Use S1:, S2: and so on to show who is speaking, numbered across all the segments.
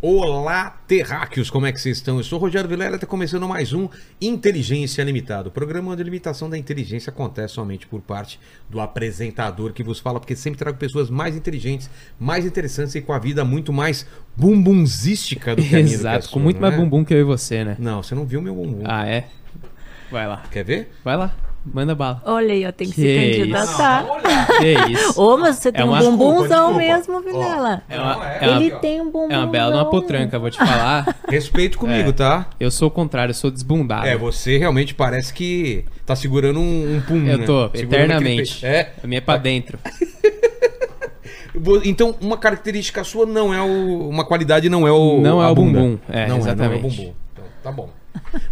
S1: Olá, terráqueos, como é que vocês estão? Eu sou o Rogério Vilela, está começando mais um Inteligência Limitada. O programa onde a limitação da inteligência acontece somente por parte do apresentador que vos fala, porque sempre trago pessoas mais inteligentes, mais interessantes e com a vida muito mais bumbumzística do que a minha. do que a
S2: Exato, com
S1: sua,
S2: muito
S1: não
S2: mais
S1: é?
S2: bumbum que eu e você, né?
S1: Não, você não viu meu bumbum.
S2: Ah, é? Vai lá.
S1: Quer ver?
S2: Vai lá. Manda bala.
S3: Olha aí, ó, tem que,
S2: Que
S3: se
S2: isso.
S3: candidatar.
S2: Tá. Que isso.
S3: Ô, mas você tem
S2: uma-
S3: um bumbumzão
S1: É Desculpa, desculpa.
S3: mesmo, Vilela.
S2: É uma, é uma-
S3: Ele tem um bumbum.
S2: é uma bela de uma potranca, vou te falar.
S1: Respeito comigo,
S2: É.
S1: tá?
S2: Eu sou o contrário, eu sou desbundado.
S1: É, você realmente parece que tá segurando um, um pum,
S2: eu
S1: né?
S2: tô,
S1: Segurando
S2: eternamente.
S1: aquele pe- É.
S2: A minha é pra dentro.
S1: Bo- Então, uma característica sua não é o. Uma qualidade não é o.
S2: Não é
S1: a
S2: o
S1: bunda.
S2: bumbum,
S1: não é,
S2: é,
S1: não é o
S2: exatamente.
S1: bumbum. Então, tá bom.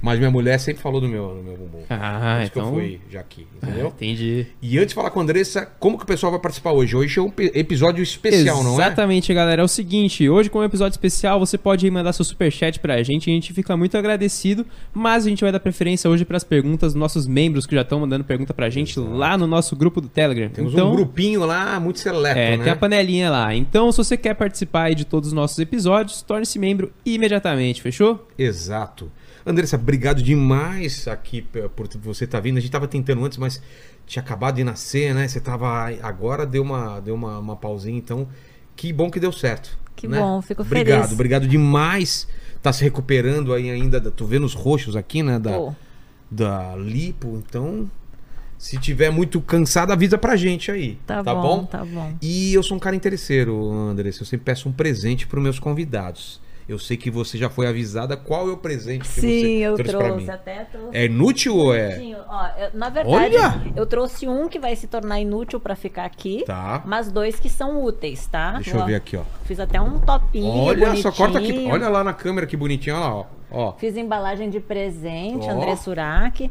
S1: Mas minha mulher sempre falou do meu, do meu bumbum.
S2: Ah,
S1: Por isso que eu
S2: então.
S1: fui já aqui, entendeu?
S2: Entendi.
S1: E antes de falar com a Andressa, como que o pessoal vai participar hoje? Hoje é um pe- episódio especial, não é?
S2: Exatamente, galera. É o seguinte, hoje com um episódio especial, você pode aí mandar seu superchat pra gente, a gente fica muito agradecido, mas a gente vai dar preferência hoje pras perguntas dos nossos membros que já estão mandando pergunta pra gente lá no nosso grupo do Telegram.
S1: Temos
S2: então,
S1: um grupinho lá muito seleto,
S2: É,
S1: né?
S2: tem a panelinha lá. Então, se você quer participar aí de todos os nossos episódios, torne-se membro imediatamente, fechou?
S1: Exato. Andressa, obrigado demais aqui p- por t- você estar vindo. A gente estava tentando antes, mas tinha acabado de nascer, né? Você estava agora deu uma deu uma, uma pausinha, então que bom que deu certo.
S3: Que
S1: né?
S3: bom, fico
S1: obrigado,
S3: feliz.
S1: obrigado demais. Tá se recuperando aí ainda, da- tô vendo os roxos aqui, né, da
S3: Pô,
S1: da lipo, então se tiver muito cansado, avisa pra gente aí,
S3: tá,
S1: tá,
S3: bom,
S1: bom?
S3: tá bom.
S1: E eu sou um cara interesseiro, Andressa. Eu sempre peço um presente para meus convidados. Eu sei que você já foi avisada qual é o presente que
S3: Sim,
S1: você
S3: eu
S1: trouxe pra mim.
S3: trouxe, até trouxe.
S1: É inútil ou é?
S3: Certinho, ó, eu- na verdade,
S1: Olha!
S3: eu trouxe um que vai se tornar inútil pra ficar aqui,
S1: Tá.
S3: mas dois que são úteis, tá?
S1: Deixa eu
S3: Ó,
S1: ver aqui, ó.
S3: Fiz até um topinho
S1: Olha, só
S3: bonitinho.
S1: corta aqui. Olha lá na câmera que bonitinho, olha lá, ó. ó.
S3: Fiz embalagem de presente,
S1: Ó.
S3: André Surak.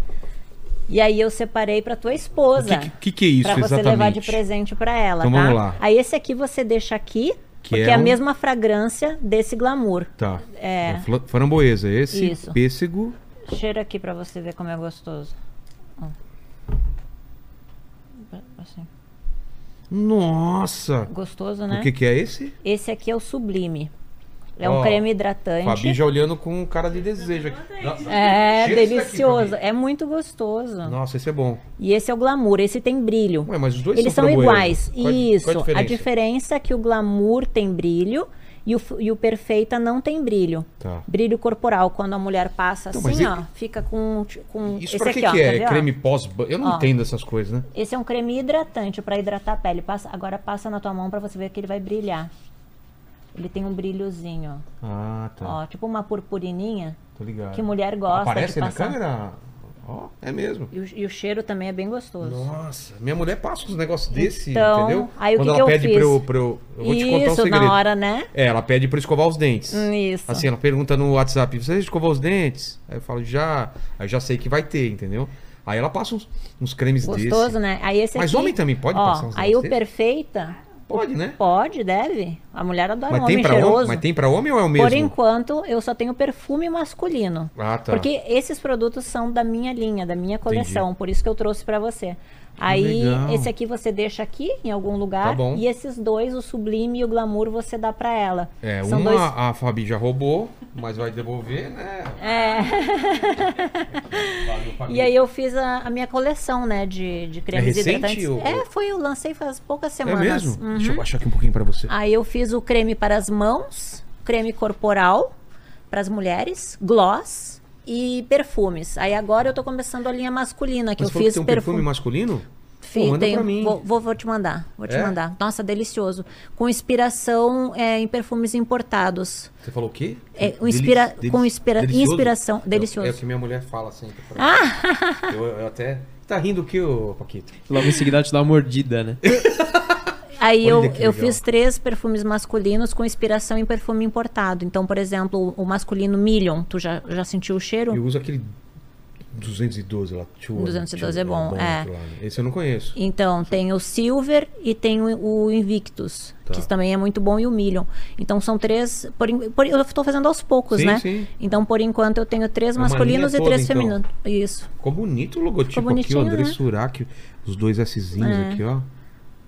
S3: E aí eu separei pra tua
S1: O
S3: esposa.
S1: que, que que é isso
S3: pra você
S1: exatamente?
S3: levar de presente pra ela,
S1: Então
S3: tá?
S1: vamos lá.
S3: Aí esse aqui você deixa aqui,
S1: Que
S3: porque
S1: é
S3: é, a
S1: um-
S3: mesma fragrância desse glamour.
S1: Tá.
S3: É.
S1: É fla- Framboesa, esse
S3: Isso.
S1: pêssego.
S3: Cheira aqui pra você ver como é gostoso. Ó. Assim,
S1: Nossa.
S3: Gostoso, né?
S1: O que que é esse?
S3: Esse aqui é o sublime. É um
S1: Ó,
S3: creme hidratante.
S1: Fabi já olhando com cara de desejo aqui. Dá- Cheira
S3: É
S1: isso daqui,
S3: delicioso,
S1: Fabi.
S3: é muito gostoso.
S1: Nossa, esse é bom.
S3: E esse é o glamour, esse tem brilho.
S1: Ué, mas os dois
S3: Eles
S1: são
S3: são,
S1: framboesa.
S3: iguais.
S1: Qual é a-
S3: Isso.
S1: qual a
S3: a,
S1: diferença?
S3: diferença é que o glamour tem brilho e o, f- e o perfeita não tem brilho.
S1: Tá.
S3: Brilho corporal, quando a mulher passa
S1: Então, mas
S3: assim,
S1: ele-
S3: ó, fica com, com
S1: Isso
S3: esse
S1: pra
S3: aqui,
S1: que,
S3: ó,
S1: que
S3: quer
S1: é?
S3: ver, ó?
S1: Creme pós banho Eu não
S3: Ó.
S1: entendo essas coisas, né?
S3: Esse é um creme hidratante pra hidratar a pele. Passa, agora passa na tua mão pra você ver que ele vai brilhar. Ele tem um brilhozinho, ó.
S1: Ah, tá.
S3: Ó, tipo uma purpurininha.
S1: Tô ligado.
S3: que mulher gosta
S1: Aparece
S3: de
S1: na
S3: passar.
S1: câmera? Ó, é mesmo.
S3: E o, e o cheiro também é bem gostoso.
S1: Nossa, minha mulher passa uns negócios desse,
S3: Então,
S1: entendeu?
S3: aí o
S1: Quando
S3: que
S1: ela
S3: que eu
S1: pede
S3: fiz?
S1: pra eu. Pra eu, eu vou te contar um
S3: Isso,
S1: segredo.
S3: na hora, né?
S1: É, ela pede pra eu escovar os dentes.
S3: Hum, Isso.
S1: Assim, ela pergunta no WhatsApp: você escovou os dentes? Aí eu falo: já. Aí eu já sei que vai ter, entendeu? Aí ela passa uns, uns cremes
S3: Gostoso,
S1: desse.
S3: né? Aí esse
S1: Mas
S3: aqui,
S1: homem também pode
S3: ó,
S1: passar uns
S3: Aí o
S1: negócios
S3: perfeita
S1: Pode, né?
S3: pode, deve. A mulher adora um
S1: Mas tem,
S3: homem
S1: pra homem,
S3: cheiroso.
S1: mas tem pra homem ou é o mesmo?
S3: Por enquanto, eu só tenho perfume masculino.
S1: Ah, tá.
S3: Porque esses produtos são da minha linha, da minha coleção, por isso que eu trouxe pra você. Aí,
S1: legal.
S3: esse aqui você deixa aqui em algum
S1: Tá
S3: lugar.
S1: bom.
S3: E esses dois, o sublime e o glamour, você dá pra ela.
S1: É,
S3: São
S1: uma
S3: dois.
S1: a Fabi já roubou, mas vai devolver, né? Valeu, Fabi.
S3: É. E aí eu fiz a, a minha coleção, né, de, de cremes
S1: É recente
S3: hidratantes.
S1: ou-
S3: É, foi, eu lancei faz poucas
S1: É
S3: semanas.
S1: mesmo?
S3: Uhum. Ah,
S1: Deixa eu baixar aqui um pouquinho pra você.
S3: Aí eu fiz o creme para as mãos, creme corporal para as mulheres, gloss e perfumes. Aí agora eu tô começando a linha masculina, que
S1: Mas
S3: eu
S1: falou que
S3: fiz
S1: tem um perfume,
S3: perfume.
S1: masculino?
S3: Fiz,
S1: Pô, manda
S3: tem-
S1: pra mim.
S3: Vou, vou- vou te mandar, vou te
S1: É?
S3: mandar. Nossa, delicioso. Com inspiração é, em perfumes importados.
S1: Você falou o quê?
S3: É, o inspira-
S1: Delici-
S3: com inspira-
S1: delicioso?
S3: inspiração-
S1: É-
S3: delicioso. Ah!
S1: É, o que minha mulher fala sempre pra mim. Eu, eu até... Tá rindo o que, ô Paquito?
S2: Logo em seguida ela te dá uma mordida, né?
S3: Aí
S1: Olha
S3: eu,
S1: que
S3: eu
S1: legal.
S3: fiz três perfumes masculinos com inspiração em perfume importado. Então, por exemplo, o masculino Million, tu já, já sentiu o cheiro?
S1: Eu uso aquele 212 lá. Tio,
S3: 212 é bom, é.
S1: aquele lá, né? Esse eu não conheço.
S3: Então, tem o Silver e tem o, o Invictus,
S1: Tá.
S3: que também é muito bom, e o Million. Então, são três. Por, en- por- eu estou fazendo aos poucos,
S1: Sim,
S3: né?
S1: sim.
S3: Então, por enquanto, eu tenho três
S1: É uma
S3: masculinos
S1: linha
S3: e três
S1: toda, então.
S3: femininos. Isso.
S1: Ficou bonito o logotipo
S3: Ficou né?
S1: aqui, ó.
S3: bonitinho,
S1: André
S3: né?
S1: Surak, os dois Szinhos aqui, ó.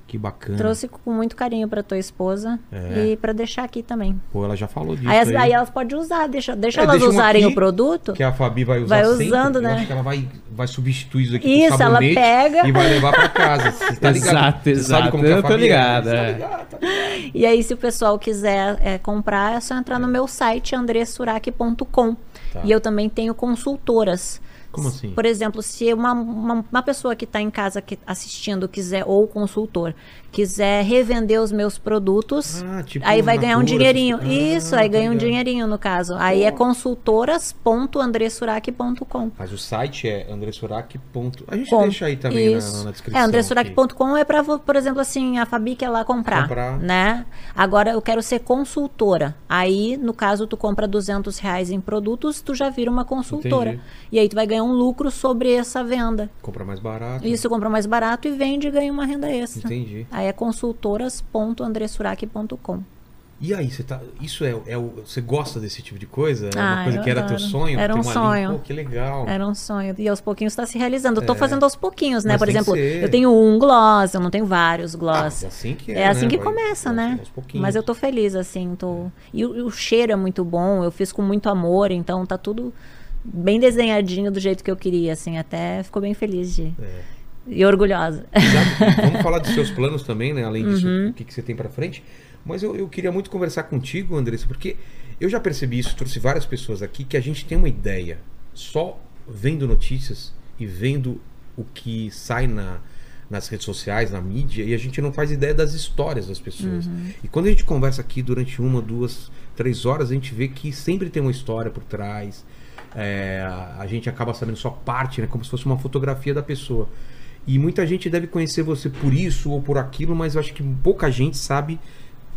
S1: Que bacana.
S3: Trouxe com muito carinho pra tua esposa
S1: É.
S3: e pra deixar aqui também.
S1: Pô, ela já falou disso.
S3: Aí, as-
S1: aí.
S3: aí elas podem usar, deixa, deixa
S1: É,
S3: elas
S1: deixa uma
S3: usarem
S1: aqui,
S3: o produto.
S1: Que a Fabi vai usar
S3: Vai
S1: sempre.
S3: usando,
S1: Eu
S3: né?
S1: acho que ela vai, vai substituir isso aqui com
S3: Isso,
S1: sabonete
S3: ela pega.
S1: e vai levar pra casa. Você tá ligado?
S2: Exato,
S1: Você sabe
S2: exato.
S1: como que a
S2: Eu tô
S1: Fabi é,
S2: ligado,
S1: né? Você
S2: é.
S1: Tá ligado, tá ligado.
S3: E aí, se o pessoal quiser é, comprar, é só entrar no meu site, andressuraki.com.
S1: Tá.
S3: E eu também tenho consultoras.
S1: Como assim?
S3: Por exemplo, se uma, uma, uma pessoa que está em casa que- assistindo quiser, ou consultor, quiser revender os meus produtos,
S1: Ah, tipo
S3: aí vai
S1: na
S3: ganhar um
S1: dor, essas
S3: dinheirinho.
S1: coisas. Ah,
S3: Isso, aí
S1: tá
S3: ganha um
S1: ligado.
S3: dinheirinho no caso. Aí é consultoras.andressuraki.com.
S1: Mas o site é andressuraki. ponto- A gente
S3: Com.
S1: deixa aí também na,
S3: Isso.
S1: na descrição.
S3: É, andressuraki.com é pra, vo- por exemplo, assim, a Fabi quer lá comprar,
S1: Comprar.
S3: né? Agora eu quero ser consultora. Aí, no caso, tu compra 200 reais em produtos, tu já vira uma consultora.
S1: Entendi.
S3: E aí tu vai ganhar um lucro sobre essa venda.
S1: aqui. Compra mais barato.
S3: Isso, compra mais barato e vende e ganha uma renda extra.
S1: Entendi.
S3: Aí é consultoras.andressuraki.com.
S1: E aí, você tá. Isso é, é o. Você gosta desse tipo de coisa? É uma
S3: Ah,
S1: coisa
S3: eu
S1: que era
S3: adoro.
S1: teu sonho?
S3: Era
S1: Ter
S3: um
S1: uma
S3: sonho.
S1: Linha? Pô, que legal.
S3: Era um sonho. E aos pouquinhos está se realizando. Eu tô fazendo aos pouquinhos,
S1: É.
S3: né?
S1: Mas
S3: Por
S1: tem que
S3: exemplo,
S1: ser.
S3: eu tenho um gloss, eu não tenho vários
S1: Ah,
S3: gloss.
S1: mas assim que é.
S3: É assim
S1: né?
S3: que
S1: Vai-
S3: começa,
S1: aos-
S3: né?
S1: aos pouquinhos.
S3: Mas eu tô feliz, assim, tô. E o, o cheiro é muito bom, eu fiz com muito amor, então tá tudo bem desenhadinho do jeito que eu queria, assim, até ficou bem feliz de.
S1: É.
S3: E orgulhosa.
S1: Exato. Vamos falar dos seus planos também, né? Além disso, o que, que você tem pra frente. Mas eu, eu queria muito conversar contigo, Andressa, porque eu já percebi isso, trouxe várias pessoas aqui, que a gente tem uma ideia. Só vendo notícias e vendo o que sai na, nas redes sociais, na mídia, e a gente não faz ideia das histórias das pessoas. E quando a gente conversa aqui durante uma, duas, três horas, a gente vê que sempre tem uma história por trás. É, a gente acaba sabendo só parte, né? Como se fosse uma fotografia da pessoa. E muita gente deve conhecer você por isso ou por aquilo, mas eu acho que pouca gente sabe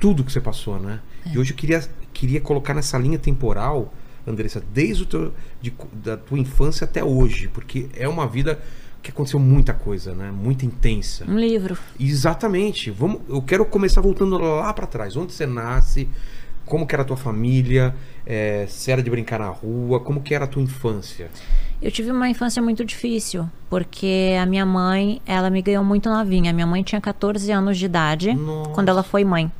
S1: tudo que você passou, né? E hoje eu queria, queria colocar nessa linha temporal, Andressa, desde o teu, de co- da tua infância até hoje, porque é uma vida que aconteceu muita coisa, né? Muito intensa.
S3: Um livro.
S1: Exatamente. Vamos, eu quero começar voltando lá pra trás. Onde você nasce? Como que era a tua família? É, se era de brincar na rua? Como que era a tua infância?
S3: Eu tive uma infância muito difícil, porque a minha mãe, ela me ganhou muito novinha. Minha mãe tinha 14 anos de idade
S1: Nossa.
S3: quando ela foi mãe.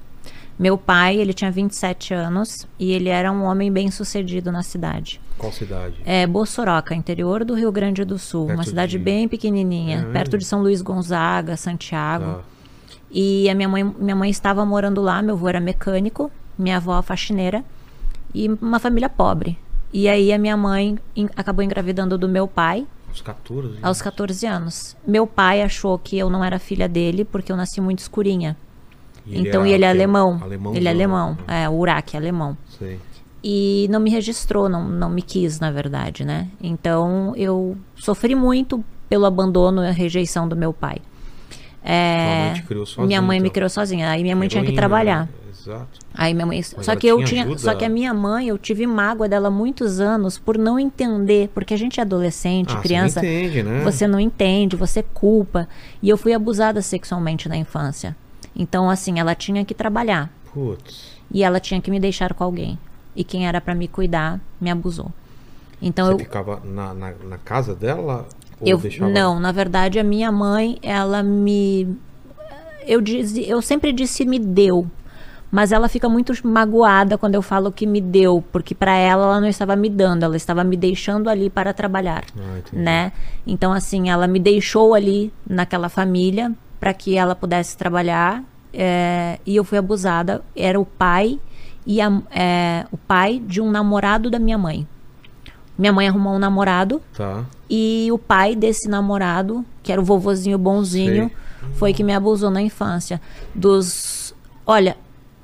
S3: Meu pai, ele tinha 27 anos e ele era um homem bem sucedido na cidade.
S1: Qual cidade?
S3: É Bossoroca, interior do Rio Grande do Sul, uma
S1: Perto
S3: cidade
S1: de-
S3: bem
S1: É
S3: pequenininha,
S1: mesmo?
S3: perto de São Luís Gonzaga, Santiago.
S1: Tá.
S3: E a minha mãe, minha mãe estava morando lá, meu avô era mecânico, minha avó faxineira e uma família pobre. E aí a minha mãe en- acabou engravidando do meu pai
S1: Aos 14?
S3: aos 14 anos. Meu pai achou que eu não era filha dele porque eu nasci muito escurinha.
S1: E
S3: então,
S1: era
S3: e ele é
S1: aquele-
S3: alemão. ele é alemão,
S1: né?
S3: é, o Uraque é alemão
S1: Sei.
S3: e não me registrou, não, não me quis, na verdade, né? Então eu sofri muito pelo abandono e a rejeição do meu pai. É,
S1: Tua mãe te criou sozinha,
S3: minha mãe me
S1: então.
S3: criou sozinha, aí minha mãe tinha que
S1: Heroína,
S3: trabalhar.
S1: né? Exato.
S3: Aí minha mãe, só
S1: ela
S3: que eu
S1: tinha
S3: tinha,
S1: ajuda?
S3: só que a minha mãe, eu tive mágoa dela há muitos anos por não entender, porque a gente é adolescente,
S1: Ah, você
S3: criança,
S1: não entende, né?
S3: você não entende, você culpa. E eu fui abusada sexualmente na infância. Então assim, ela tinha que trabalhar
S1: Putz.
S3: e ela tinha que me deixar com alguém. E quem era pra me cuidar me abusou. Então
S1: Você
S3: eu,
S1: ficava na, na, na casa dela? Ou
S3: eu
S1: deixava...
S3: não, na verdade a minha mãe, ela me eu diz, eu sempre disse me deu, mas ela fica muito magoada quando eu falo que me deu, porque pra ela ela não estava me dando, ela estava me deixando ali para trabalhar,
S1: Ah, entendi.
S3: né? Então assim, ela me deixou ali naquela família pra que ela pudesse trabalhar é, e eu fui abusada. Era o pai e a- é, o pai de um namorado da minha mãe. Minha mãe arrumou um namorado
S1: Tá.
S3: e o pai desse namorado, que era o vovozinho bonzinho, foi que me abusou na infância. Dos. Olha,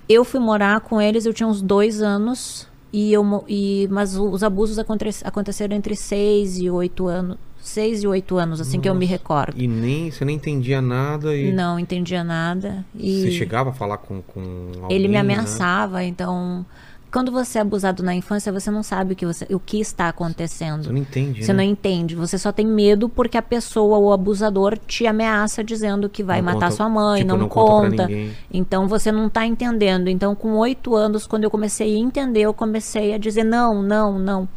S3: eu fui morar com eles, eu tinha uns dois anos. E eu, mo- e, mas o- os abusos aconte- aconteceram entre seis e oito anos. seis e oito anos, assim que eu me recordo.
S1: E nem, você nem entendia nada e
S3: Não entendia nada. E...
S1: você chegava a falar com, com alguém,
S3: Ele me
S1: né?
S3: ameaçava, então. Quando você é abusado na infância, você não sabe o que, você, o que está acontecendo.
S1: Você não entende,
S3: Você
S1: né?
S3: não entende. Você só tem medo porque a pessoa, o abusador, te ameaça dizendo que vai
S1: Não
S3: matar
S1: conta-
S3: sua mãe,
S1: tipo,
S3: não,
S1: não conta pra
S3: conta.
S1: ninguém.
S3: então você não tá entendendo. Então, com oito anos, quando eu comecei a entender, eu comecei a dizer não, não, não.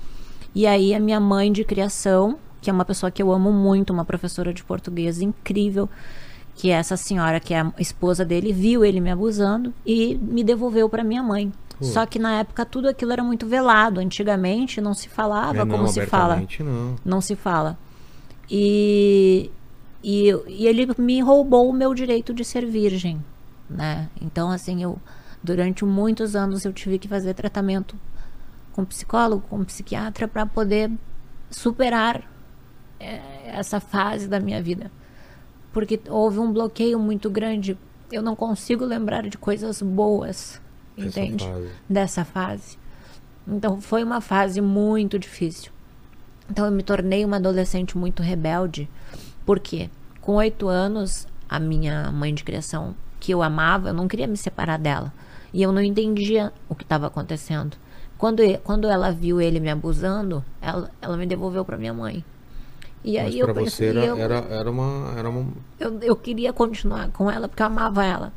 S3: E aí a minha mãe de criação, que é uma pessoa que eu amo muito, uma professora de português incrível, que essa senhora, que é a esposa dele, viu ele me abusando e me devolveu para minha mãe. Só que na época tudo aquilo era muito velado. Antigamente não se falava
S1: É, não,
S3: como se fala.
S1: abertamente Não.
S3: Não se fala. E, e, eu- e ele me roubou o meu direito de ser virgem, né? Então, assim, eu durante muitos anos eu tive que fazer tratamento com psicólogo, com psiquiatra para poder superar eh, essa fase da minha vida, porque houve um bloqueio muito grande. Eu não consigo lembrar de coisas boas,
S1: Essa
S3: entende?
S1: fase.
S3: Dessa fase. Então foi uma fase muito difícil. Então eu me tornei uma adolescente muito rebelde, porque com oito anos a minha mãe de criação, que eu amava, eu não queria me separar dela e eu não entendia o que estava acontecendo. Quando, e- quando ela viu ele me abusando, ela, ela me devolveu para minha mãe. E
S1: Mas
S3: aí
S1: pra
S3: eu
S1: você
S3: pensei,
S1: era,
S3: eu,
S1: era, era uma. Era uma...
S3: eu, eu queria continuar com ela porque eu amava ela.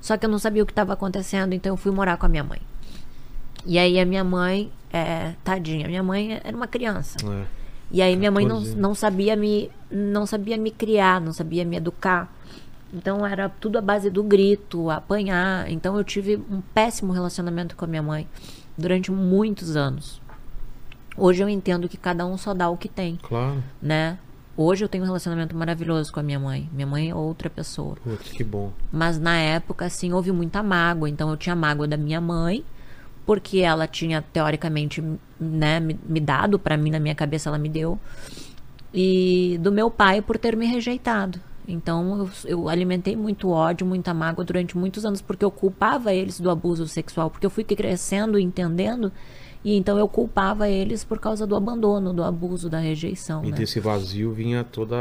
S3: Só que eu não sabia o que estava acontecendo, então eu fui morar com a minha mãe. E aí a minha mãe, é, tadinha, minha mãe era uma criança.
S1: é.
S3: E aí minha mãe não,
S1: 14 anos.
S3: não sabia me não sabia me criar, não sabia me educar. Então era tudo à base do grito, apanhar. Então eu tive um péssimo relacionamento com a minha mãe durante muitos anos. Hoje eu entendo que cada um só dá o que tem,
S1: Claro.
S3: né? Hoje eu tenho um relacionamento maravilhoso com a minha mãe. Minha mãe é outra pessoa.
S1: Putz, que bom.
S3: Mas na época, assim, houve muita mágoa. Então eu tinha mágoa da minha mãe, porque ela tinha, teoricamente, né, me, me dado pra mim, na minha cabeça ela me deu. E do meu pai por ter me rejeitado. Então eu, eu alimentei muito ódio, muita mágoa durante muitos anos, porque eu culpava eles do abuso sexual, porque eu fui crescendo e entendendo. E então eu culpava eles por causa do abandono, do abuso, da rejeição.
S1: E
S3: né?
S1: desse vazio vinha toda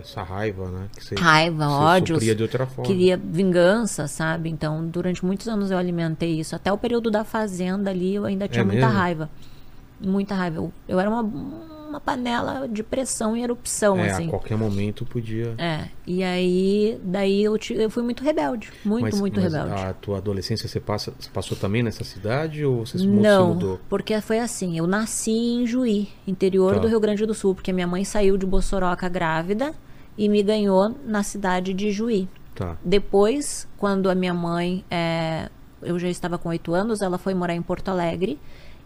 S1: essa raiva, né? Que você,
S3: raiva,
S1: você
S3: ódios,
S1: supria de outra forma.
S3: queria vingança, sabe? Então, durante muitos anos eu alimentei isso. Até o período da fazenda ali, eu ainda tinha muita
S1: É mesmo?
S3: raiva. Muita raiva. Eu, eu era uma, uma panela de pressão e erupção,
S1: é,
S3: assim.
S1: a qualquer momento podia.
S3: É, e aí, daí eu, ti- eu fui muito rebelde, muito, muito rebelde.
S1: A tua adolescência você, passa, você passou também nessa cidade ou você se mu- se
S3: Não,
S1: mudou?
S3: porque foi assim, eu nasci em Juí, interior
S1: Tá.
S3: do Rio Grande do Sul, porque minha mãe saiu de Bossoroca grávida e me ganhou na cidade de Juí.
S1: Tá.
S3: Depois, quando a minha mãe, é, eu já estava com oito anos, ela foi morar em Porto Alegre.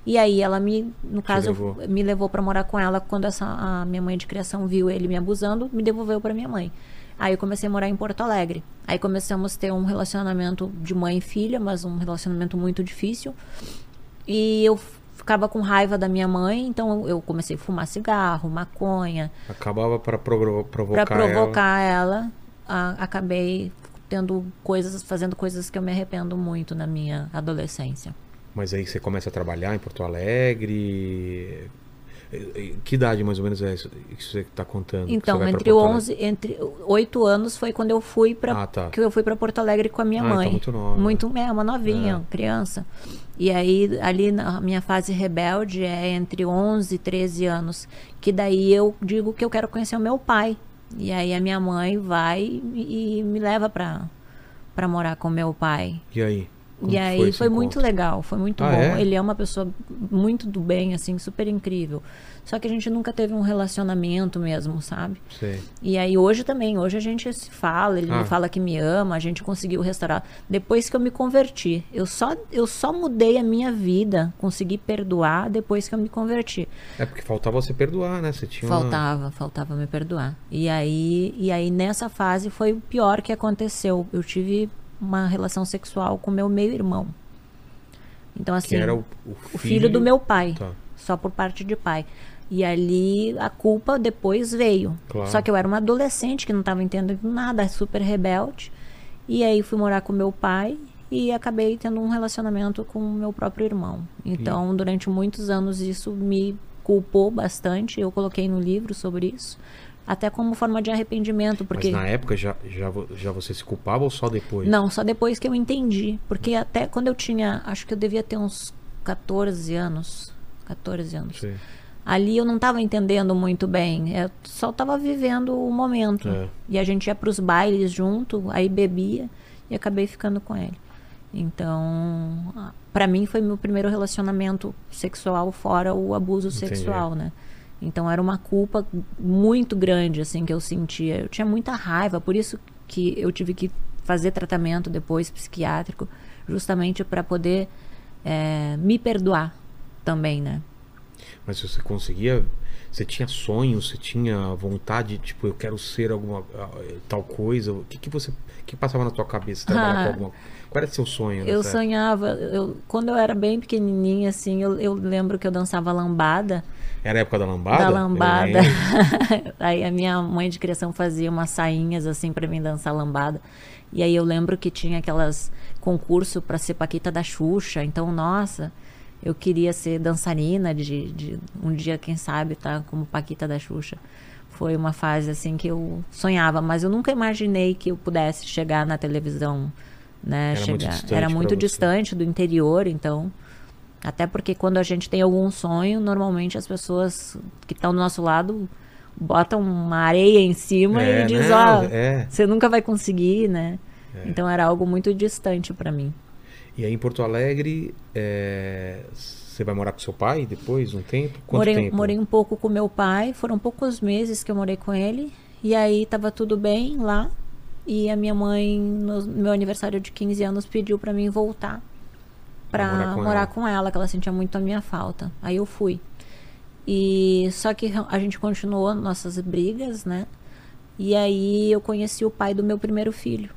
S3: E aí ela me, no caso,
S1: levou.
S3: me levou para morar com ela quando essa a minha mãe de criação viu ele me abusando, me devolveu para minha mãe. Aí eu comecei a morar em Porto Alegre. Aí começamos a ter um relacionamento de mãe e filha, mas um relacionamento muito difícil. E eu f- ficava com raiva da minha mãe, então eu- eu comecei a fumar cigarro, maconha,
S1: Acabava para provocar,
S3: Pra provocar ela, a- acabei tendo coisas, fazendo coisas que eu me arrependo muito na minha adolescência.
S1: ela. Mas aí você começa a trabalhar em Porto Alegre. E- e- Que idade mais ou menos é isso que você está contando? que você
S3: Então,
S1: vai pra
S3: entre
S1: Porto Alegre?
S3: 11, entre 8 anos foi quando eu fui para
S1: Ah, tá.
S3: que eu fui para Porto Alegre com a minha
S1: Ah,
S3: mãe.
S1: então muito nova.
S3: Muito- é, uma novinha, criança. E aí ali na minha fase rebelde é entre 11 e 13 anos, que daí eu digo que eu quero conhecer o meu pai. E aí a minha mãe vai e, e me leva para para morar com meu pai.
S1: E aí? Como
S3: e
S1: que
S3: aí
S1: foi
S3: foi,
S1: esse
S3: muito
S1: encontro?
S3: legal, foi muito
S1: Ah,
S3: bom.
S1: é?
S3: Ele é uma pessoa muito do bem, assim, super incrível. Só que a gente nunca teve um relacionamento mesmo, sabe?
S1: Sei.
S3: E aí hoje também, hoje a gente se fala, ele
S1: Ah.
S3: me fala que me ama, a gente conseguiu restaurar. Depois que eu me converti, eu só, eu só mudei a minha vida, consegui perdoar depois que eu me converti.
S1: É porque faltava você perdoar, né? Você tinha uma-
S3: Faltava, faltava me perdoar. E aí, e aí nessa fase foi o pior que aconteceu. Eu tive uma relação sexual com meu meio irmão. Então assim,
S1: que era o, o
S3: o filho do meu pai,
S1: Tá.
S3: só por parte de pai. E ali a culpa depois veio.
S1: Claro.
S3: Só que eu era uma adolescente que não estava entendendo nada, super rebelde. E aí fui morar com meu pai e acabei tendo um relacionamento com o meu próprio irmão. Então, durante muitos anos isso me culpou bastante. Eu coloquei no livro sobre isso, até como forma de arrependimento, porque
S1: Mas na época já, já, vo- já você se culpava ou só depois?
S3: não, só depois que eu entendi. Porque até quando eu tinha. Acho que eu devia ter uns 14 anos. 14 anos.
S1: Sei.
S3: Ali eu não estava entendendo muito bem. Eu só estava vivendo o momento.
S1: É.
S3: E a gente ia para os bailes junto, aí bebia e acabei ficando com ele. Então, para mim foi meu primeiro relacionamento sexual fora o abuso
S1: Entendi.
S3: sexual, né? Então era uma culpa muito grande assim que eu sentia. Eu tinha muita raiva, por isso que eu tive que fazer tratamento depois psiquiátrico, justamente para poder é, me perdoar também, né?
S1: Mas você conseguia. Você tinha sonhos, você tinha vontade, tipo, eu quero ser alguma eh, tal coisa. O que, que você. O que passava na tua cabeça trabalhar
S3: Ah.
S1: com alguma Qual era seu sonho?
S3: Eu
S1: nessa época?
S3: sonhava, eu, quando eu era bem pequenininha, assim, eu, eu lembro que eu dançava lambada,
S1: Era a época da lambada?
S3: da
S1: Eu
S3: lambada.
S1: lembro.
S3: aí a minha mãe de criação fazia umas sainhas, assim, pra mim dançar lambada. E aí eu lembro que tinha aquelas concurso pra ser Paquita da Xuxa, então, nossa, eu queria ser dançarina de, de um dia, quem sabe, tá como Paquita da Xuxa. Foi uma fase, assim, que eu sonhava, mas eu nunca imaginei que eu pudesse chegar na televisão, né?
S1: Era muito
S3: chegar.
S1: distante
S3: era
S1: pra
S3: muito
S1: você.
S3: distante do interior, então. Até porque quando a gente tem algum sonho, normalmente as pessoas que estão do nosso lado botam uma areia em cima
S1: É,
S3: e diz,
S1: né?
S3: ó,
S1: É.
S3: você nunca vai conseguir, né? Então era algo muito distante pra mim.
S1: E aí em Porto Alegre, eh, você vai morar com seu pai depois, um tempo? Quanto
S3: Morei,
S1: tempo?
S3: morei um pouco com meu pai, foram poucos meses que eu morei com ele, e aí tava tudo bem lá. E a minha mãe, no meu aniversário de 15 anos, pediu pra mim voltar pra
S1: Pra morar
S3: morar,
S1: com
S3: com,
S1: ela.
S3: ela, que ela sentia muito a minha falta. Aí eu fui. E só que a gente continuou nossas brigas, né? E aí eu conheci o pai do meu primeiro filho.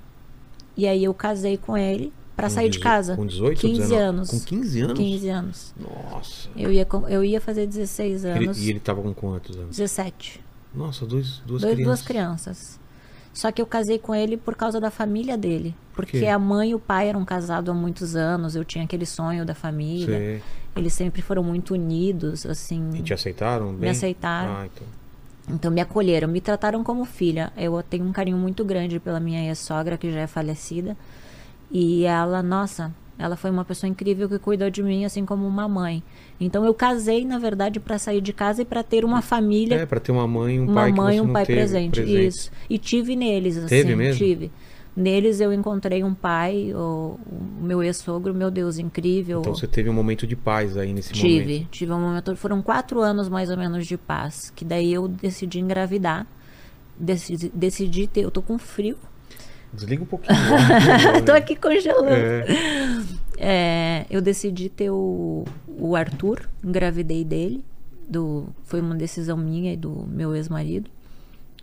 S3: E aí eu casei com ele pra
S1: Com
S3: tá sair de
S1: dezo-
S3: casa.
S1: Com 18
S3: 15
S1: 19?
S3: anos.
S1: Com 15 anos?
S3: 15 anos.
S1: Nossa.
S3: Eu ia, com- eu ia fazer 16
S1: Ele-
S3: anos.
S1: e ele tava com quantos anos?
S3: 17.
S1: Nossa, dois, duas
S3: Dois-
S1: crianças.
S3: Duas crianças. Só que eu casei com ele por causa da família dele.
S1: quê?
S3: Porque a mãe e o pai eram casados há muitos anos, eu tinha aquele sonho da família.
S1: Sei.
S3: Eles sempre foram muito unidos, assim.
S1: E te aceitaram bem?
S3: aceitaram.
S1: Ah, então.
S3: Então me acolheram, me trataram como filha. Eu tenho um carinho muito grande pela minha ex-sogra, que já é falecida. E ela, nossa, ela foi uma pessoa incrível que cuidou de mim, assim como uma mãe. Então eu casei, na verdade, pra sair de casa e pra ter uma família
S1: É, pra ter uma mãe e um
S3: uma
S1: pai que
S3: mãe
S1: você
S3: e um
S1: não
S3: pai
S1: teve
S3: presente, isso e tive neles assim
S1: Teve mesmo?
S3: tive neles eu encontrei um pai o, o meu ex-sogro meu Deus incrível
S1: Então você teve um momento de paz aí nesse
S3: tive
S1: momento.
S3: tive um momento foram quatro anos mais ou menos de paz que daí eu decidi engravidar decidi, decidi ter eu tô com frio
S1: Desliga um pouquinho.
S3: tô aqui congelando
S1: É,
S3: É, eu decidi ter o, o Arthur, engravidei dele. do- foi uma decisão minha e do meu ex-marido.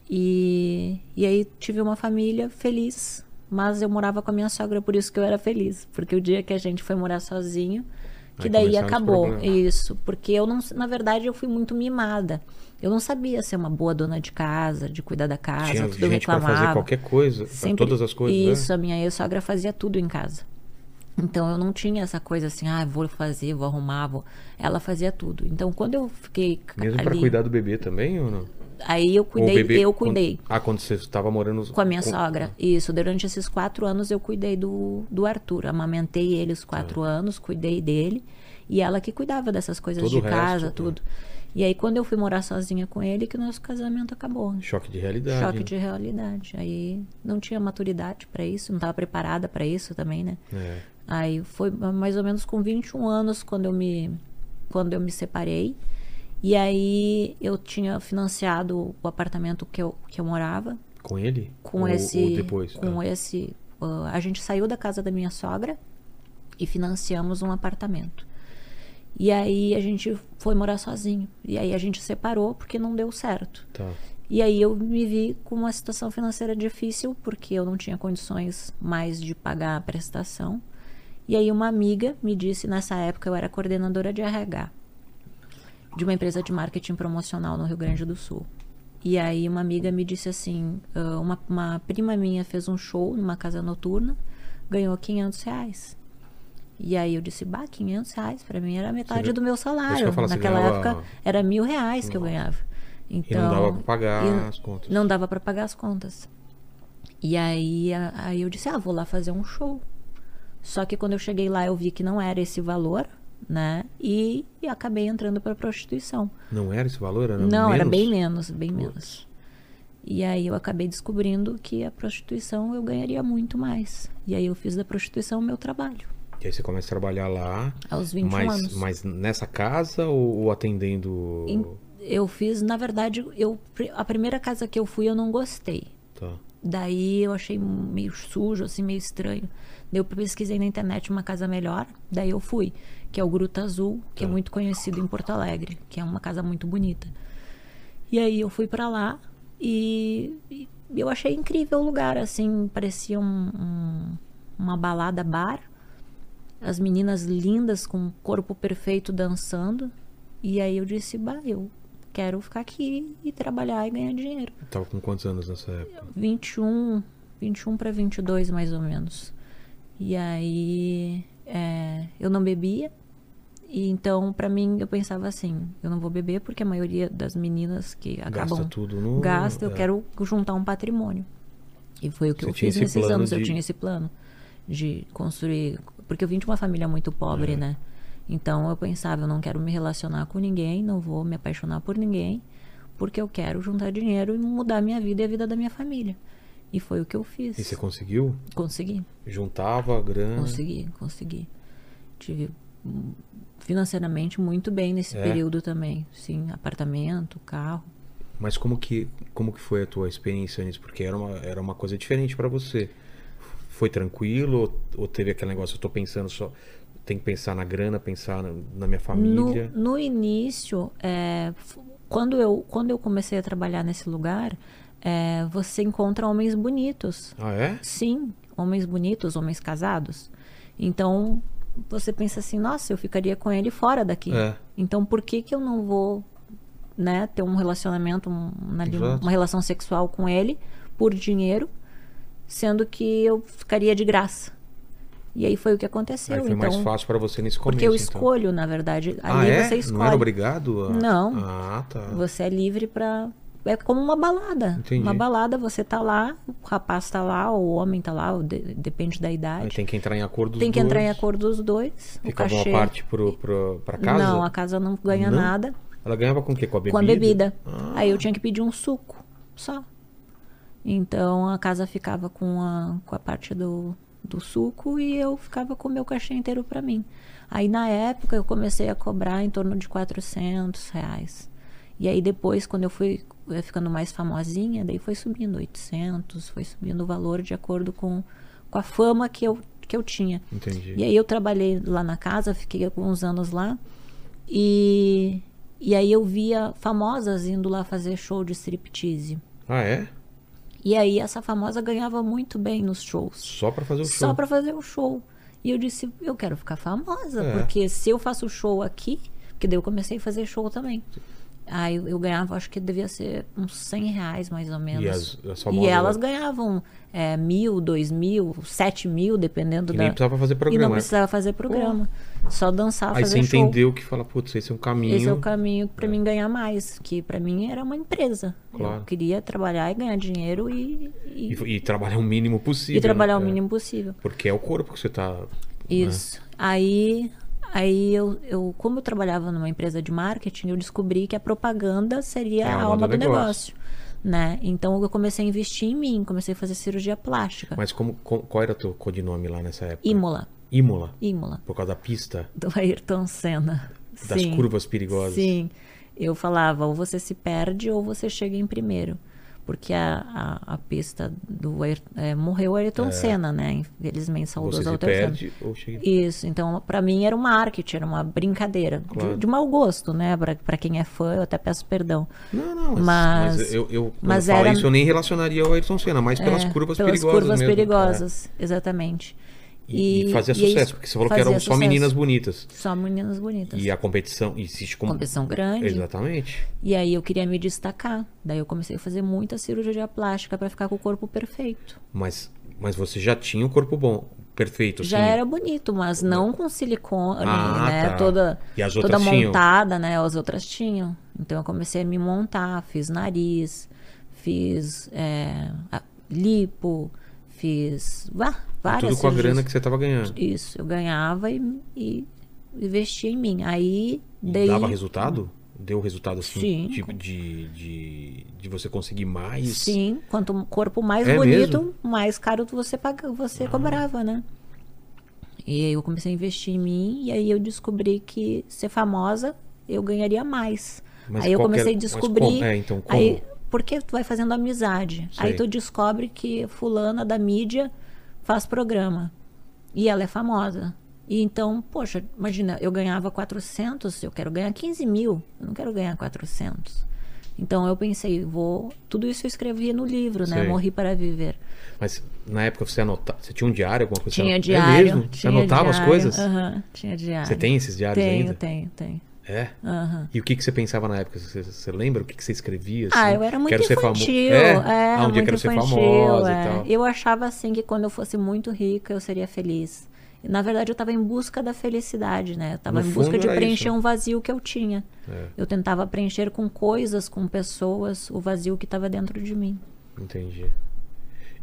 S3: E, e aí tive uma família feliz, mas eu morava com a minha sogra, por isso que eu era feliz. Porque o dia que a gente foi morar sozinho, que
S1: Aí
S3: daí
S1: começaram os
S3: acabou.
S1: problemas.
S3: Isso, porque eu não, na verdade, eu fui muito mimada. Eu não sabia ser uma boa dona de casa, de cuidar da casa,
S1: tinha
S3: Ah, tudo
S1: gente pra
S3: reclamava.
S1: fazer qualquer coisa, pra
S3: Sempre-
S1: todas as coisas, né?
S3: Isso, a minha ex-sogra fazia tudo em casa. Então eu não tinha essa coisa assim, ah, vou fazer, vou arrumar, vou. Ela fazia tudo. Então quando eu fiquei c-
S1: Mesmo pra
S3: ali,
S1: cuidar do bebê também ou não?
S3: aí eu
S1: Ou o
S3: cuidei,
S1: bebê-
S3: eu cuidei
S1: quando- ah, quando você estava morando
S3: com a minha sogra. Isso, durante esses quatro anos eu cuidei do, do Arthur, amamentei ele os quatro anos, cuidei dele e ela que cuidava dessas coisas
S1: Todo o
S3: de
S1: resto,
S3: casa,
S1: né?
S3: tudo. E aí quando eu fui morar sozinha com ele, que o nosso casamento acabou. né?
S1: Choque de realidade.
S3: Choque
S1: né?
S3: de realidade. Aí não tinha maturidade pra isso, não estava preparada pra isso também, né?
S1: É.
S3: Aí foi mais ou menos com 21 anos quando eu me quando eu me separei. E aí eu tinha financiado o apartamento que eu, que eu morava
S1: Com ele?
S3: com
S1: ou,
S3: esse
S1: Ou depois?
S3: com
S1: Ah,
S3: esse ah, a gente saiu da casa da minha sogra e financiamos um apartamento. E aí a gente foi morar sozinho. E aí a gente separou porque não deu certo.
S1: tá.
S3: E aí eu me vi com uma situação financeira difícil, porque eu não tinha condições mais de pagar a prestação. E aí uma amiga me disse, nessa época eu era coordenadora de RH de uma empresa de marketing promocional no Rio Grande do Sul. E aí uma amiga me disse assim, ah, uma, uma prima minha fez um show numa casa noturna, ganhou 500 reais. E aí eu disse, bah, 500 reais pra mim era metade
S1: Você-
S3: do meu
S1: isso que eu ia
S3: salário.
S1: falar, você
S3: Naquela
S1: ganhava-
S3: época era mil reais que eu ganhava.
S1: E
S3: Então,
S1: não dava pra pagar
S3: e-
S1: as contas.
S3: não dava pra pagar as contas. E aí, a- aí eu disse, ah, vou lá fazer um show. Só que quando eu cheguei lá, eu vi que não era esse valor, né? E, e acabei entrando pra prostituição.
S1: Não era esse valor? Era
S3: não, era
S1: menos?
S3: bem menos, bem
S1: Putz.
S3: menos. E aí eu acabei descobrindo que a prostituição eu ganharia muito mais. E aí eu fiz da prostituição o meu trabalho.
S1: E aí você começa a trabalhar lá.
S3: Aos 21
S1: mas,
S3: anos.
S1: mas nessa casa ou, ou atendendo.
S3: Em- Eu fiz, na verdade, eu, a primeira casa que eu fui eu não gostei.
S1: Tá.
S3: Daí eu achei meio sujo, assim, meio estranho. Daí eu pesquisei na internet uma casa melhor, daí eu fui, que é o Gruta Azul, que é
S1: Tá.
S3: muito conhecido em Porto Alegre, que é uma casa muito bonita. E aí eu fui pra lá e, e eu achei incrível o lugar, assim, parecia um- um- uma balada bar. As meninas lindas com o corpo perfeito dançando. E aí eu disse, bah, eu quero ficar aqui e trabalhar e ganhar dinheiro.
S1: Tava com quantos anos nessa época?
S3: 21, 21 para 22 mais ou menos. E aí é, eu não bebia. E então para mim eu pensava assim, eu não vou beber porque a maioria das meninas que acabam
S1: tudo no-
S3: gasta, eu
S1: é.
S3: quero juntar um patrimônio. E foi o que
S1: Você
S3: eu
S1: tinha
S3: fiz
S1: esse
S3: nesses
S1: plano
S3: anos, eu
S1: de-
S3: tinha esse plano de construir, porque eu vim de uma família muito
S1: É.
S3: pobre, né? Então eu pensava, eu não quero me relacionar com ninguém, não vou me apaixonar por ninguém, porque eu quero juntar dinheiro e mudar minha vida e a vida da minha família. E foi o que eu fiz.
S1: E você Hum. conseguiu?
S3: Consegui.
S1: Juntava a grana.
S3: Consegui, consegui. Tive hum, financeiramente muito bem nesse
S1: É?
S3: período também. Sim, apartamento, carro.
S1: Mas como que, como que foi a tua experiência nisso? Porque era uma, era uma coisa diferente pra você. Foi tranquilo ou, ou teve aquele negócio, eu tô pensando só, tem que pensar na grana, pensar na, na minha
S3: No,
S1: família?
S3: no início, é, f- quando, eu, quando eu comecei a trabalhar nesse lugar, é, você encontra homens bonitos.
S1: Ah, é?
S3: Sim, homens bonitos, homens casados. Então, você pensa assim, nossa, eu ficaria com ele fora daqui.
S1: É.
S3: Então, por que que eu não vou né, ter um relacionamento, um- ali, um-
S1: Exato.
S3: uma relação sexual com ele por dinheiro, sendo que eu ficaria de graça? E aí foi o que aconteceu.
S1: Aí foi
S3: então,
S1: mais fácil pra você nesse começo.
S3: porque eu
S1: então.
S3: escolho, na verdade.
S1: Ah,
S3: Ali
S1: é?
S3: você escolhe.
S1: Não era obrigado? a-
S3: Não.
S1: Ah, tá.
S3: Você é livre pra. É como uma balada.
S1: Entendi.
S3: Uma balada, você tá lá, o rapaz tá lá, ou o homem tá lá, ou de- depende da idade.
S1: Aí
S3: Tem,
S1: tem que entrar em acordo dos
S3: que entrar em
S1: dois.
S3: acordo dos dois. o
S1: Ficava uma
S3: cachê.
S1: parte pro, pro, pra casa?
S3: Não, a casa não ganha
S1: Não?
S3: nada
S1: Ela ganhava com o quê? Com a bebida?
S3: com a bebida.
S1: Ah,
S3: Aí eu tinha que pedir um suco só. Então a casa ficava com a, com a parte do, do suco e eu ficava com o meu cachê inteiro pra mim. Aí na época eu comecei a cobrar em torno de 400 reais. E aí depois, quando eu fui eh, ficando mais famosinha, daí foi subindo 800, foi subindo o valor de acordo com, com a fama que eu, que eu tinha.
S1: Entendi.
S3: E aí eu trabalhei lá na casa, fiquei alguns anos lá. E, e aí eu via famosas indo lá fazer show de striptease.
S1: Ah, é?
S3: E aí essa famosa ganhava muito bem nos shows.
S1: Só pra fazer o show.
S3: Só pra fazer o show. E eu disse, eu quero ficar famosa,
S1: É.
S3: porque se eu faço show aqui, porque daí eu comecei a fazer show também. Aí eu, eu ganhava, acho que devia ser uns 100 reais mais ou menos.
S1: E as- as
S3: E
S1: famosas-
S3: elas ganhavam é, mil, dois mil, sete mil, dependendo
S1: E
S3: da.
S1: nem precisava fazer
S3: E não
S1: programa.
S3: precisava fazer programa. Só dançar,
S1: Aí você
S3: fazer show.
S1: entendeu que fala, putz, esse é um caminho.
S3: Esse é o caminho pra mim ganhar mais, que pra mim era uma empresa.
S1: Claro.
S3: Eu queria trabalhar e ganhar dinheiro e, e,
S1: E, e trabalhar o mínimo
S3: e
S1: possível.
S3: trabalhar
S1: né?
S3: o
S1: É.
S3: mínimo possível.
S1: Porque é o corpo que você tá.
S3: Isso. Aí, aí eu, eu, como eu trabalhava numa empresa de marketing, eu descobri que a propaganda seria
S1: É
S3: a alma do negócio. Né? Então eu comecei a investir em mim, comecei a fazer cirurgia plástica.
S1: Mas como, com- qual era teu codinome lá nessa época?
S3: Imola.
S1: Imola.
S3: Imola.
S1: Por causa da pista,
S3: Do Ayrton Senna.
S1: das
S3: Sim.
S1: curvas perigosas.
S3: Sim. Eu falava, ou você se perde ou você chega em primeiro. Porque a, a, a pista do Ayrton- é, morreu o Ayrton Senna, né? Infelizmente,
S1: Ou
S3: saudoso
S1: Você se
S3: Ayrton Senna.
S1: perde ou chega.
S3: Isso, então pra mim era um marketing, era uma brincadeira. de-
S1: Claro.
S3: De, mau gosto, né? Pra, pra quem é fã, eu até peço perdão.
S1: Não, não, mas,
S3: Mas-
S1: mas eu, eu quando
S3: mas
S1: eu falo
S3: era-
S1: isso, eu nem relacionaria ao Ayrton Senna, mas pelas
S3: É,
S1: curvas
S3: pelas
S1: perigosas.
S3: curvas
S1: mesmo.
S3: perigosas, exatamente.
S1: É. E, e fazia
S3: é
S1: sucesso,
S3: isso,
S1: porque você falou que eram
S3: fazia
S1: só
S3: sucesso.
S1: meninas bonitas.
S3: Só meninas bonitas.
S1: E a competição existe como.
S3: Competição grande.
S1: Exatamente.
S3: E aí eu queria me destacar. Daí eu comecei a fazer muita cirurgia plástica pra ficar com o corpo perfeito.
S1: Mas, mas você já tinha um corpo bom, perfeito,
S3: Já
S1: assim.
S3: era bonito, mas não com silicone,
S1: Ah,
S3: né?
S1: tá.
S3: Toda,
S1: E as
S3: toda
S1: outras tinham?
S3: montada, né? As outras tinham. Então eu comecei a me montar, fiz nariz, fiz é, a- lipo, fiz vá, várias
S1: Tudo com a
S3: cirurgias.
S1: grana que você tava ganhando.
S3: Isso, eu ganhava e, e investia em mim. Aí,
S1: E
S3: daí...
S1: Dava resultado? Deu resultado assim?
S3: Sim.
S1: Tipo de, de, de você conseguir mais?
S3: Sim, quanto um corpo mais
S1: É
S3: bonito,
S1: mesmo? Ah.
S3: mais caro você paga, você cobrava, né? E aí eu comecei a investir em mim e aí eu descobri que ser famosa eu ganharia mais.
S1: Mas
S3: aí eu
S1: qual que era-
S3: comecei a
S1: mas
S3: descobrir.
S1: como? É, então, como?
S3: Aí Porque tu vai fazendo amizade. Aí
S1: Sei.
S3: tu descobre que fulana da mídia faz programa. E ela é famosa. E então, poxa, imagina, eu ganhava 400, eu quero ganhar 15 mil. Eu não quero ganhar 400. Então eu pensei, vou... Tudo isso eu escrevi no livro, né?
S1: Sei.
S3: Morri para Viver.
S1: Mas na época você anotava. Você tinha um diário, alguma coisa?
S3: Tinha
S1: É
S3: diário.
S1: mesmo? Você
S3: tinha
S1: anotava as
S3: diário,
S1: coisas?
S3: aham, tinha diário.
S1: Você tem esses diários
S3: Tenho,
S1: ainda?
S3: tenho, tenho.
S1: É.
S3: Aham.
S1: E o que, que você pensava na época? Você, você lembra o que, que você escrevia? assim?
S3: Ah, eu era muito
S1: quero ser famo-
S3: infantil.
S1: É? ah,
S3: É,
S1: um dia
S3: muito
S1: quero
S3: infantil,
S1: ser famosa
S3: é.
S1: e tal.
S3: Eu achava assim que quando eu fosse muito rica eu seria feliz. Na verdade, eu estava em busca da felicidade, né? Eu estava
S1: No
S3: em busca
S1: fundo,
S3: de
S1: era
S3: preencher
S1: isso, É. né?
S3: um vazio que eu tinha. Eu tentava preencher com coisas, com pessoas, o vazio que estava dentro de mim.
S1: Entendi.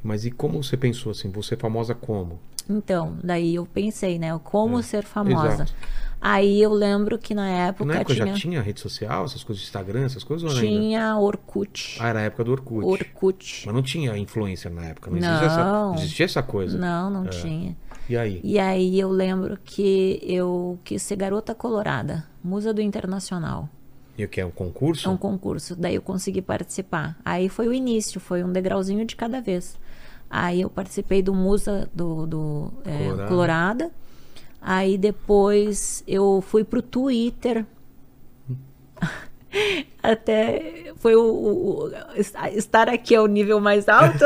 S1: Mas e como você pensou assim? Você é famosa como?
S3: Então, daí eu pensei, né? Como ser famosa.
S1: É. exato.
S3: Aí eu lembro que na época,
S1: Na época
S3: tinha,
S1: é já tinha rede social, essas coisas, Instagram, essas coisas ou ainda?
S3: tinha Orkut.
S1: Ah, era a época do Orkut.
S3: Orkut.
S1: Mas não tinha influencer na época, não,
S3: Não.
S1: Existia, essa, não existia essa coisa. É.
S3: Não, não tinha.
S1: E aí?
S3: E aí eu lembro que eu quis ser garota colorada, musa do internacional.
S1: E o que é um concurso?
S3: É um concurso, daí eu consegui participar. Aí foi o início, foi um degrauzinho de cada vez. Aí eu participei do Musa do, do, é,
S1: Colorada.
S3: Colorada. Aí depois eu fui pro Twitter. Até foi o, o- o- estar aqui é o nível mais alto.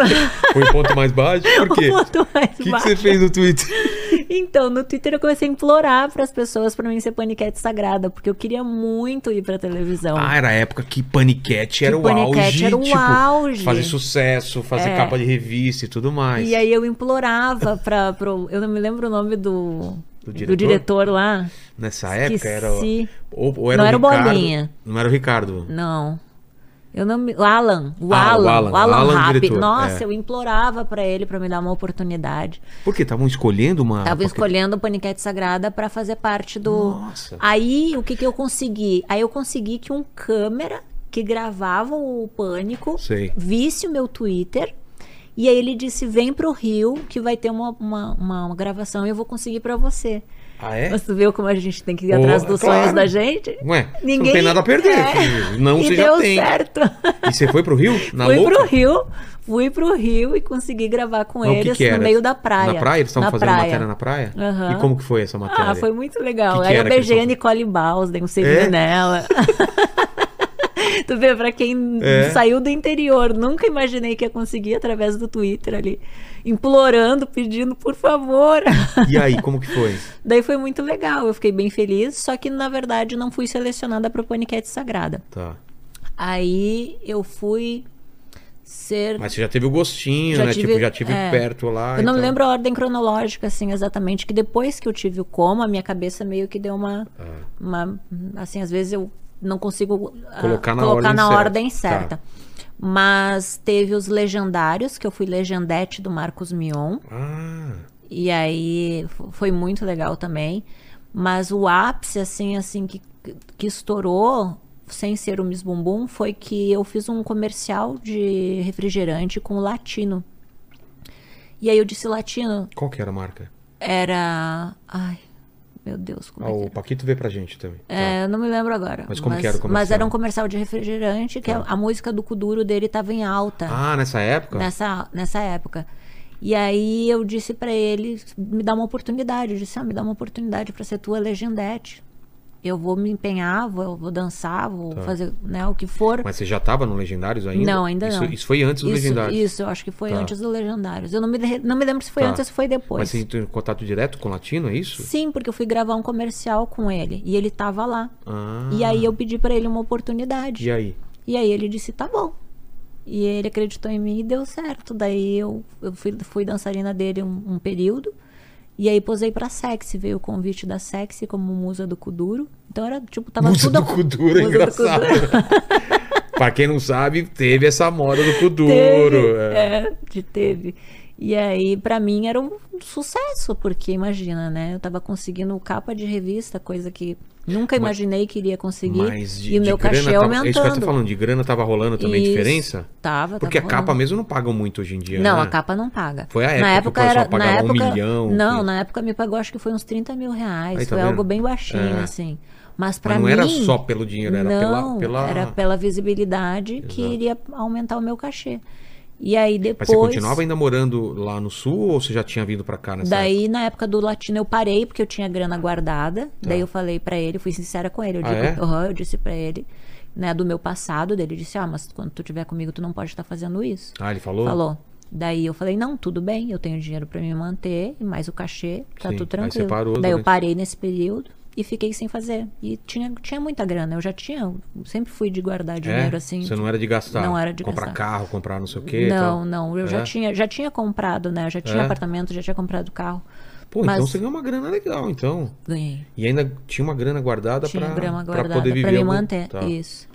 S1: Foi o ponto mais baixo? Por quê?
S3: O Um ponto mais
S1: O que, que
S3: baixo.
S1: você fez no Twitter?
S3: Então, no Twitter eu comecei a implorar para as pessoas para mim ser paniquete sagrada, porque eu queria muito ir para televisão.
S1: Ah, era a época que Paniquete era o
S3: Paniquete
S1: auge.
S3: era o
S1: tipo,
S3: auge. É.
S1: Fazer sucesso, fazer capa de revista e tudo mais.
S3: e aí eu implorava para pro eu não me lembro o nome do
S1: Do
S3: do
S1: diretor?
S3: diretor, lá.
S1: Nessa época era.
S3: Esqueci.
S1: Ou, ou era
S3: Não
S1: o
S3: era o
S1: Ricardo-
S3: Bolinha.
S1: Não era o Ricardo.
S3: Não. Eu não me... O Alan, o
S1: Ah, o
S3: Alan,
S1: Alan,
S3: o Alan,
S1: Alan,
S3: Rapp.
S1: diretor, é.
S3: Nossa, eu implorava para ele para me dar uma oportunidade.
S1: Porque estavam escolhendo uma.
S3: Tava
S1: Ah, porque-
S3: escolhendo Ah, o Paniquete Sagrada para fazer parte do.
S1: Nossa.
S3: Aí o que, que eu consegui? Aí eu consegui que um câmera que gravava o pânico
S1: Sei.
S3: visse o meu Twitter. E aí ele disse: vem pro Rio que vai ter uma, uma, uma- uma gravação e eu vou conseguir para você.
S1: Ah, é?
S3: Mas tu viu como a gente tem que ir
S1: Pô,
S3: atrás dos
S1: claro.
S3: sonhos da gente?
S1: Ué, você não tem nada a perder.
S3: É.
S1: Não,
S3: e
S1: você
S3: deu
S1: já tem. Tá
S3: certo.
S1: E você foi pro Rio? Na
S3: fui
S1: louca?
S3: pro Rio, fui pro Rio e consegui gravar com
S1: Mas o que
S3: eles
S1: que era?
S3: no meio da praia.
S1: Na praia? Eles estavam
S3: Na
S1: fazendo
S3: praia.
S1: matéria na praia?
S3: Aham.
S1: E como que foi essa matéria?
S3: Ah, foi muito legal.
S1: Que que
S3: Aí eu
S1: era que eles
S3: beijei a
S1: estavam-
S3: Nicole Baus, dei um selinho
S1: É?
S3: nela. tu vê, pra quem
S1: É.
S3: saiu do interior, nunca imaginei que ia conseguir através do Twitter ali, implorando, pedindo, por favor.
S1: E aí, como que foi?
S3: Daí foi muito legal, eu fiquei bem feliz, só que na verdade não fui selecionada para Paniquete Sagrada.
S1: Tá.
S3: Aí eu fui ser
S1: Mas você já teve o gostinho,
S3: Já
S1: né?
S3: tive-
S1: tipo, já tive
S3: é.
S1: perto lá.
S3: eu não
S1: então-
S3: me lembro a ordem cronológica, assim, exatamente, que depois que eu tive o coma, a minha cabeça meio que deu uma.
S1: Ah.
S3: uma- assim, às vezes eu não consigo ah,
S1: Colocar na
S3: colocar
S1: ordem
S3: na
S1: certa.
S3: ordem certa.
S1: Tá.
S3: Mas teve os legendários, que eu fui legendete do Marcos Mion.
S1: Ah,
S3: E aí fo- foi muito legal também. Mas o ápice, assim, assim, que, que estourou, sem ser o Miss Bumbum, foi que eu fiz um comercial de refrigerante com o latino. E aí eu disse, latino,
S1: qual que era a marca?
S3: era. Ai, meu Deus, como
S1: Ah,
S3: é que
S1: o Paquito veio pra gente também. Tá.
S3: é, eu não me lembro agora.
S1: Mas como que era o
S3: Mas
S1: comercial? Tá.
S3: era um comercial de refrigerante, que a, a música do Kuduro dele tava em alta
S1: Ah, nessa época?
S3: nessa, nessa época. E aí eu disse pra ele, me dá uma oportunidade. Eu disse, ah, me dá uma oportunidade pra ser tua legendete. Eu vou me empenhar, vou, vou dançar, vou fazer né, o que for.
S1: Tá. Mas você já tava no Legendários ainda?
S3: Não, ainda
S1: isso,
S3: não.
S1: Isso foi antes do
S3: isso,
S1: Legendários.
S3: Isso, eu acho que foi
S1: Tá.
S3: antes do Legendários. Eu não me, re- não me lembro se foi
S1: Tá.
S3: antes ou se foi depois.
S1: Mas você entrou em contato direto com o Latino, é isso?
S3: Sim, porque eu fui gravar um comercial com ele. E ele tava lá.
S1: Ah.
S3: E aí eu pedi pra ele uma oportunidade.
S1: E aí?
S3: E aí ele disse, tá bom. E ele acreditou em mim e deu certo. Daí eu, eu fui, fui dançarina dele um, um período. E aí posei pra sexy, veio o convite da sexy como musa do Kuduro. Então era tipo, tava
S1: Musa
S3: tudo.
S1: do Kuduro, é
S3: Musa do
S1: engraçado.
S3: Kuduro.
S1: pra quem não sabe, teve essa moda do
S3: Teve,
S1: Kuduro. é.
S3: é, de teve. E aí, pra mim, era um sucesso, porque imagina, né? Eu tava conseguindo capa de revista, coisa que nunca imaginei que iria conseguir.
S1: Mas de,
S3: e o meu
S1: de grana
S3: cachê
S1: tava,
S3: aumentando.
S1: É isso que eu tô falando, de grana tava rolando também a
S3: Isso,
S1: diferença?
S3: Tava,
S1: Porque a
S3: tava
S1: capa
S3: rolando.
S1: mesmo não pagam muito hoje em dia,
S3: Não,
S1: né?
S3: a capa não paga.
S1: Foi a época que o pessoal pagava um milhão,
S3: Não,
S1: que-
S3: na época me pagou acho que foi uns 30 mil reais.
S1: Aí, tá
S3: foi
S1: vendo?
S3: algo bem baixinho,
S1: É.
S3: assim. Mas
S1: Mas
S3: para
S1: não
S3: mim.
S1: era só pelo dinheiro, era pela.
S3: não,
S1: pela...
S3: era pela visibilidade que
S1: Exato.
S3: iria aumentar o meu cachê. E aí
S1: Mas
S3: depois.
S1: você continuava ainda morando lá no sul ou você já tinha vindo pra cá nessa
S3: Daí, na época do latino, eu parei porque eu tinha grana guardada. Daí eu falei pra ele, fui sincera com ele. Eu,
S1: Tá. Ah,
S3: digo,
S1: é?
S3: "Aham", eu disse pra ele, né, do meu passado. Daí ele disse, ah, mas quando tu tiver comigo, tu não pode estar fazendo isso.
S1: Ah, ele falou?
S3: Falou. Daí eu falei, não, tudo bem, eu tenho dinheiro pra me manter, e mais o cachê, tá
S1: Sim, aí
S3: tudo
S1: você
S3: tranquilo.
S1: parou
S3: Daí eu
S1: durante-
S3: parei nesse período e fiquei sem fazer. E tinha, tinha muita grana, eu já tinha, eu sempre fui de guardar dinheiro
S1: É?
S3: assim.
S1: Você não era de gastar.
S3: Não era de
S1: comprar
S3: gastar.
S1: carro, comprar não sei o quê. e
S3: Não,
S1: tal.
S3: não, eu já
S1: É?
S3: tinha, já tinha comprado, né? Eu já tinha
S1: É?
S3: apartamento, já tinha comprado carro.
S1: Pô,
S3: Mas-
S1: então você ganhou uma grana legal, então.
S3: Ganhei.
S1: E ainda tinha uma grana guardada
S3: tinha
S1: pra,
S3: grama
S1: pra
S3: guardada
S1: poder viver.
S3: pra me
S1: algum-
S3: manter.
S1: Tá.
S3: Isso.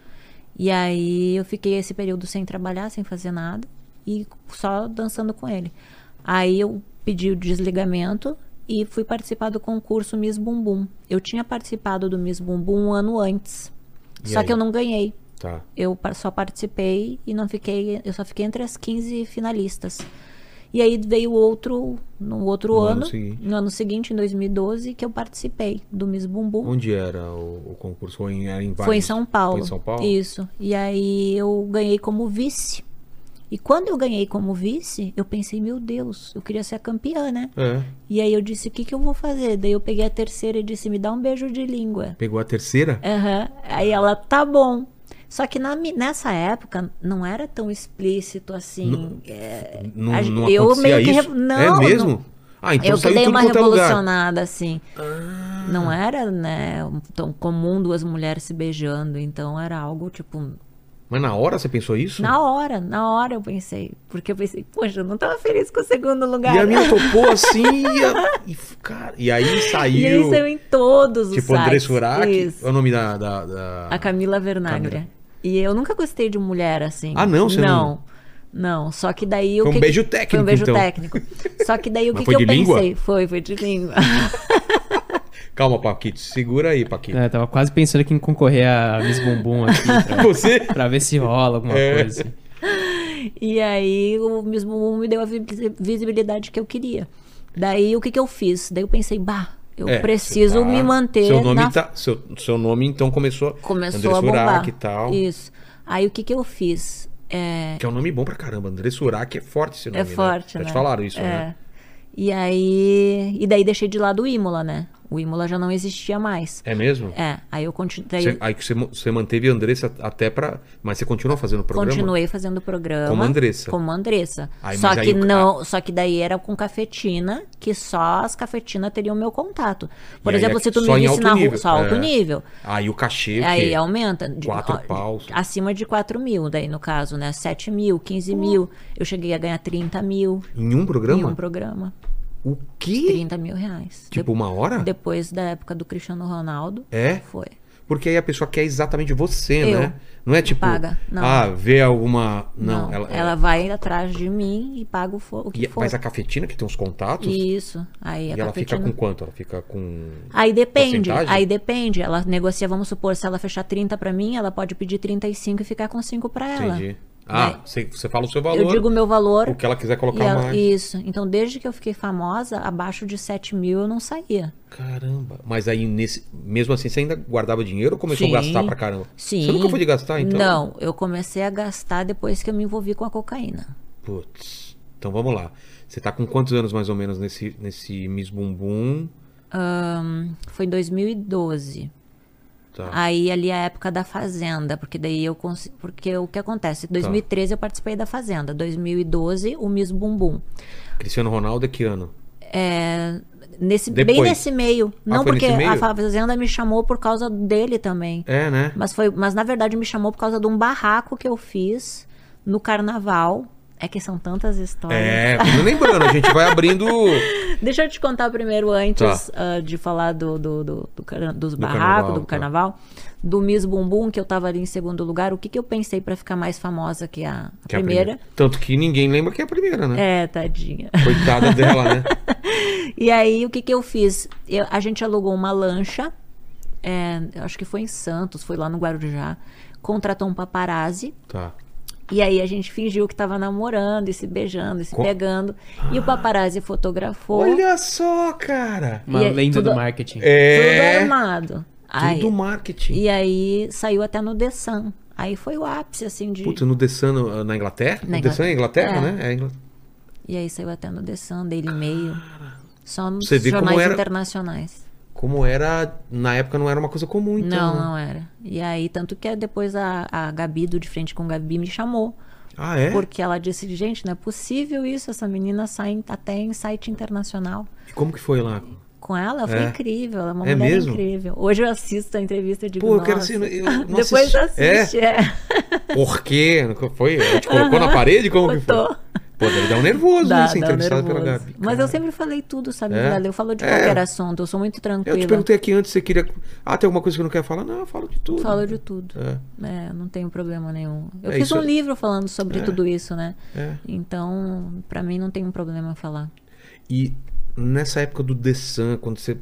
S3: E aí eu fiquei esse período sem trabalhar, sem fazer nada e só dançando com ele. Aí eu pedi o desligamento e fui participar do concurso Miss Bumbum. Eu tinha participado do Miss Bumbum um ano antes.
S1: E
S3: só
S1: aí?
S3: que eu não ganhei.
S1: Tá.
S3: Eu par- só participei e não fiquei, eu só fiquei entre as 15 finalistas. E aí veio outro no outro
S1: No ano
S3: ano,
S1: seguinte.
S3: no ano seguinte, em 2012, que eu participei do Miss Bumbum.
S1: Onde era o, o concurso? Foi em, era em
S3: Foi em
S1: vários-
S3: São Paulo.
S1: Foi em São Paulo?
S3: Isso. E aí eu ganhei como vice. E quando eu ganhei como vice, eu pensei, meu Deus, eu queria ser a campeã, né?
S1: É.
S3: E aí eu disse, o que, que eu vou fazer? Daí eu peguei a terceira e disse, me dá um beijo de língua.
S1: Pegou a terceira?
S3: Aham. Aí ela, tá bom. Só que na mi- nessa época não era tão explícito assim. é,
S1: Não,
S3: a-
S1: não
S3: eu
S1: acontecia
S3: meio que
S1: isso?
S3: revo- não,
S1: é mesmo?
S3: não.
S1: Ah, então
S3: eu que
S1: saiu
S3: dei
S1: tudo
S3: uma
S1: quanto é lugar. Ah.
S3: revolucionada, assim. Não era, né, tão comum duas mulheres se beijando, então era algo, tipo,
S1: Mas na hora você pensou isso?
S3: na hora, na hora eu pensei. Porque eu pensei, poxa, eu não tava feliz com o segundo lugar.
S1: E a minha topou assim e, a- e f- cara, e aí saiu.
S3: E aí saiu em todos os
S1: tipo,
S3: sites.
S1: André Surak.
S3: Isso.
S1: É o nome da. da- da-
S3: A Camila Vernaglia.
S1: Camila.
S3: E eu nunca gostei de mulher assim.
S1: Ah, não? Você não-
S3: não? Não, só que daí...
S1: Foi
S3: o
S1: um
S3: que...
S1: beijo
S3: Foi
S1: técnico,
S3: um beijo
S1: então.
S3: técnico. Só que daí o
S1: Mas
S3: que,
S1: foi
S3: que eu
S1: de língua?
S3: pensei? Foi, foi de língua.
S1: Calma, Paquito. Segura aí, Paquito.
S2: É, tava quase pensando aqui em concorrer a Miss Bumbum aqui, pra,
S1: É Você.
S2: pra ver se rola alguma
S1: É.
S2: coisa. assim.
S3: E aí o mesmo mundo me deu a vi- visibilidade que eu queria. Daí o que, que eu fiz? Daí eu pensei, bah, eu
S1: É,
S3: preciso
S1: você tá-
S3: me manter
S1: Seu nome,
S3: na
S1: tá, seu, seu nome então começou.
S3: Começou
S1: André
S3: a bombar.
S1: Surak e tal.
S3: Isso. Aí o que que eu fiz? É,
S1: Que é um nome bom pra caramba. André Surak é forte esse nome.
S3: é forte,
S1: né?
S3: né?
S1: Já te falaram isso,
S3: é.
S1: né?
S3: E aí, e daí deixei de lado o Imola, né? O Imola já não existia mais.
S1: É mesmo?
S3: É, aí eu continuei,
S1: Você- aí que você, mo- você manteve a Andressa até pra. Mas você continua fazendo o programa?
S3: continuei fazendo o programa.
S1: Como Andressa.
S3: Como Andressa.
S1: Aí,
S3: só
S1: mas aí
S3: que
S1: o ca-
S3: não, só que daí era com cafetina, que só as cafetinas teriam meu contato. Por
S1: E aí
S3: exemplo,
S1: é
S3: se tu
S1: só em
S3: me visse
S1: alto
S3: na
S1: nível.
S3: rua, só alto
S1: É.
S3: nível.
S1: Aí o cachê. o
S3: Aí é um
S1: quê?
S3: aumenta. de-
S1: Quatro
S3: ó,
S1: paus.
S3: Acima de 4 mil, daí no caso, né? 7 mil, 15 mil. Eu cheguei a ganhar 30 mil
S1: Em um
S3: em
S1: programa?
S3: um programa.
S1: O quê?
S3: 30 mil reais.
S1: Tipo
S3: De-
S1: uma hora?
S3: Depois da época do Cristiano Ronaldo.
S1: É?
S3: Foi.
S1: Porque aí a pessoa quer exatamente você,
S3: Eu.
S1: né? Não é tipo.
S3: Paga, não.
S1: Ah, vê alguma. Não, ela. é
S3: vai atrás de mim e paga o, fo- o que
S1: E- é,
S3: for.
S1: mas a cafetina que tem os contatos.
S3: Isso. Aí a
S1: e ela fica com
S3: cafetina-
S1: quanto? Ela fica com.
S3: Aí depende,
S1: Porcentagem?
S3: aí depende. Ela negocia, vamos supor, se ela fechar 30 pra mim, ela pode pedir 35 e ficar com 5 pra ela.
S1: Entendi. Ah,
S3: Né?
S1: você, você fala o seu valor.
S3: Eu digo o meu valor.
S1: o que ela quiser
S3: e
S1: colocar
S3: ela-
S1: mais.
S3: Isso. Então, desde que eu fiquei famosa, abaixo de 7 mil eu não saía.
S1: Caramba. Mas aí, nesse, mesmo assim, você ainda guardava dinheiro ou começou
S3: Sim.
S1: a gastar pra caramba?
S3: Sim.
S1: Você nunca foi de gastar, então?
S3: Não, eu comecei a gastar depois que eu me envolvi com a cocaína.
S1: Putz. Então vamos lá. Você tá com quantos anos mais ou menos nesse, nesse Miss Bumbum?
S3: Ahn, foi em 2012.
S1: Tá.
S3: Aí ali a época da Fazenda, porque daí eu consi- porque o que
S1: Tá.
S3: acontece? Em 2013 eu participei da Fazenda, 2012 o Miss Bumbum.
S1: Cristiano Ronaldo é que ano?
S3: É, nesse,
S1: Depois. Ah,
S3: bem nesse meio. Não
S1: foi
S3: porque
S1: nesse meio?
S3: a Fazenda me chamou por causa dele também.
S1: É, né?
S3: Mas, foi, mas na verdade me chamou por causa de um barraco que eu fiz no carnaval. É que são tantas histórias.
S1: É, tô lembrando, a gente vai abrindo.
S3: Deixa eu te contar primeiro, antes
S1: Tá.
S3: ah, de falar do, do, do, do carna- dos
S1: carnaval,
S3: barracos, do
S1: tá.
S3: carnaval, do Miss Bumbum, que eu tava ali em segundo lugar. O que, que eu pensei pra ficar mais famosa que a, a
S1: que é a
S3: primeira?
S1: Tanto que ninguém lembra que é a primeira, né?
S3: É, tadinha.
S1: Coitada dela, né?
S3: E aí, o que que eu fiz? Eu- a gente alugou uma lancha, é, eu acho que foi em Santos, foi lá no Guarujá, contratou um paparazzi,
S1: Tá.
S3: e aí a gente fingiu que tava namorando, e se beijando, e se
S1: Co- Ah.
S3: pegando, e o paparazzi fotografou,
S1: Olha só, cara!
S2: Uma
S3: E é
S2: lenda do
S3: tudo-
S2: marketing.
S3: tudo
S1: É.
S3: armado. Aí-
S1: Tudo marketing.
S3: E aí saiu até no The Sun. Aí foi o ápice, assim, de.
S1: Puta, no The Sun, uh, na Inglaterra?
S3: Na
S1: no The Sun é Inglaterra,
S3: É.
S1: né? É Ingl-
S3: E aí saiu até no The Sun, Daily Mail. Só nos
S1: Você vê como
S3: jornais
S1: era-
S3: internacionais.
S1: Como era. Na época não era uma coisa comum, então.
S3: não,
S1: né?
S3: não era. E aí, tanto que depois a, a Gabi, do De Frente com Gabi, me chamou.
S1: Ah, é?
S3: Porque ela disse, gente, não é possível isso, essa menina sai em- até em site internacional.
S1: E como que foi lá?
S3: Com ela foi
S1: É.
S3: incrível, ela é uma
S1: É
S3: mulher
S1: mesmo?
S3: incrível. Hoje eu assisto a entrevista e digo,
S1: Pô, eu quero
S3: "Nossa."
S1: ser- eu não
S3: Depois
S1: assisti.
S3: assiste, é.
S1: Por quê? Foi? A gente colocou na parede? Como que foi?
S3: Botou.
S1: Pô, deve dar um nervoso, né?
S3: Dá,
S1: Ser
S3: dá um
S1: entrevistado pela
S3: nervoso.
S1: Gabi.
S3: Mas eu
S1: Cara.
S3: sempre falei tudo, sabe,
S1: É?
S3: Vilela? Eu falo de
S1: É.
S3: qualquer assunto, eu sou muito tranquila.
S1: Eu te perguntei aqui antes se você queria. Ah, tem alguma coisa que eu não quero falar? Não, eu falo de tudo.
S3: Falo de tudo.
S1: É.
S3: É, não tenho problema nenhum. Eu
S1: É
S3: fiz
S1: isso.
S3: um livro falando sobre tudo isso, né?
S1: É.
S3: Então, pra mim não tem um problema em falar.
S1: E nessa época do The Sun, quando você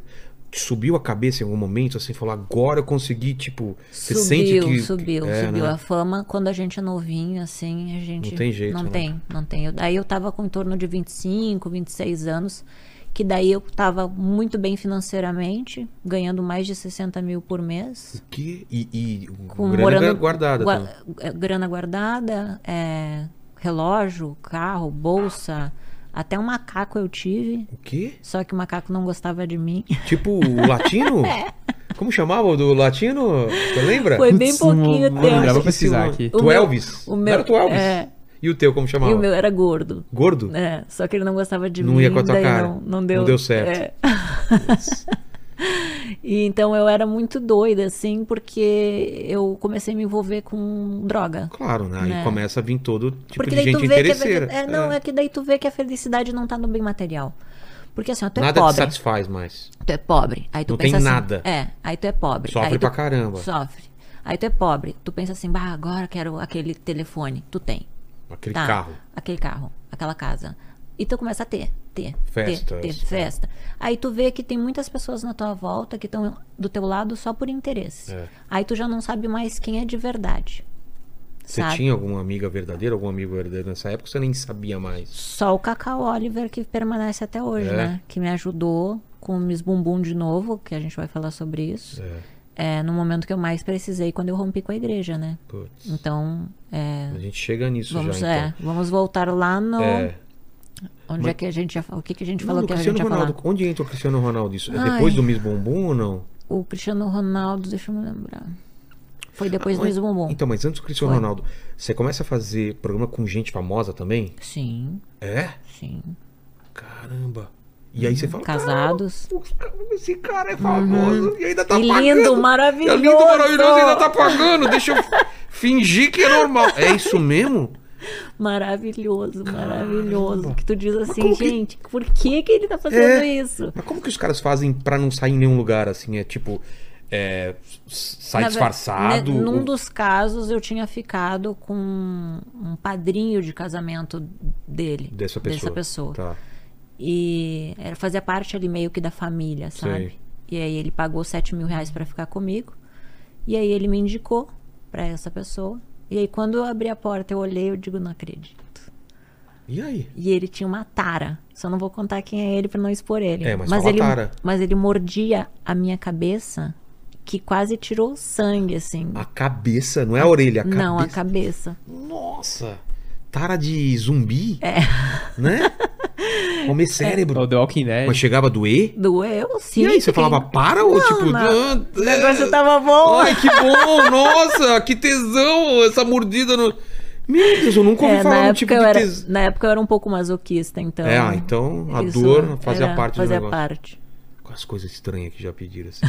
S1: te subiu a cabeça em algum momento, assim, falou, agora eu consegui, tipo, você sente
S3: Subiu,
S1: que.
S3: subiu,
S1: é,
S3: subiu.
S1: né?
S3: A fama, quando a gente é novinho, assim, a gente.
S1: Não tem jeito,
S3: Não
S1: né?
S3: tem, não tem. Eu, daí eu tava com em torno de 25, 26 anos, que daí eu tava muito bem financeiramente, ganhando mais de 60 mil por mês.
S1: Que, e e
S3: com
S1: grana
S3: morando
S1: guardada. tá?
S3: gua-
S1: também.
S3: eh, grana guardada, eh, relógio, carro, bolsa, até um macaco eu tive,
S1: O quê?
S3: só que o macaco não gostava de mim.
S1: Tipo, o latino? Como chamava o do latino? Você lembra?
S3: É. Foi bem
S2: Putz,
S3: pouquinho
S2: não- não
S3: tempo.
S2: lembrava.
S1: Esqueci
S2: Vou pesquisar
S1: o nome.
S2: aqui.
S3: O
S1: Tu é
S3: meu-
S1: Elvis?
S3: o
S1: Não
S3: meu-
S1: Era tu Elvis?
S3: é.
S1: E o teu, como chamava?
S3: E o meu era gordo.
S1: Gordo?
S3: É, só que ele não gostava de
S1: Não
S3: mim.
S1: ia com a tua
S3: daí
S1: cara.
S3: Não, não
S1: Não
S3: deu,
S1: deu certo.
S3: é. e então eu era muito doida, assim, porque eu comecei a me envolver com droga.
S1: Claro, né? Aí
S3: Né?
S1: começa a vir todo tipo
S3: porque
S1: de
S3: daí
S1: gente
S3: tu vê que a
S1: interesseira.
S3: felicidade, é, não, é. que daí tu vê que a felicidade não tá no bem material. Porque assim, ó, tu
S1: Nada
S3: é
S1: te
S3: pobre.
S1: satisfaz mais.
S3: Tu é pobre. Aí tu
S1: Não
S3: pensa
S1: tem
S3: assim,
S1: nada.
S3: É, aí tu é pobre.
S1: Sofre
S3: aí tu,
S1: pra caramba.
S3: Sofre. Aí tu é pobre. Tu pensa assim, bah, agora eu quero aquele telefone. Tu tem.
S1: Aquele
S3: Tá,
S1: carro.
S3: Aquele carro, aquela casa. E tu começa a ter, ter,
S1: Festas,
S3: ter, ter
S1: é.
S3: festa. Aí tu vê que tem muitas pessoas na tua volta que estão do teu lado só por interesse.
S1: É.
S3: Aí tu já não sabe mais quem é de verdade.
S1: Você
S3: sabe?
S1: tinha alguma amiga verdadeira, algum amigo verdadeiro nessa época? Você nem sabia mais.
S3: Só o Cacau Oliver que permanece até hoje,
S1: É.
S3: né? Que me ajudou com o Miss Bumbum de novo, que a gente vai falar sobre isso.
S1: É,
S3: É, no momento que eu mais precisei, quando eu rompi com a igreja, né?
S1: putz.
S3: Então, é,
S1: A gente chega nisso
S3: vamos,
S1: já,
S3: é,
S1: então.
S3: vamos voltar lá no.
S1: É.
S3: Onde é que a gente já fa- O que, que a gente
S1: Não,
S3: falou
S1: do
S3: que a
S1: Cristiano
S3: gente ia falar?
S1: Ronaldo. Onde entra o Cristiano Ronaldo isso? É
S3: Ai.
S1: depois do Miss Bumbum ou não?
S3: O Cristiano Ronaldo, deixa eu me lembrar. Foi depois do
S1: Mas-
S3: Miss Bumbum.
S1: Então, mas antes do Cristiano
S3: um, Foi.
S1: Ronaldo, você começa a fazer programa com gente famosa também?
S3: Sim,
S1: É?
S3: sim.
S1: Caramba. E aí você fala,
S3: Casados. Uhum.
S1: "Caramba, esse cara é famoso e ainda tá
S3: E
S1: pagando.
S3: lindo, maravilhoso.
S1: É lindo, maravilhoso e ainda tá pagando. Deixa eu fingir que é normal. É isso mesmo?
S3: Maravilhoso, maravilhoso. Que tu diz assim,
S1: como que-
S3: gente, por que que ele tá fazendo
S1: É.
S3: isso?
S1: Mas como que os caras fazem pra não sair em nenhum lugar assim? É tipo, é, s- sai
S3: Na ve-
S1: disfarçado?
S3: né, num
S1: ou-
S3: dos casos, eu tinha ficado com um padrinho de casamento dele.
S1: Dessa pessoa. Tá.
S3: E era, fazia parte ali meio que da família, sabe?
S1: Sei.
S3: E aí ele pagou 7 mil reais pra ficar comigo. E aí ele me indicou pra essa pessoa. E aí quando eu abri a porta, eu olhei eu digo, não acredito.
S1: E aí?
S3: E ele tinha uma tara. Só não vou contar quem é ele pra não expor ele.
S1: É, mas fala
S3: ele,
S1: tara.
S3: mas ele mordia a minha cabeça que quase tirou sangue, assim.
S1: A cabeça, não é a orelha, a cabeça.
S3: Não, a cabeça.
S1: Nossa! Tara de zumbi? É. Né? Comer cérebro.
S2: O The Walking Dead.
S1: Mas chegava a doer?
S3: Doeu, sim.
S1: e aí, você
S3: fiquei-
S1: falava para ou
S3: Não,
S1: tipo.
S3: não.
S1: "Ah,
S3: O
S1: é,
S3: negócio tava bom.
S1: Ai, que bom! Nossa, que tesão! Essa mordida no. Meu Deus, eu nunca ouvi
S3: É,
S1: falar
S3: na,
S1: de um
S3: época
S1: tipo
S3: eu
S1: de
S3: era,
S1: tesão.
S3: na época eu era um pouco masoquista, então.
S1: É, ah, então a
S3: isso
S1: dor fazia
S3: era-
S1: parte
S3: fazia
S1: do negócio.
S3: parte.
S1: As coisas estranhas que já pediram, assim.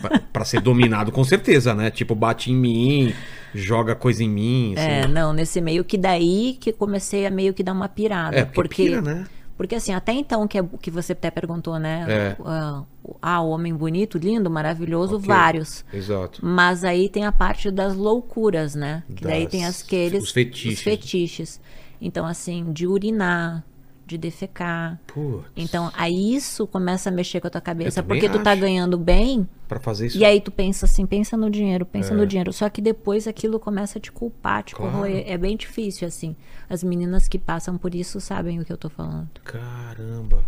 S1: pra, pra ser dominado, com certeza, né? Tipo, bate em mim, joga coisa em mim, assim.
S3: É, não, nesse meio que daí que comecei a meio que dar uma pirada.
S1: É, porque
S3: porque,
S1: pira, né?
S3: porque assim, até então, que é o que você até perguntou, né?
S1: É.
S3: Ah, o- Ah, o homem bonito, lindo, maravilhoso,
S1: Ok.
S3: vários.
S1: Exato.
S3: Mas aí tem a parte das loucuras, né? Que daí
S1: Das-
S3: tem as que eles-
S1: os fetiches.
S3: os fetiches. Então, assim, de urinar, de defecar.
S1: Putz.
S3: Então, aí isso começa a mexer com a tua cabeça.
S1: também
S3: Porque tu tá
S1: acho.
S3: ganhando bem,
S1: Pra fazer isso. É.
S3: E aí tu pensa assim, pensa no dinheiro, pensa no dinheiro. Só que depois aquilo começa a te culpar, te
S1: Claro.
S3: corroer. É bem difícil, assim. As meninas que passam por isso sabem o que eu tô falando.
S1: Caramba.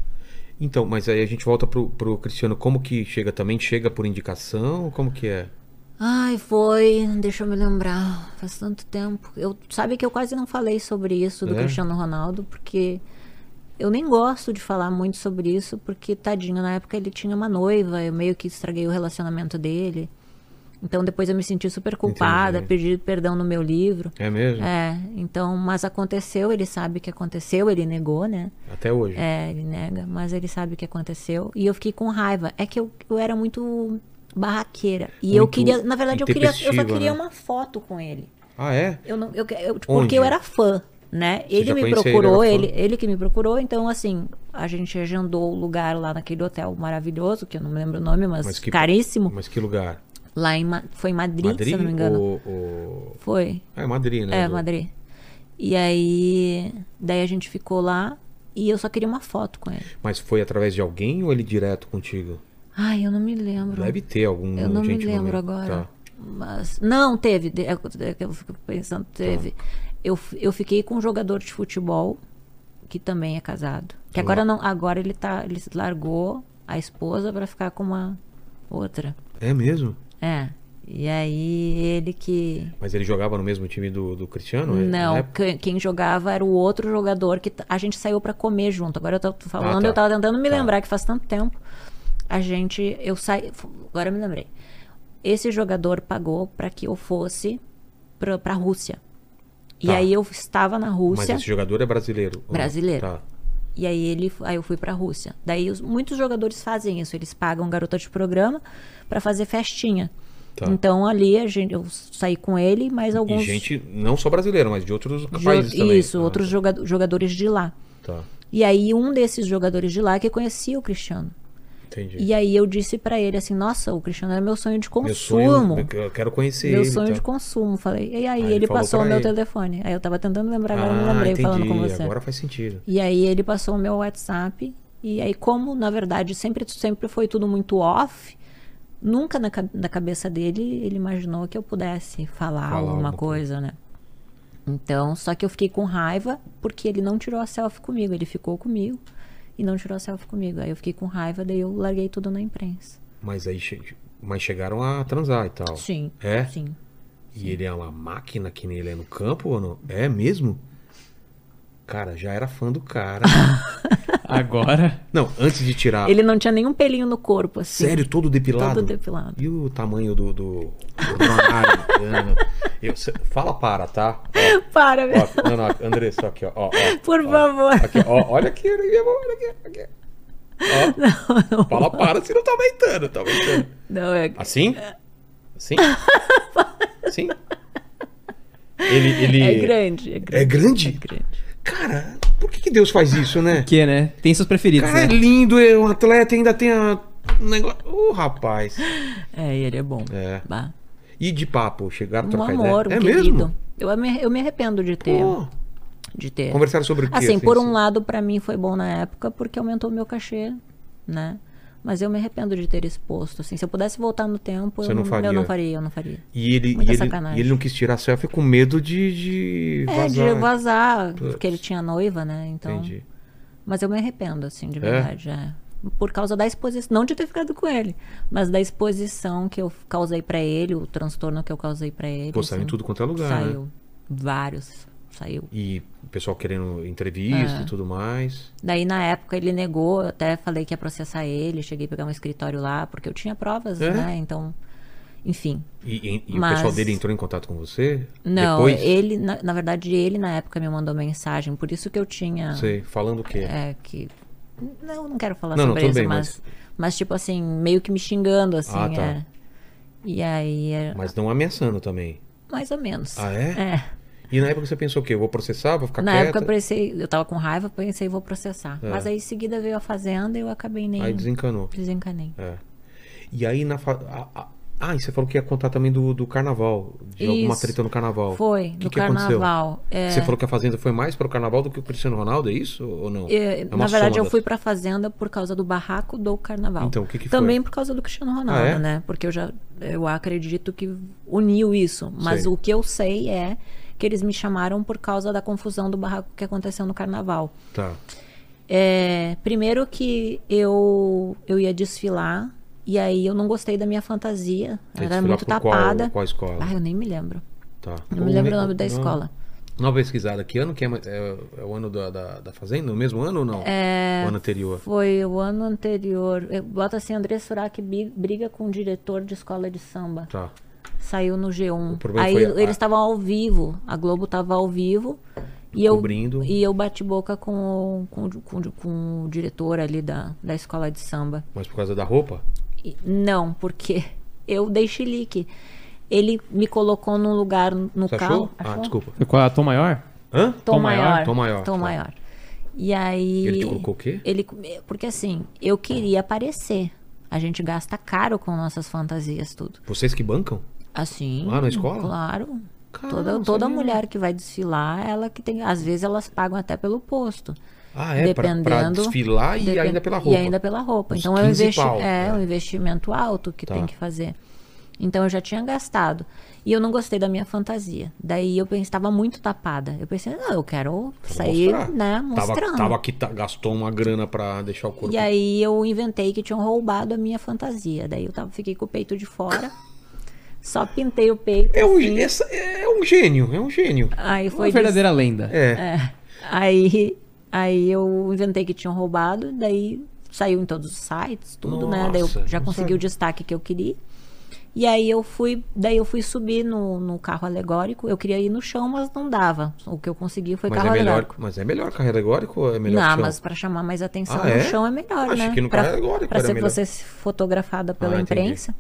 S1: Então, mas aí a gente volta pro, pro Cristiano. Como que chega também? Chega por indicação? Como que é?
S3: Ai, foi. Deixa eu me lembrar. Faz tanto tempo. Eu sabe que eu quase não falei sobre isso do
S1: É?
S3: Cristiano Ronaldo, porque eu nem gosto de falar muito sobre isso, porque tadinho, na época ele tinha uma noiva, eu meio que estraguei o relacionamento dele. Então depois eu me senti super culpada,
S1: Entendi.
S3: pedi perdão no meu livro.
S1: É mesmo?
S3: É, então, mas aconteceu, ele sabe que aconteceu, ele negou, né?
S1: Até hoje.
S3: É, ele nega, mas ele sabe o que aconteceu. E eu fiquei com raiva. É que eu, eu era muito barraqueira. E eu
S1: Muito
S3: queria, na verdade, eu queria, eu só
S1: intempestiva,
S3: queria
S1: né?
S3: uma foto com ele.
S1: Ah, é?
S3: Eu não, eu, eu- tipo,
S1: Onde?
S3: porque eu era fã, né?
S1: já
S3: Ele me
S1: conhecia ele,
S3: procurou,
S1: era fã?
S3: ele, ele, que me procurou, então assim, a gente agendou o lugar lá naquele hotel maravilhoso, que eu não me lembro o nome, mas,
S1: Mas que-
S3: caríssimo.
S1: Mas que lugar?
S3: Lá em Ma- foi em Madrid,
S1: Madrid?
S3: se eu não me engano.
S1: Ou, ou...
S3: Foi.
S1: É, Madrid, né?
S3: É, Madrid. E aí, daí a gente ficou lá e eu só queria uma foto com ele.
S1: Mas foi através de alguém ou ele direto contigo?
S3: Ai, eu não me lembro.
S1: Deve ter algum.
S3: Eu não me
S1: Hum, gente no
S3: lembro
S1: meio.
S3: agora.
S1: Tá.
S3: Mas não teve, de- é que eu fico pensando, teve. Eu, f- eu fiquei com um jogador de futebol que também é casado. Que agora não, agora ele tá, ele se largou a esposa pra ficar com uma outra.
S1: É mesmo?
S3: É. E aí ele que
S1: Mas ele jogava no mesmo time do, do Cristiano? é?
S3: não,
S1: Na época?
S3: que- quem jogava era o outro jogador que t- a gente saiu pra comer junto. Agora eu tô falando,
S1: Ah, tá.
S3: eu tava tentando me
S1: Tá.
S3: lembrar que faz tanto tempo. A gente, eu saí, f- agora eu me lembrei. Esse jogador pagou pra que eu fosse pra, pra Rússia. E
S1: Tá.
S3: aí eu estava na
S1: Mas
S3: Rússia.
S1: esse jogador é brasileiro. ou não?
S3: Brasileiro.
S1: Tá.
S3: E aí ele, aí eu fui pra Rússia. Daí os- muitos jogadores fazem isso, eles pagam garota de programa pra fazer festinha.
S1: Tá.
S3: Então ali a gente, eu saí com ele, mas alguns
S1: E gente, não só brasileiro, mas de outros
S3: jo-
S1: países também.
S3: isso,
S1: Ah,
S3: outros joga- jogadores de lá.
S1: Tá,
S3: E aí um desses jogadores de lá que conhecia o Cristiano.
S1: entendi.
S3: E aí eu disse pra ele assim: "Nossa, o Cristiano era meu sonho de consumo".
S1: É. Meu sonho, é eu quero conhecer
S3: Meu
S1: ele.
S3: sonho
S1: tá.
S3: de consumo, falei. E aí
S1: Ah, ele
S3: ele,
S1: falou
S3: passou o
S1: pra
S3: meu
S1: ele.
S3: telefone. Aí eu tava tentando lembrar, agora eu
S1: ah,
S3: não lembrei
S1: entendi.
S3: falando com você.
S1: Agora faz sentido.
S3: E aí ele passou o meu WhatsApp. E aí, como na verdade sempre, sempre foi tudo muito off, nunca na, ca- na cabeça dele ele imaginou que eu pudesse falar,
S1: Falar alguma
S3: alguma
S1: coisa.
S3: coisa, né? Então, só que eu fiquei com raiva porque ele não tirou a selfie comigo. Ele ficou comigo e não tirou a selfie comigo. Aí eu fiquei com raiva, daí eu larguei tudo na imprensa.
S1: Mas aí che- mas chegaram a transar e tal.
S3: Sim.
S1: É?
S3: Sim.
S1: E ele é uma máquina que nem ele é no campo ou não? É mesmo? Cara, já era fã do cara.
S2: Agora.
S1: não, antes de tirar.
S3: Ele não tinha nenhum pelinho no corpo, assim.
S1: Ah. Sério, todo depilado?
S3: Todo depilado.
S1: E o tamanho do. do, do Ronaldo? Eu- cê- fala para, tá? Ó,
S3: Para, meu.
S1: ó, não, não, Andressa, aqui, ó. ó, ó.
S3: Por
S1: ó.
S3: favor.
S1: Aqui, ó, olha aqui, olha aqui, olha aqui, olha aqui. Ó, Fala para, senão tá aumentando, tá aumentando.
S3: Não, é...
S1: Assim? Assim? Assim? Ele, ele...
S3: é grande, é grande.
S1: Assim, É grande?
S3: É grande.
S1: Cara, por que, que Deus faz isso, né?
S2: Que, né? Tem seus preferidos,
S1: Cara, é
S2: né?
S1: lindo, é um atleta, ainda tem a... um negócio... Ô, rapaz.
S3: É, ele é bom.
S1: É.
S3: Bah.
S1: E de papo, chegaram a
S3: Um
S1: trocar
S3: amor, um
S1: ideia? é
S3: querido.
S1: mesmo?
S3: Eu me, eu me arrependo de ter.
S1: Pô,
S3: de ter.
S1: conversaram sobre o quê?
S3: Assim, por um lado, pra mim foi bom na época, porque aumentou meu cachê, né? Mas eu me arrependo de ter exposto. Assim, se eu pudesse voltar no tempo,
S1: Você
S3: eu,
S1: não faria.
S3: eu não faria, eu não faria.
S1: E ele, e
S3: Muita
S1: ele,
S3: sacanagem.
S1: e ele não quis tirar selfie com medo de, de
S3: É,
S1: vazar. né?
S3: de vazar, porque ele tinha noiva, né? Então.
S1: Entendi.
S3: Mas eu me arrependo, assim, de verdade. é. Por causa da exposição, não de ter ficado com ele, mas da exposição que eu causei pra ele, o transtorno que eu causei pra ele. assim.
S1: Pô, saiu em tudo quanto é lugar, né?
S3: Saiu. Vários. Saiu.
S1: E o pessoal querendo
S3: É.
S1: entrevista e tudo mais.
S3: Daí, na época, ele negou, eu até falei que ia processar ele, cheguei a pegar um escritório lá, porque eu tinha provas,
S1: É?
S3: né? Então, enfim.
S1: E, e- e o
S3: Mas-
S1: pessoal dele entrou em contato com você?
S3: Não,
S1: Depois,
S3: ele, na, na verdade, ele na época me mandou mensagem, por isso que eu tinha.
S1: sei, falando o quê?
S3: É, que. Não, não quero falar
S1: Não, não,
S3: sobre
S1: tudo
S3: isso,
S1: bem,
S3: mas, mas, tipo assim, meio que me xingando, assim.
S1: Ah, tá.
S3: é. E aí, é,
S1: Mas não ameaçando também.
S3: mais ou menos.
S1: Ah, é?
S3: É.
S1: E na época você pensou o quê? Eu vou processar, vou ficar
S3: Na
S1: quieta? É.
S3: época eu pensei, eu tava com raiva, pensei, vou processar. Mas aí em seguida veio a fazenda e eu acabei nem.
S1: Aí desencanou.
S3: Desencanei.
S1: É. E aí na... Fa... a- a- Ah, e você falou que ia contar também do, do carnaval. De alguma
S3: Isso.
S1: treta no carnaval.
S3: Foi,
S1: O que
S3: no
S1: que aconteceu?
S3: carnaval. É,
S1: Você falou que a Fazenda foi mais pro carnaval do que o Cristiano Ronaldo, é isso? Ou não?
S3: é,
S1: É uma
S3: na verdade,
S1: soma
S3: eu
S1: das-
S3: fui pra fazenda por causa do barraco do carnaval.
S1: Então, o que que foi?
S3: Também por causa do Cristiano Ronaldo,
S1: Ah, é?
S3: né? Porque eu já eu acredito que uniu isso. Mas
S1: Sei.
S3: o que eu sei é que eles me chamaram por causa da confusão do barraco que aconteceu no carnaval.
S1: Tá.
S3: É, primeiro que eu, eu ia desfilar, e aí eu não gostei da minha fantasia.
S1: Você
S3: Ela era
S1: desfilou
S3: muito
S1: por qual-
S3: tapada.
S1: qual escola?
S3: Ah, eu nem me lembro.
S1: Tá.
S3: Não me lembro o nome da escola.
S1: Não pesquisada. Que ano que é? É, é o ano da, da, da Fazenda? O mesmo ano ou não? É... O ano anterior.
S3: Foi o ano anterior. eu- Bota assim, André Surak bi- briga com o diretor de escola de samba.
S1: Tá.
S3: Saiu no
S1: O
S3: G1.
S1: problema
S3: Aí
S1: foi a-
S3: eles estavam ao vivo. A Globo estava ao vivo. E eu,
S1: Cobrindo.
S3: e eu bati boca com o, com, o- com o- com o diretor ali da, da escola de samba.
S1: Mas por causa da roupa?
S3: E- Não, porque eu dei chilique. Ele me colocou num lugar no
S1: Você
S3: carro.
S1: achou? Ah, desculpa.
S2: Foi com a tom maior?
S1: Hã?
S3: Tom,
S2: Tom
S3: maior.
S2: maior,
S1: tom maior,
S3: Tom
S1: tá.
S3: maior. E aí.
S1: Ele te colocou o quê?
S3: Ele, porque assim, eu queria aparecer. A gente gasta caro com nossas fantasias, tudo.
S1: Vocês que bancam?
S3: Assim.
S1: Lá na escola?
S3: Claro.
S1: Caramba,
S3: toda
S1: não
S3: toda
S1: sabia.
S3: mulher que vai desfilar, ela que tem. Às vezes elas pagam até pelo posto.
S1: Ah, é? Pra, pra
S3: Dependendo-
S1: desfilar e
S3: depen-
S1: ainda pela roupa.
S3: E ainda pela roupa.
S1: Uns
S3: Então é um,
S1: 15
S3: investi-
S1: pau,
S3: é,
S1: né?
S3: um investimento alto que
S1: Tá.
S3: tem que fazer. Então eu já tinha gastado. E eu não gostei da minha fantasia. Daí eu estava muito tapada. Eu pensei, não, eu quero sair,
S1: Mostrar.
S3: né,
S1: Tava-
S3: mostrando.
S1: Tava que ta- gastou uma grana pra deixar o corpo.
S3: E aí eu inventei que tinham roubado a minha fantasia. Daí eu tava, fiquei com o peito de fora. só pintei o peito.
S1: É um,
S3: assim.
S1: essa- é um gênio, é um gênio.
S3: Aí
S2: Foi
S3: foi
S2: uma verdadeira lenda.
S1: É.
S3: Aí, aí eu inventei que tinham roubado, daí saiu em todos os sites, tudo, né? Daí eu
S1: Nossa,
S3: já
S1: não
S3: consegui
S1: sabia.
S3: o destaque que eu queria. E aí eu fui, daí eu fui subir no, no carro alegórico. Eu queria ir no chão, mas não dava. O que eu consegui foi
S1: Mas, é
S3: carro
S1: melhor,
S3: alegórico.
S1: mas é melhor carro alegórico ou é melhor
S3: Não,
S1: chão?
S3: mas pra chamar mais atenção
S1: Ah,
S3: no
S1: é?
S3: chão é melhor,
S1: Achei
S3: né?
S1: que no
S3: pra,
S1: carro alegórico
S3: pra
S1: era
S3: ser
S1: melhor.
S3: você fotografada pela
S1: Ah, entendi.
S3: imprensa.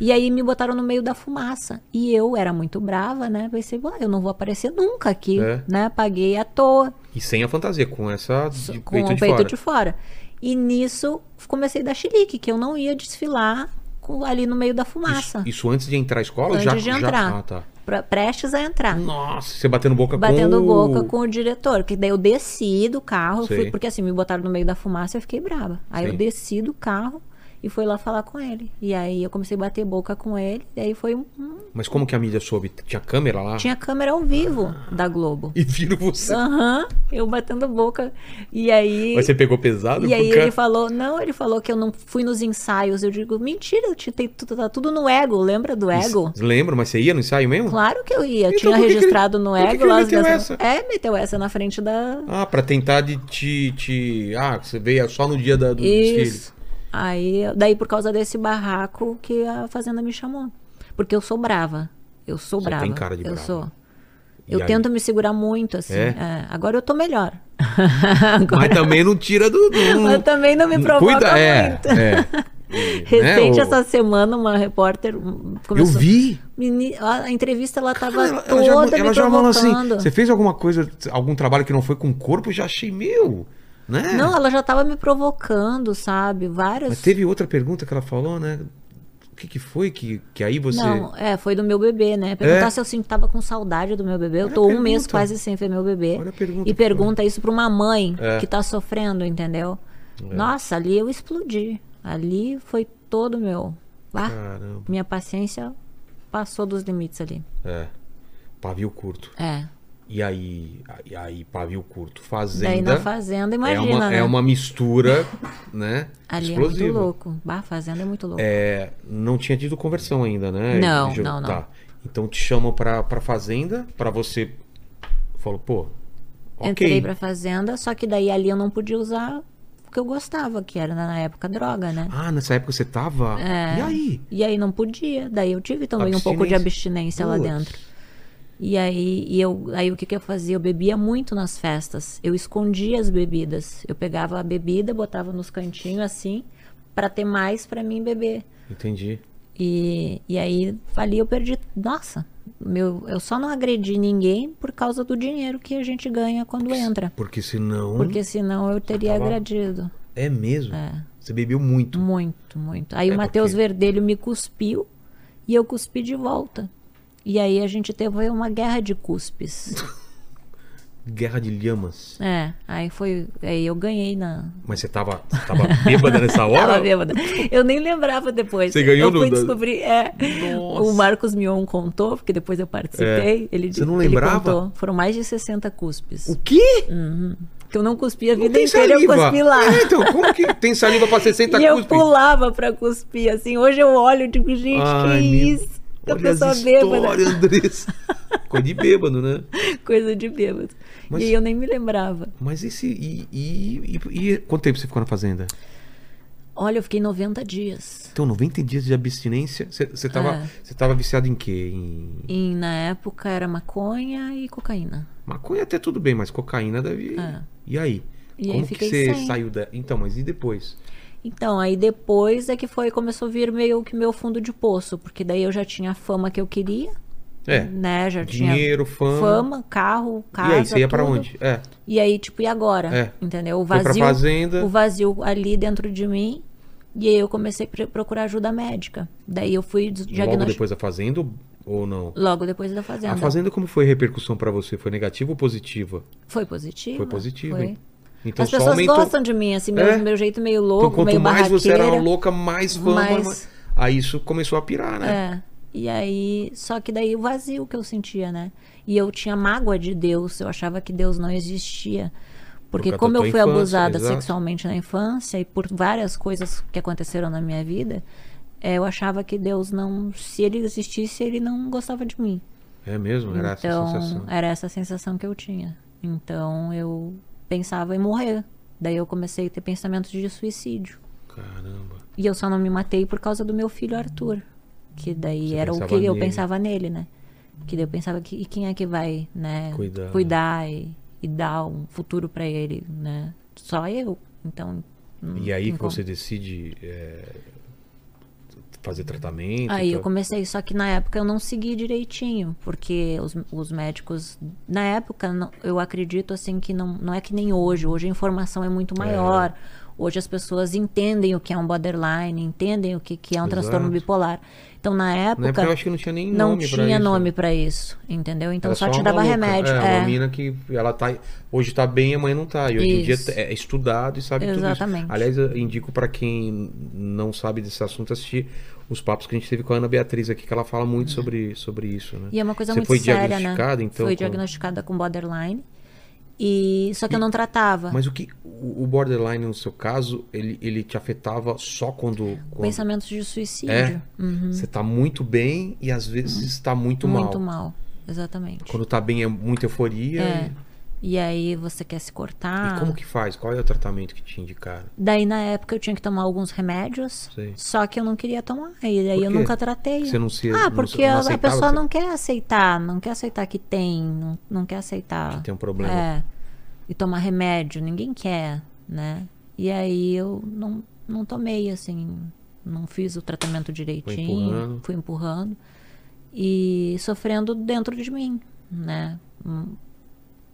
S3: E aí me botaram no meio da fumaça. E eu era muito brava, né? Pensei, "Ué, eu não vou aparecer nunca aqui,
S1: É.
S3: né? Paguei à toa
S1: E sem a fantasia, com essa de
S3: com
S1: peito
S3: o
S1: de
S3: peito
S1: fora.
S3: de fora. E nisso comecei a dar chilique, que eu não ia desfilar com- ali no meio da fumaça.
S1: Isso, isso antes de entrar à escola?
S3: Antes
S1: já,
S3: de
S1: já-
S3: entrar.
S1: Ah, tá.
S3: pra- prestes a entrar.
S1: Nossa, você batendo boca
S3: Batendo
S1: com... o-
S3: boca com o diretor. Que daí eu desci do carro, eu fui-
S1: Sei.
S3: porque assim, me botaram no meio da fumaça e eu fiquei brava. Aí
S1: Sim.
S3: eu desci do carro e fui lá falar com ele. E aí eu comecei a bater boca com ele, daí foi um. um-
S1: Mas como que a mídia soube? Tinha câmera lá?
S3: Tinha câmera ao vivo da Globo.
S1: Ah. E viram você.
S3: Aham, eu batendo boca. E aí.
S1: Mas você pegou pesado
S3: E
S1: com
S3: aí
S1: o cara?
S3: ele falou, não, ele falou que eu não fui nos ensaios. Eu digo, mentira, eu te- tem tu- tá tudo no ego, lembra do ego?
S1: Lembra? Mas você ia no ensaio mesmo?
S3: Claro que eu ia,
S1: Então,
S3: tinha
S1: por que que ele-
S3: registrado no
S1: por que que
S3: ego
S1: ele
S3: lá as
S1: meteu
S3: minhas-
S1: essa?
S3: É, meteu essa na frente da.
S1: Ah, pra tentar de te, te... Ah, que você veio só no dia da, do desfile.
S3: Isso. Aí, daí por causa desse barraco que a fazenda me chamou. Porque eu sou brava. Eu sou
S1: Você
S3: brava.
S1: tem cara de
S3: eu
S1: brava.
S3: sou.
S1: E
S3: Eu
S1: aí?
S3: tento me segurar muito, assim.
S1: É?
S3: é. Agora eu tô melhor. Agora-
S1: Mas também não tira do... do-
S3: Mas também não me provoca
S1: Cuida, é,
S3: muito.
S1: é.
S3: Recente,
S1: o-
S3: essa semana, uma repórter hum, começou...
S1: Eu vi.
S3: Meni- a a entrevista ela tava
S1: Ela, ela
S3: toda
S1: já,
S3: me
S1: ela já falou assim,
S3: provocando.
S1: você fez alguma coisa, algum trabalho que não foi com o corpo, eu já achei meu, né?
S3: Não, ela já tava me provocando, sabe? Vários.
S1: Mas teve outra pergunta que ela falou, né? O que, que foi que, que aí você...
S3: Não, é, foi do meu bebê, né? Perguntar
S1: É?
S3: se eu sim, tava com saudade do meu bebê. Eu
S1: Olha a
S3: tô um mês
S1: pergunta.
S3: quase sem ver meu bebê.
S1: Olha a pergunta
S3: e
S1: que foi.
S3: pergunta isso pra uma mãe
S1: É.
S3: que tá sofrendo, entendeu? Nossa, ali eu explodi. Ali foi todo meu. Ah,
S1: Caramba.
S3: minha paciência passou dos limites ali.
S1: É, pavio curto.
S3: É.
S1: E aí, aí, aí pavio curto,
S3: Daí
S1: fazenda...
S3: na fazenda, imagina,
S1: é uma,
S3: né?
S1: é uma mistura, né?
S3: Ali é
S1: explosiva.
S3: muito louco. Bah, fazenda é muito louco.
S1: É, não tinha tido conversão ainda, né?
S3: Não,
S1: Ju?
S3: não, não.
S1: Tá. Então te chamam pra, pra fazenda, pra você. Falou, pô. Ok.
S3: Entrei pra fazenda, só que daí ali eu não podia usar o que eu gostava, que era na época droga, né?
S1: Ah, nessa época você tava.
S3: É.
S1: E aí?
S3: E aí não podia. Daí eu tive também um pouco de abstinência lá
S1: Putz.
S3: dentro. E aí, e eu, aí o que, que eu fazia? Eu bebia muito nas festas. Eu escondia as bebidas. Eu pegava a bebida, botava nos cantinhos assim, pra ter mais pra mim beber.
S1: Entendi.
S3: E, e aí ali eu perdi. Nossa, meu, eu só não agredi ninguém por causa do dinheiro que a gente ganha quando entra.
S1: Porque senão.
S3: Porque senão eu teria
S1: Tava-
S3: agredido.
S1: É mesmo. Você bebeu muito.
S3: Muito, muito. Aí
S1: É,
S3: o Matheus
S1: porque-
S3: Verdelho me cuspiu e eu cuspi de volta. E aí a gente teve uma guerra de cuspes.
S1: Guerra de Lhamas.
S3: É, aí foi. Aí eu ganhei na.
S1: Mas você tava, você tava bêbada nessa hora?
S3: Tava bêbada. Eu nem lembrava depois.
S1: Você ganhou
S3: Eu fui
S1: no-
S3: descobrir. É,
S1: Nossa. É.
S3: O Marcos Mion contou, porque depois eu participei. Ele,
S1: Você não
S3: ele
S1: lembrava?
S3: contou. Foram mais de 60 cuspes.
S1: O quê?
S3: Que eu não cuspi a
S1: Não
S3: vida
S1: tem
S3: inteira, eu
S1: saliva.
S3: cuspi lá.
S1: É, então, como que tem saliva pra 60
S3: e eu
S1: cuspe?
S3: pulava pra cuspir, assim. Hoje eu olho e digo, gente,
S1: Ai,
S3: que
S1: meu-
S3: isso? Que a
S1: Olha as
S3: pessoa
S1: histórias,
S3: bêbada.
S1: Andressa. Coisa de bêbado, né?
S3: Coisa de bêbado.
S1: Mas-
S3: E aí eu nem me lembrava.
S1: Mas esse. E, e, e- e quanto tempo você ficou na fazenda?
S3: Olha, eu fiquei 90 dias.
S1: Então, 90 dias de abstinência. Você, você, tava,
S3: É.
S1: você tava viciado em quê? Em
S3: E na época era maconha e cocaína.
S1: maconha até tudo bem, mas cocaína deve.
S3: É.
S1: E aí?
S3: E aí
S1: Como que
S3: fiquei
S1: você
S3: sem.
S1: saiu da. Então, mas e depois?
S3: Então, aí depois é que foi, começou a vir meio que meu fundo de poço, porque daí eu já tinha a fama que eu queria,
S1: É.
S3: né? Já tinha
S1: Dinheiro, fama.
S3: fama, carro, casa.
S1: e aí, você ia pra
S3: tudo.
S1: onde? É.
S3: E aí, tipo, e agora?
S1: É.
S3: Entendeu? O
S1: Foi pra
S3: vazio,
S1: fazenda.
S3: o vazio ali dentro de mim. E aí eu comecei a pre- procurar ajuda médica. Daí eu fui
S1: Logo
S3: diagnosticar
S1: depois da fazenda ou- ou não?
S3: logo depois da fazenda.
S1: A fazenda, como foi a repercussão pra você? Foi negativa ou positiva?
S3: Foi positivo.
S1: Foi positiva,
S3: foi.
S1: hein? Então
S3: As
S1: só
S3: pessoas
S1: aumentou.
S3: gostam de mim, assim, meu,
S1: É.
S3: meu jeito meio
S1: então,
S3: louco,
S1: quanto
S3: meio
S1: mais você era
S3: barraqueira.
S1: louca, mais fama.
S3: mais-
S1: mais- Aí isso começou a pirar, né?
S3: É. E aí, só que daí o vazio que eu sentia, né? E eu tinha mágoa de Deus, eu achava que Deus não existia. Porque
S1: Por causa
S3: como
S1: da tua
S3: eu fui
S1: infância,
S3: abusada
S1: exato.
S3: sexualmente na infância e por várias coisas que aconteceram na minha vida, eh, eu achava que Deus não, se ele existisse, ele não gostava de mim.
S1: É, mesmo, era
S3: então,
S1: essa sensação.
S3: era essa sensação que eu tinha. Então, eu pensava em morrer. Daí eu comecei a ter pensamentos de suicídio.
S1: Caramba.
S3: E eu só não me matei por causa do meu filho Arthur. Que daí
S1: Você
S3: era o
S1: pensava
S3: que eu
S1: nele.
S3: pensava nele, né? Que daí eu pensava que e quem é que vai, né,
S1: Cuidar, né?
S3: e, e dar um futuro pra ele, né? Só eu. Então, não
S1: E aí
S3: tem
S1: que
S3: como.
S1: você decide é, fazer tratamento.
S3: Aí eu
S1: tá?
S3: comecei, só que na época eu não segui direitinho, porque os, os médicos, na época, não- eu acredito assim que não, não é que nem hoje, hoje a informação é muito maior, hoje as pessoas entendem o que é um borderline, entendem o que, que é um transtorno
S1: Exato.
S3: bipolar. Então na época,
S1: Na época Né, eu acho que não tinha nem
S3: não
S1: nome pra
S3: tinha
S1: isso,
S3: nome
S1: né?
S3: pra isso, entendeu? Então
S1: Era
S3: só,
S1: uma
S3: te dava
S1: maluca.
S3: remédio.
S1: É, uma
S3: é.
S1: mina que ela tá. Hoje tá bem, amanhã não tá. E hoje em
S3: Isso.
S1: dia é estudado e sabe tudo.
S3: Exatamente.
S1: Isso. Aliás, eu indico pra quem não sabe desse assunto assistir os papos que a gente teve com a Ana Beatriz aqui, que ela fala muito sobre, sobre isso, né?
S3: Uhum. E é uma coisa
S1: Você
S3: muito
S1: foi
S3: séria, né?
S1: diagnosticada, então.
S3: Foi
S1: com-
S3: diagnosticada com borderline. E só que eu não tratava.
S1: Mas o que. O o borderline, no seu caso, ele, ele te afetava só quando. quando...
S3: Pensamentos de suicídio.
S1: É. Você tá muito bem e às vezes tá muito,
S3: Uhum. Muito
S1: mal.
S3: mal. Exatamente.
S1: Quando tá bem é muita euforia.
S3: É. Ah.
S1: E-
S3: E aí você quer se cortar.
S1: E como que faz? Qual é o tratamento que te indicaram?
S3: Daí na época eu tinha que tomar alguns remédios,
S1: Sei.
S3: só que eu não queria tomar. E daí
S1: Por
S3: eu
S1: quê?
S3: nunca tratei.
S1: Você não se- não-
S3: Ah, porque
S1: não
S3: a- a,
S1: aceitava
S3: pessoa
S1: que-
S3: não quer aceitar, não quer aceitar que tem, não, não quer aceitar.
S1: Que tem um problema.
S3: É. E tomar remédio, ninguém quer, né? E aí eu não, não tomei, assim, não fiz o tratamento direitinho,
S1: empurrando.
S3: fui empurrando e sofrendo dentro de mim, né? Hum,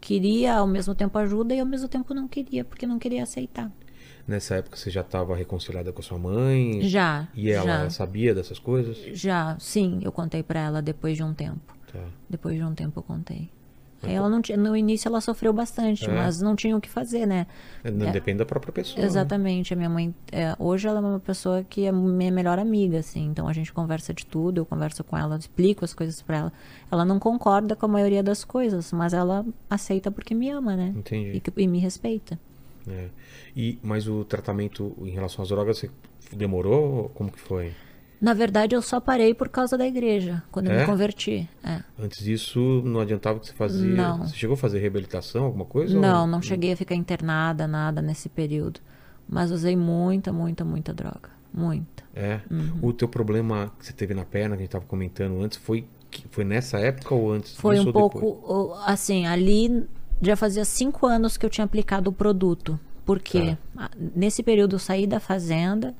S3: Queria ao mesmo tempo ajuda e ao mesmo tempo não queria, porque não queria aceitar.
S1: Nessa época você já estava reconciliada com a sua mãe?
S3: Já.
S1: E ela
S3: já.
S1: ela sabia dessas coisas?
S3: Já, sim, eu contei pra ela depois de um tempo.
S1: Tá.
S3: Depois de um tempo eu contei. Aí ela não tinha, no início ela sofreu bastante,
S1: É.
S3: mas não tinha o que fazer, né?
S1: É, não
S3: É.
S1: Depende da própria pessoa. né?
S3: Exatamente, a minha mãe, é, hoje ela é uma pessoa que é minha melhor amiga, assim, então a gente conversa de tudo, eu converso com ela, explico as coisas pra ela. Ela não concorda com a maioria das coisas, mas ela aceita porque me ama, né?
S1: Entendi.
S3: E, que- e me respeita.
S1: É. E, mas o tratamento em relação às drogas, você demorou? Como que foi?
S3: Na verdade, eu só parei por causa da igreja, quando eu
S1: É?
S3: me converti. É.
S1: Antes disso, não adiantava o que você fazia?
S3: Não.
S1: Você chegou a fazer reabilitação, alguma coisa? ou-
S3: Não, não cheguei a ficar internada, nada nesse período. Mas usei muita, muita, muita droga. Muita.
S1: É.
S3: Uhum.
S1: O teu problema que você teve na perna, que a gente tava comentando antes, foi, que- foi nessa época ou antes
S3: Foi
S1: disso
S3: um
S1: ou
S3: pouco.
S1: depois?
S3: o- Assim, ali já fazia cinco anos que eu tinha aplicado o produto. Porque
S1: Tá.
S3: nesse período eu saí da fazenda,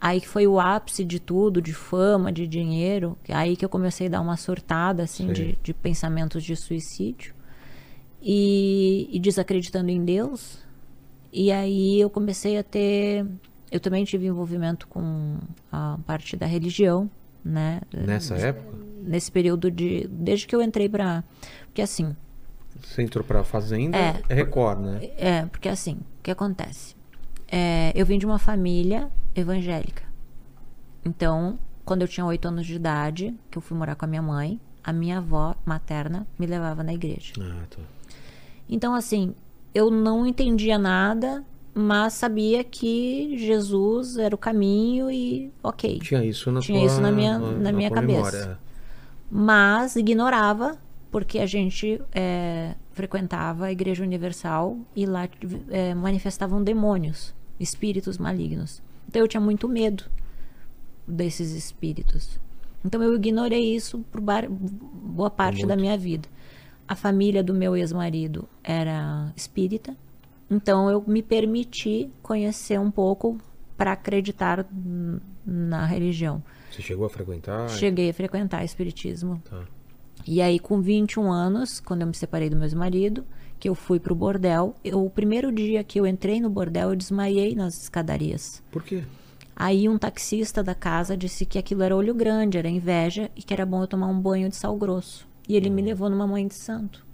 S3: aí que foi o ápice de tudo, de fama, de dinheiro. Aí que eu comecei a dar uma surtada, assim,
S1: Sim.
S3: de, de pensamentos de suicídio. E, e desacreditando em Deus. E aí eu comecei a ter. Eu também tive envolvimento com a parte da religião, né?
S1: Nessa época?
S3: nesse período de desde que eu entrei pra porque assim
S1: Você entrou pra fazenda,
S3: É.
S1: é Record, né?
S3: É, porque assim, o que acontece? É, eu vim de uma família evangélica. Então, quando eu tinha oito anos de idade, que eu fui morar com a minha mãe, a minha avó materna me levava na igreja.
S1: Ah, tá.
S3: Então, assim, eu não entendia nada, mas sabia que Jesus era o caminho e ok.
S1: Tinha isso na
S3: Tinha
S1: tua-
S3: isso na minha- na minha
S1: tua
S3: cabeça.
S1: memória.
S3: mas ignorava porque a gente é, frequentava a Igreja Universal e lá é, manifestavam demônios, espíritos malignos. Então eu tinha muito medo desses espíritos. Então eu ignorei isso por bar- boa parte da minha vida. A família do meu ex-marido era espírita, então eu me permiti conhecer um pouco para acreditar hum, na religião.
S1: É. Você chegou a frequentar?
S3: Cheguei a frequentar espiritismo.
S1: Tá.
S3: E aí, com 21 anos, quando eu me separei do meu marido, que eu fui pro bordel, eu- o primeiro dia que eu entrei no bordel, eu desmaiei nas escadarias.
S1: Por quê?
S3: Aí um taxista da casa disse que aquilo era olho grande, era inveja e que era bom eu tomar um banho de sal grosso. E ele me levou numa mãe de santo.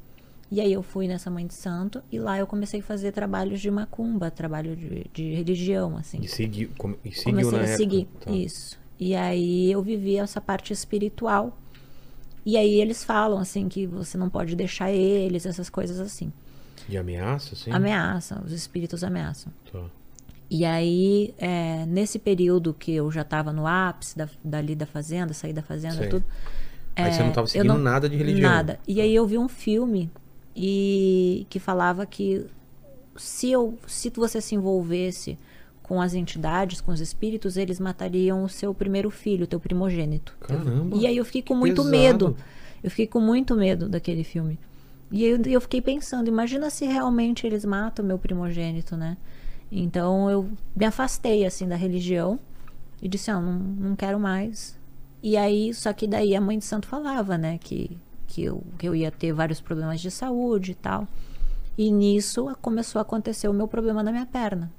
S3: E aí eu fui nessa mãe de santo e lá eu comecei a fazer trabalhos de macumba, trabalho de, de religião, assim
S1: E seguiu, come- e seguiu
S3: comecei
S1: na
S3: a
S1: época.
S3: seguir
S1: Tá.
S3: isso e aí eu vivi essa parte espiritual e aí eles falam assim que você não pode deixar eles essas coisas assim
S1: E ameaça, sim?
S3: ameaçam os espíritos ameaçam
S1: Tá.
S3: e aí, é, nesse período que eu já tava no ápice da, dali da fazenda, saí da fazenda,
S1: Sei.
S3: tudo. é,
S1: Aí você não tava
S3: eu
S1: seguindo nada de religião. Tá.
S3: Nada. E aí eu vi um filme e que falava que se, eu, se você se envolvesse com as entidades, com os espíritos, eles matariam o seu primeiro filho, o teu primogênito.
S1: Caramba.
S3: E aí eu fiquei com
S1: que
S3: muito
S1: pesado.
S3: medo. Eu fiquei com muito medo daquele filme. E aí eu, eu fiquei pensando, imagina se realmente eles matam meu primogênito, né? Então eu me afastei assim da religião e disse, ah, não, não quero mais. E aí, só que daí a mãe de santo falava, né, que, que, eu, que eu ia ter vários problemas de saúde e tal. E nisso a- começou a acontecer o meu problema na minha perna.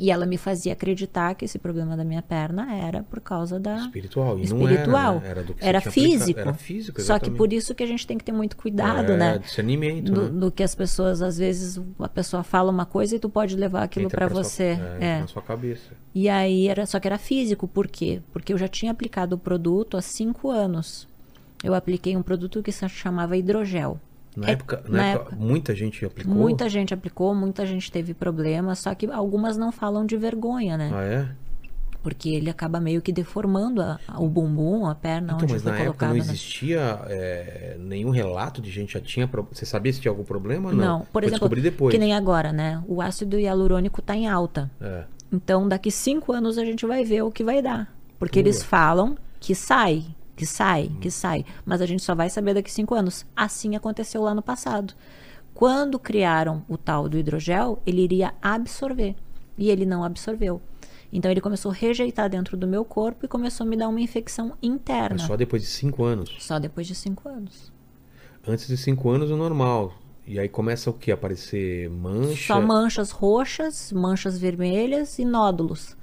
S3: E ela me fazia acreditar que esse problema da minha perna era por causa da
S1: Espiritual. E
S3: ah, espiritual.
S1: não era, né? Era, do que você
S3: Era
S1: tinha aplicado.
S3: físico.
S1: Era físico,
S3: Só que
S1: exatamente.
S3: por isso que a gente tem que ter muito cuidado,
S1: é,
S3: né?
S1: discernimento,
S3: Do,
S1: né?
S3: do que as pessoas, às vezes, a pessoa fala uma coisa e tu pode levar aquilo
S1: Entra
S3: pra
S1: sua-
S3: você.
S1: é, entra
S3: É.
S1: na sua cabeça.
S3: E aí era só que era físico, por quê? Porque eu já tinha aplicado o produto há cinco anos. Eu apliquei um produto que se chamava hidrogel.
S1: Na,
S3: É,
S1: época, na,
S3: na
S1: época, muita gente aplicou.
S3: Muita gente aplicou, muita gente teve problema, só que algumas não falam de vergonha, né?
S1: Ah, é?
S3: Porque ele acaba meio que deformando a- a- o bumbum, a perna
S1: Então,
S3: onde
S1: mas
S3: foi
S1: na época
S3: colocado.
S1: não
S3: né?
S1: existia é, nenhum relato de gente já tinha. pro- Você sabia se tinha algum problema? Não.
S3: Não, por
S1: Foi
S3: exemplo,
S1: descobrir depois.
S3: que nem agora, né? O ácido hialurônico tá em alta.
S1: É.
S3: Então, daqui cinco anos a gente vai ver o que vai dar. Porque eles
S1: Boa. Hum.
S3: falam que sai, que sai, que sai. Mas a gente só vai saber daqui cinco anos. Assim aconteceu lá no passado. Quando criaram o tal do hidrogel, ele iria absorver. E ele não absorveu. Então ele começou a rejeitar dentro do meu corpo e começou a me dar uma infecção interna.
S1: Mas só depois de cinco anos.
S3: Só depois de cinco anos.
S1: Antes de cinco anos, o normal. E aí começa o que? Aparecer mancha.
S3: Só manchas roxas, manchas vermelhas e nódulos.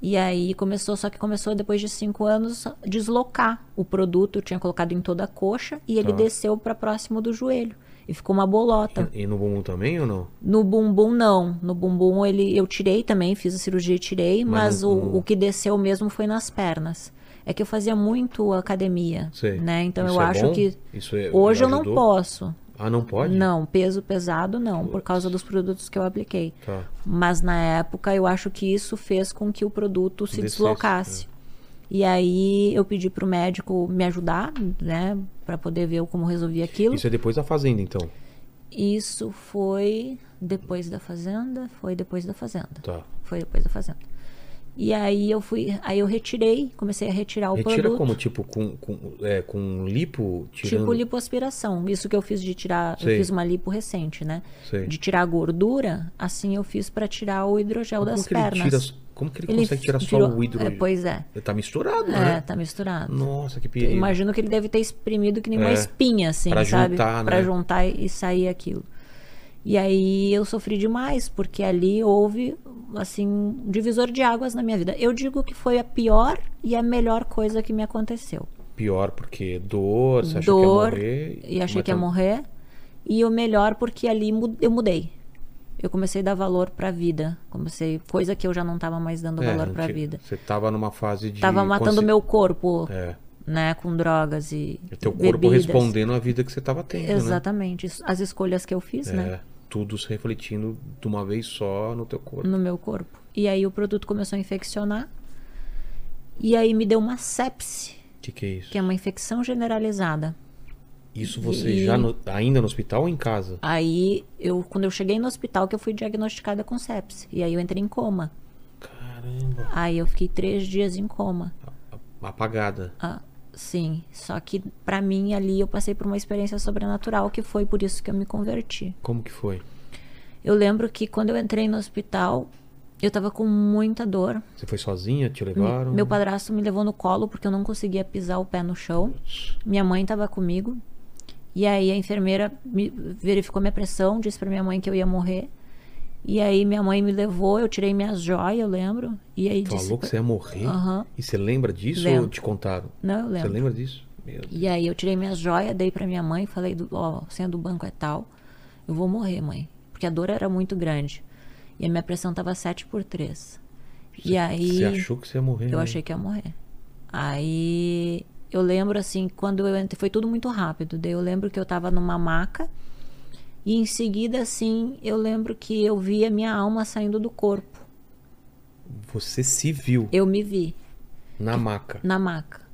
S3: E aí começou, só que começou depois de cinco anos deslocar o produto, eu tinha colocado em toda a coxa e ele
S1: Tá.
S3: desceu para próximo do joelho e ficou uma bolota.
S1: E, e no bumbum também ou não?
S3: No bumbum não, no bumbum ele eu tirei também, fiz a cirurgia e tirei,
S1: Mas
S3: mas,
S1: não-
S3: o,
S1: não-
S3: o que desceu mesmo foi nas pernas. É que eu fazia muito academia,
S1: Sei.
S3: né? Então
S1: Isso
S3: eu
S1: é
S3: acho
S1: bom?
S3: que
S1: Isso é-
S3: hoje eu não
S1: ajudou?
S3: posso.
S1: Ah, não pode?
S3: Não, peso pesado não, por causa dos produtos que eu apliquei.
S1: Tá.
S3: Mas na época eu acho que isso fez com que o produto se
S1: Descesse, é.
S3: deslocasse. E aí eu pedi pro médico me ajudar, né, Pra poder ver eu como resolvi aquilo.
S1: Isso é depois da fazenda, então.
S3: Isso foi depois da fazenda, foi depois da fazenda.
S1: Tá.
S3: Foi depois da fazenda. E aí eu fui, aí eu retirei, comecei a retirar É o
S1: Retira
S3: produto.
S1: como? Tipo, com, com, é, com lipo? Tirando...
S3: Tipo lipoaspiração. Isso que eu fiz de tirar.
S1: Sei.
S3: Eu fiz uma lipo recente, né?
S1: Sei.
S3: De tirar a gordura, assim eu fiz pra tirar o hidrogel das
S1: que
S3: pernas.
S1: Ele tira, como que ele, consegue tirar só
S3: tirou-
S1: o hidro?
S3: É, pois é.
S1: Ele tá misturado,
S3: É,
S1: né?
S3: tá misturado.
S1: Nossa, que perigo.
S3: Imagino que ele deve ter exprimido que nem
S1: É.
S3: uma espinha, assim,
S1: Pra
S3: sabe?
S1: juntar,
S3: Pra
S1: né?
S3: juntar e e sair aquilo. E aí eu sofri demais, porque ali houve, assim, um divisor de águas na minha vida. Eu digo que foi a pior e a melhor coisa que me aconteceu
S1: Pior, porque dor, você achou
S3: dor
S1: que ia morrer.
S3: e achei
S1: mas
S3: que ia
S1: tam-
S3: morrer. E o melhor porque ali mu- eu mudei. Eu comecei a dar valor pra vida. Comecei, coisa que eu já não tava mais dando
S1: É,
S3: valor
S1: não
S3: pra
S1: tinha-
S3: vida.
S1: Você tava numa fase de.
S3: Tava matando
S1: consci-
S3: o meu corpo,
S1: É.
S3: né, com drogas e
S1: E teu corpo
S3: bebidas.
S1: respondendo né? à vida que você tava tendo.
S3: Exatamente, isso- as escolhas que eu fiz,
S1: Né?
S3: né?
S1: É. Tudo se refletindo de uma vez só no teu corpo.
S3: no meu corpo. E aí o produto começou a infeccionar. E aí me deu uma sepse,
S1: O que, que é isso?
S3: que é uma infecção generalizada.
S1: Isso você
S3: E-
S1: já no- ainda no hospital ou em casa?
S3: Aí eu quando eu cheguei no hospital que eu fui diagnosticada com sepse. E aí eu entrei em coma.
S1: Caramba.
S3: Aí eu fiquei três dias em coma.
S1: A- Apagada.
S3: Ah, sim, só que pra mim ali eu passei por uma experiência sobrenatural que foi por isso que eu me converti.
S1: Como que foi?
S3: Eu lembro que quando eu entrei no hospital, eu tava com muita dor.
S1: Você foi sozinha? Te levaram?
S3: Meu padrasto me levou no colo porque eu não conseguia pisar o pé no chão. Minha mãe estava comigo. E aí a enfermeira me- verificou minha pressão, disse para minha mãe que eu ia morrer. E aí minha mãe me levou, eu tirei minhas joias, eu lembro. E aí disse
S1: Falou que
S3: pra-
S1: você ia morrer?
S3: Aham.
S1: E você lembra disso
S3: Lembro.
S1: ou te contaram?
S3: Não, eu
S1: Você
S3: lembro.
S1: lembra disso? Meu Deus.
S3: E aí eu tirei minhas joias, dei para minha mãe, falei, do, ó, a senha do banco é tal, eu vou morrer, mãe. Porque a dor era muito grande. E a minha pressão tava 7 por 3. e aí...
S1: Você achou que você ia morrer?
S3: Eu
S1: né?
S3: achei que ia morrer. Aí eu lembro assim, quando eu entrei, foi tudo muito rápido. Daí eu lembro que eu tava numa maca e em seguida assim, eu lembro que eu vi a minha alma saindo do corpo.
S1: Você se viu
S3: Eu me vi
S1: na maca.
S3: na maca.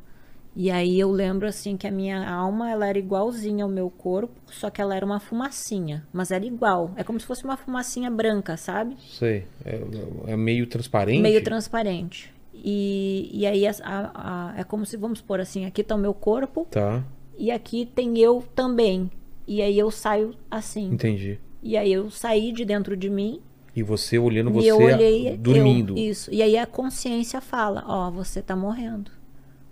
S3: E aí eu lembro assim que a minha alma, ela era igualzinha ao meu corpo, só que ela era uma fumacinha, mas era igual. É como se fosse uma fumacinha branca, sabe?
S1: Sei. É, é meio transparente?
S3: meio transparente. E, e aí as- a- a- é como se, vamos supor assim, aqui tá o meu corpo,
S1: Tá,
S3: E aqui tem eu também. E aí eu saio assim.
S1: entendi.
S3: E aí eu saí de dentro de mim
S1: E você olhando
S3: e
S1: você
S3: eu olhei
S1: dormindo.
S3: eu- isso. E aí a consciência fala: "Ó, você tá morrendo.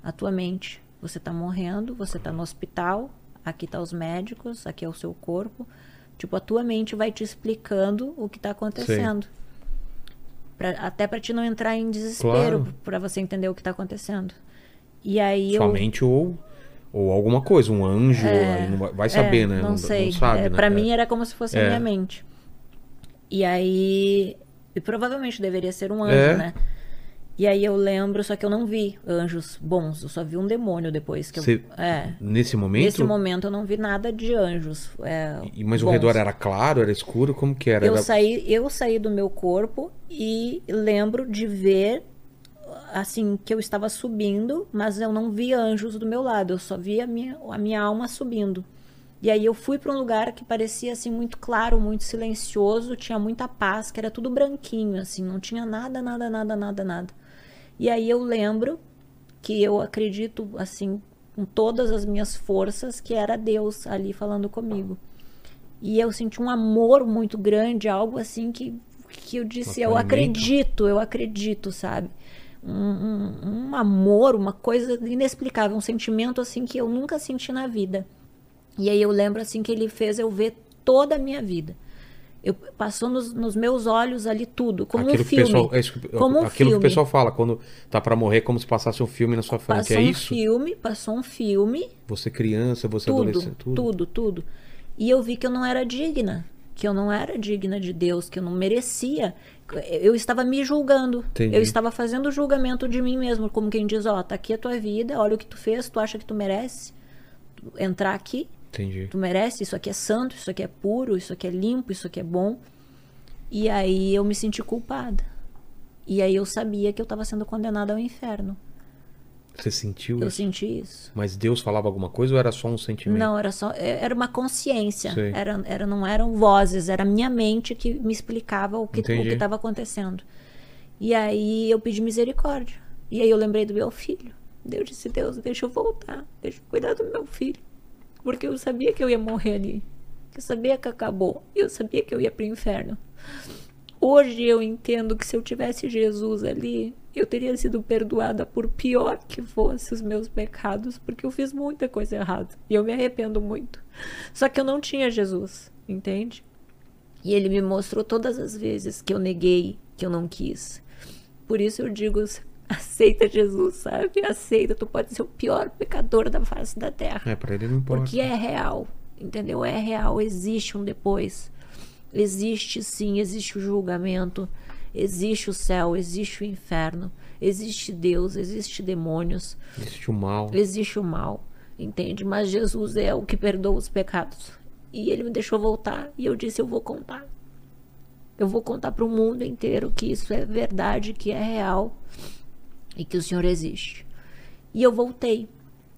S3: A tua mente, você tá morrendo, você tá no hospital, aqui tá os médicos, aqui é o seu corpo". Tipo, a tua mente vai te explicando o que tá acontecendo. Pra- até pra te não entrar em desespero,
S1: Claro.
S3: pra você entender o que tá acontecendo. E aí eu
S1: Somente ou, ou alguma coisa, um anjo. aí não vai, vai saber,
S3: É,
S1: né?
S3: Não, sei.
S1: sabe,
S3: é,
S1: né?
S3: Pra
S1: É.
S3: mim era como se fosse
S1: É.
S3: a minha mente. E aí. E provavelmente deveria ser um anjo,
S1: É.
S3: né? E aí eu lembro, só que eu não vi anjos bons. Eu só vi um demônio depois que eu.
S1: Você-
S3: É.
S1: Nesse momento?
S3: Nesse momento eu não vi nada de anjos. É,
S1: E- Mas o
S3: bons.
S1: redor era claro, era escuro? Como que era?
S3: Eu
S1: Era-
S3: saí, eu saí do meu corpo e lembro de ver assim que eu estava subindo, mas eu não vi anjos do meu lado, eu só vi a minha, a minha alma subindo. E aí eu fui para um lugar que parecia assim muito claro, muito silencioso, tinha muita paz, que era tudo branquinho assim, não tinha nada, nada, nada, nada, nada. E aí eu lembro que eu acredito assim com todas as minhas forças que era Deus ali falando comigo. E eu senti um amor muito grande, algo assim que, que eu disse, eu
S1: Um acolhimento.
S3: acredito, eu acredito, sabe? Um, um, um amor, uma coisa inexplicável, um sentimento assim que eu nunca senti na vida. E aí eu lembro assim que ele fez eu ver toda a minha vida. Eu, passou nos, nos meus olhos ali tudo, como
S1: aquilo
S3: um filme.
S1: Que o pessoal, é isso que-
S3: como um
S1: aquilo que o
S3: filme.
S1: pessoal fala, quando tá pra morrer, é como se passasse um filme na sua frente.
S3: Passou
S1: é
S3: um
S1: isso?
S3: filme, passou um filme,
S1: Você criança, você
S3: tudo,
S1: adolescente, tudo.
S3: tudo, tudo. E eu vi que eu não era digna, que eu não era digna de Deus, que eu não merecia. Eu estava me julgando.
S1: Entendi.
S3: Eu estava fazendo julgamento de mim mesmo, como quem diz, ó, tá aqui a tua vida, olha o que tu fez, tu acha que tu merece entrar aqui?
S1: Entendi.
S3: Tu merece, isso aqui é santo, isso aqui é puro, isso aqui é limpo, isso aqui é bom. E aí eu me senti culpada. E aí eu sabia que eu estava sendo condenada ao inferno.
S1: Você sentiu
S3: Eu
S1: isso?
S3: senti isso.
S1: Mas Deus falava alguma coisa ou era só um sentimento?
S3: Não, era só é- era uma consciência.
S1: Sei.
S3: Era, era, não eram vozes, era a minha mente que me explicava o que
S1: Entendi.
S3: estava acontecendo. E aí eu pedi misericórdia. E aí eu lembrei do meu filho. Deus disse, Deus, deixa eu voltar, deixa eu cuidar do meu filho. Porque eu sabia que eu ia morrer ali. Eu sabia que acabou. Eu sabia que eu ia pro inferno. Hoje eu entendo que se eu tivesse Jesus ali, eu teria sido perdoada por pior que fosse os meus pecados, porque eu fiz muita coisa errada e eu me arrependo muito. Só que eu não tinha Jesus, entende? E ele me mostrou todas as vezes que eu neguei, que eu não quis. Por isso eu digo, aceita Jesus, sabe? Aceita, tu pode ser o pior pecador da face da terra,
S1: É, pra ele não importa.
S3: porque é real. Entendeu? É real, existe um depois. Existe sim, existe o julgamento, existe o céu, existe o inferno, existe Deus, existe demônios,
S1: Existe o mal.
S3: existe o mal, entende? Mas Jesus é o que perdoa os pecados. E ele me deixou voltar e eu disse: Eu vou contar. Eu vou contar para o mundo inteiro que isso é verdade, que é real e que o Senhor existe. E eu voltei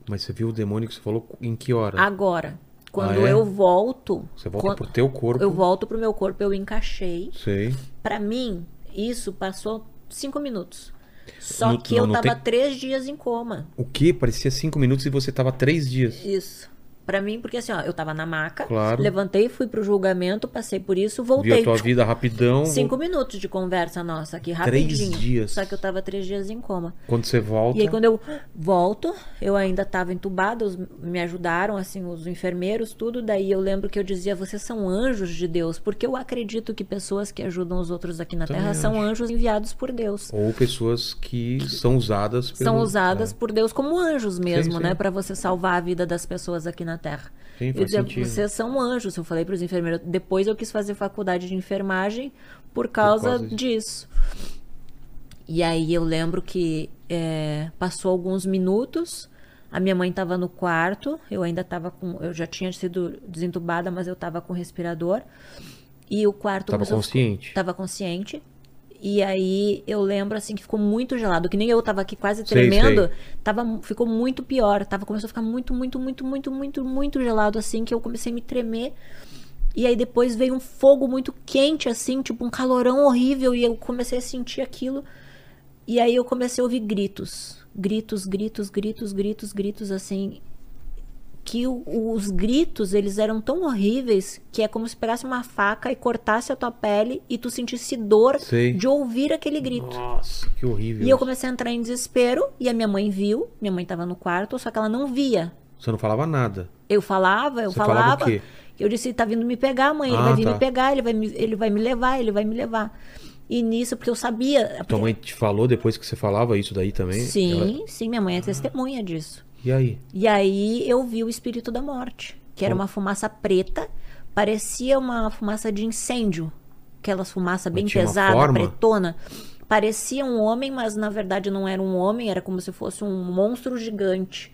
S1: Mas você viu o demônio que você falou em que hora?
S3: agora. Quando
S1: Ah, é?
S3: eu volto,
S1: Você volta
S3: quan-
S1: pro teu corpo.
S3: eu volto pro meu corpo, eu encaixei.
S1: Sei.
S3: Pra mim, isso passou cinco minutos. Só
S1: Não-
S3: que
S1: não-
S3: eu
S1: não
S3: tava
S1: tem-
S3: três dias em coma.
S1: O que? Parecia cinco minutos e você tava três dias.
S3: Isso. Pra mim, porque assim, ó, eu tava na maca,
S1: Claro.
S3: levantei, fui pro julgamento, passei por isso,
S1: Viu
S3: voltei.
S1: a tua vida rapidão.
S3: Cinco minutos de conversa nossa aqui,
S1: Três
S3: rapidinho.
S1: dias.
S3: Só que eu tava três dias em coma.
S1: Quando você volta.
S3: E aí, quando eu volto, eu ainda estava entubada, os- me ajudaram, assim, os enfermeiros, tudo. Daí eu lembro que eu dizia, vocês são anjos de Deus, porque eu acredito que pessoas que ajudam os outros aqui na
S1: Também
S3: Terra são
S1: acho.
S3: anjos enviados por Deus.
S1: Ou pessoas que são usadas pelo...
S3: São usadas
S1: É.
S3: por Deus como anjos mesmo,
S1: sim.
S3: né? Pra você salvar a vida das pessoas aqui na Terra.
S1: Sim,
S3: eu
S1: faz
S3: dizia,
S1: sentido.
S3: vocês são anjos, eu falei pros enfermeiros. Depois eu quis fazer faculdade de enfermagem por causa,
S1: causa disso.
S3: disso. E aí eu lembro que é, passou alguns minutos, a minha mãe estava no quarto, eu ainda estava com. Eu já tinha sido desentubada, mas eu estava com respirador. E o quarto
S1: Tava
S3: começou a ficar-
S1: consciente.
S3: Tava consciente. E aí eu lembro assim que ficou muito gelado, que nem eu tava aqui quase
S1: Sei,
S3: tremendo,
S1: sei.
S3: tava ficou muito pior, tava começou a ficar muito muito muito muito muito muito gelado assim que eu comecei a me tremer. E aí depois veio um fogo muito quente assim, tipo um calorão horrível e eu comecei a sentir aquilo. E aí eu comecei a ouvir gritos, gritos, gritos, gritos, gritos, gritos assim, que o- os gritos eles eram tão horríveis que é como se pegasse uma faca e cortasse a tua pele e tu sentisse dor
S1: Sei.
S3: de ouvir aquele grito.
S1: Nossa, que horrível.
S3: Tá. E eu comecei a entrar em desespero e a minha mãe viu, minha mãe estava no quarto, só que ela não via.
S1: Você não falava nada.
S3: Eu falava, eu
S1: Você falava
S3: falava.
S1: o quê?
S3: Eu disse, tá vindo me pegar, mãe, ele
S1: Ah,
S3: vai vir
S1: tá.
S3: me pegar, ele vai me, ele vai me levar, ele vai me levar. E nisso, porque eu sabia.
S1: Tua mãe te falou depois que você falava isso daí também?
S3: Sim,
S1: Ela-
S3: sim, minha mãe é testemunha disso.
S1: E aí?
S3: E aí eu vi o espírito da morte, que era uma fumaça preta, parecia uma fumaça de incêndio, aquelas fumaça bem
S1: tinha uma
S3: pesada,
S1: forma?
S3: pretona. Parecia um homem, mas na verdade não era um homem, era como se fosse um monstro gigante,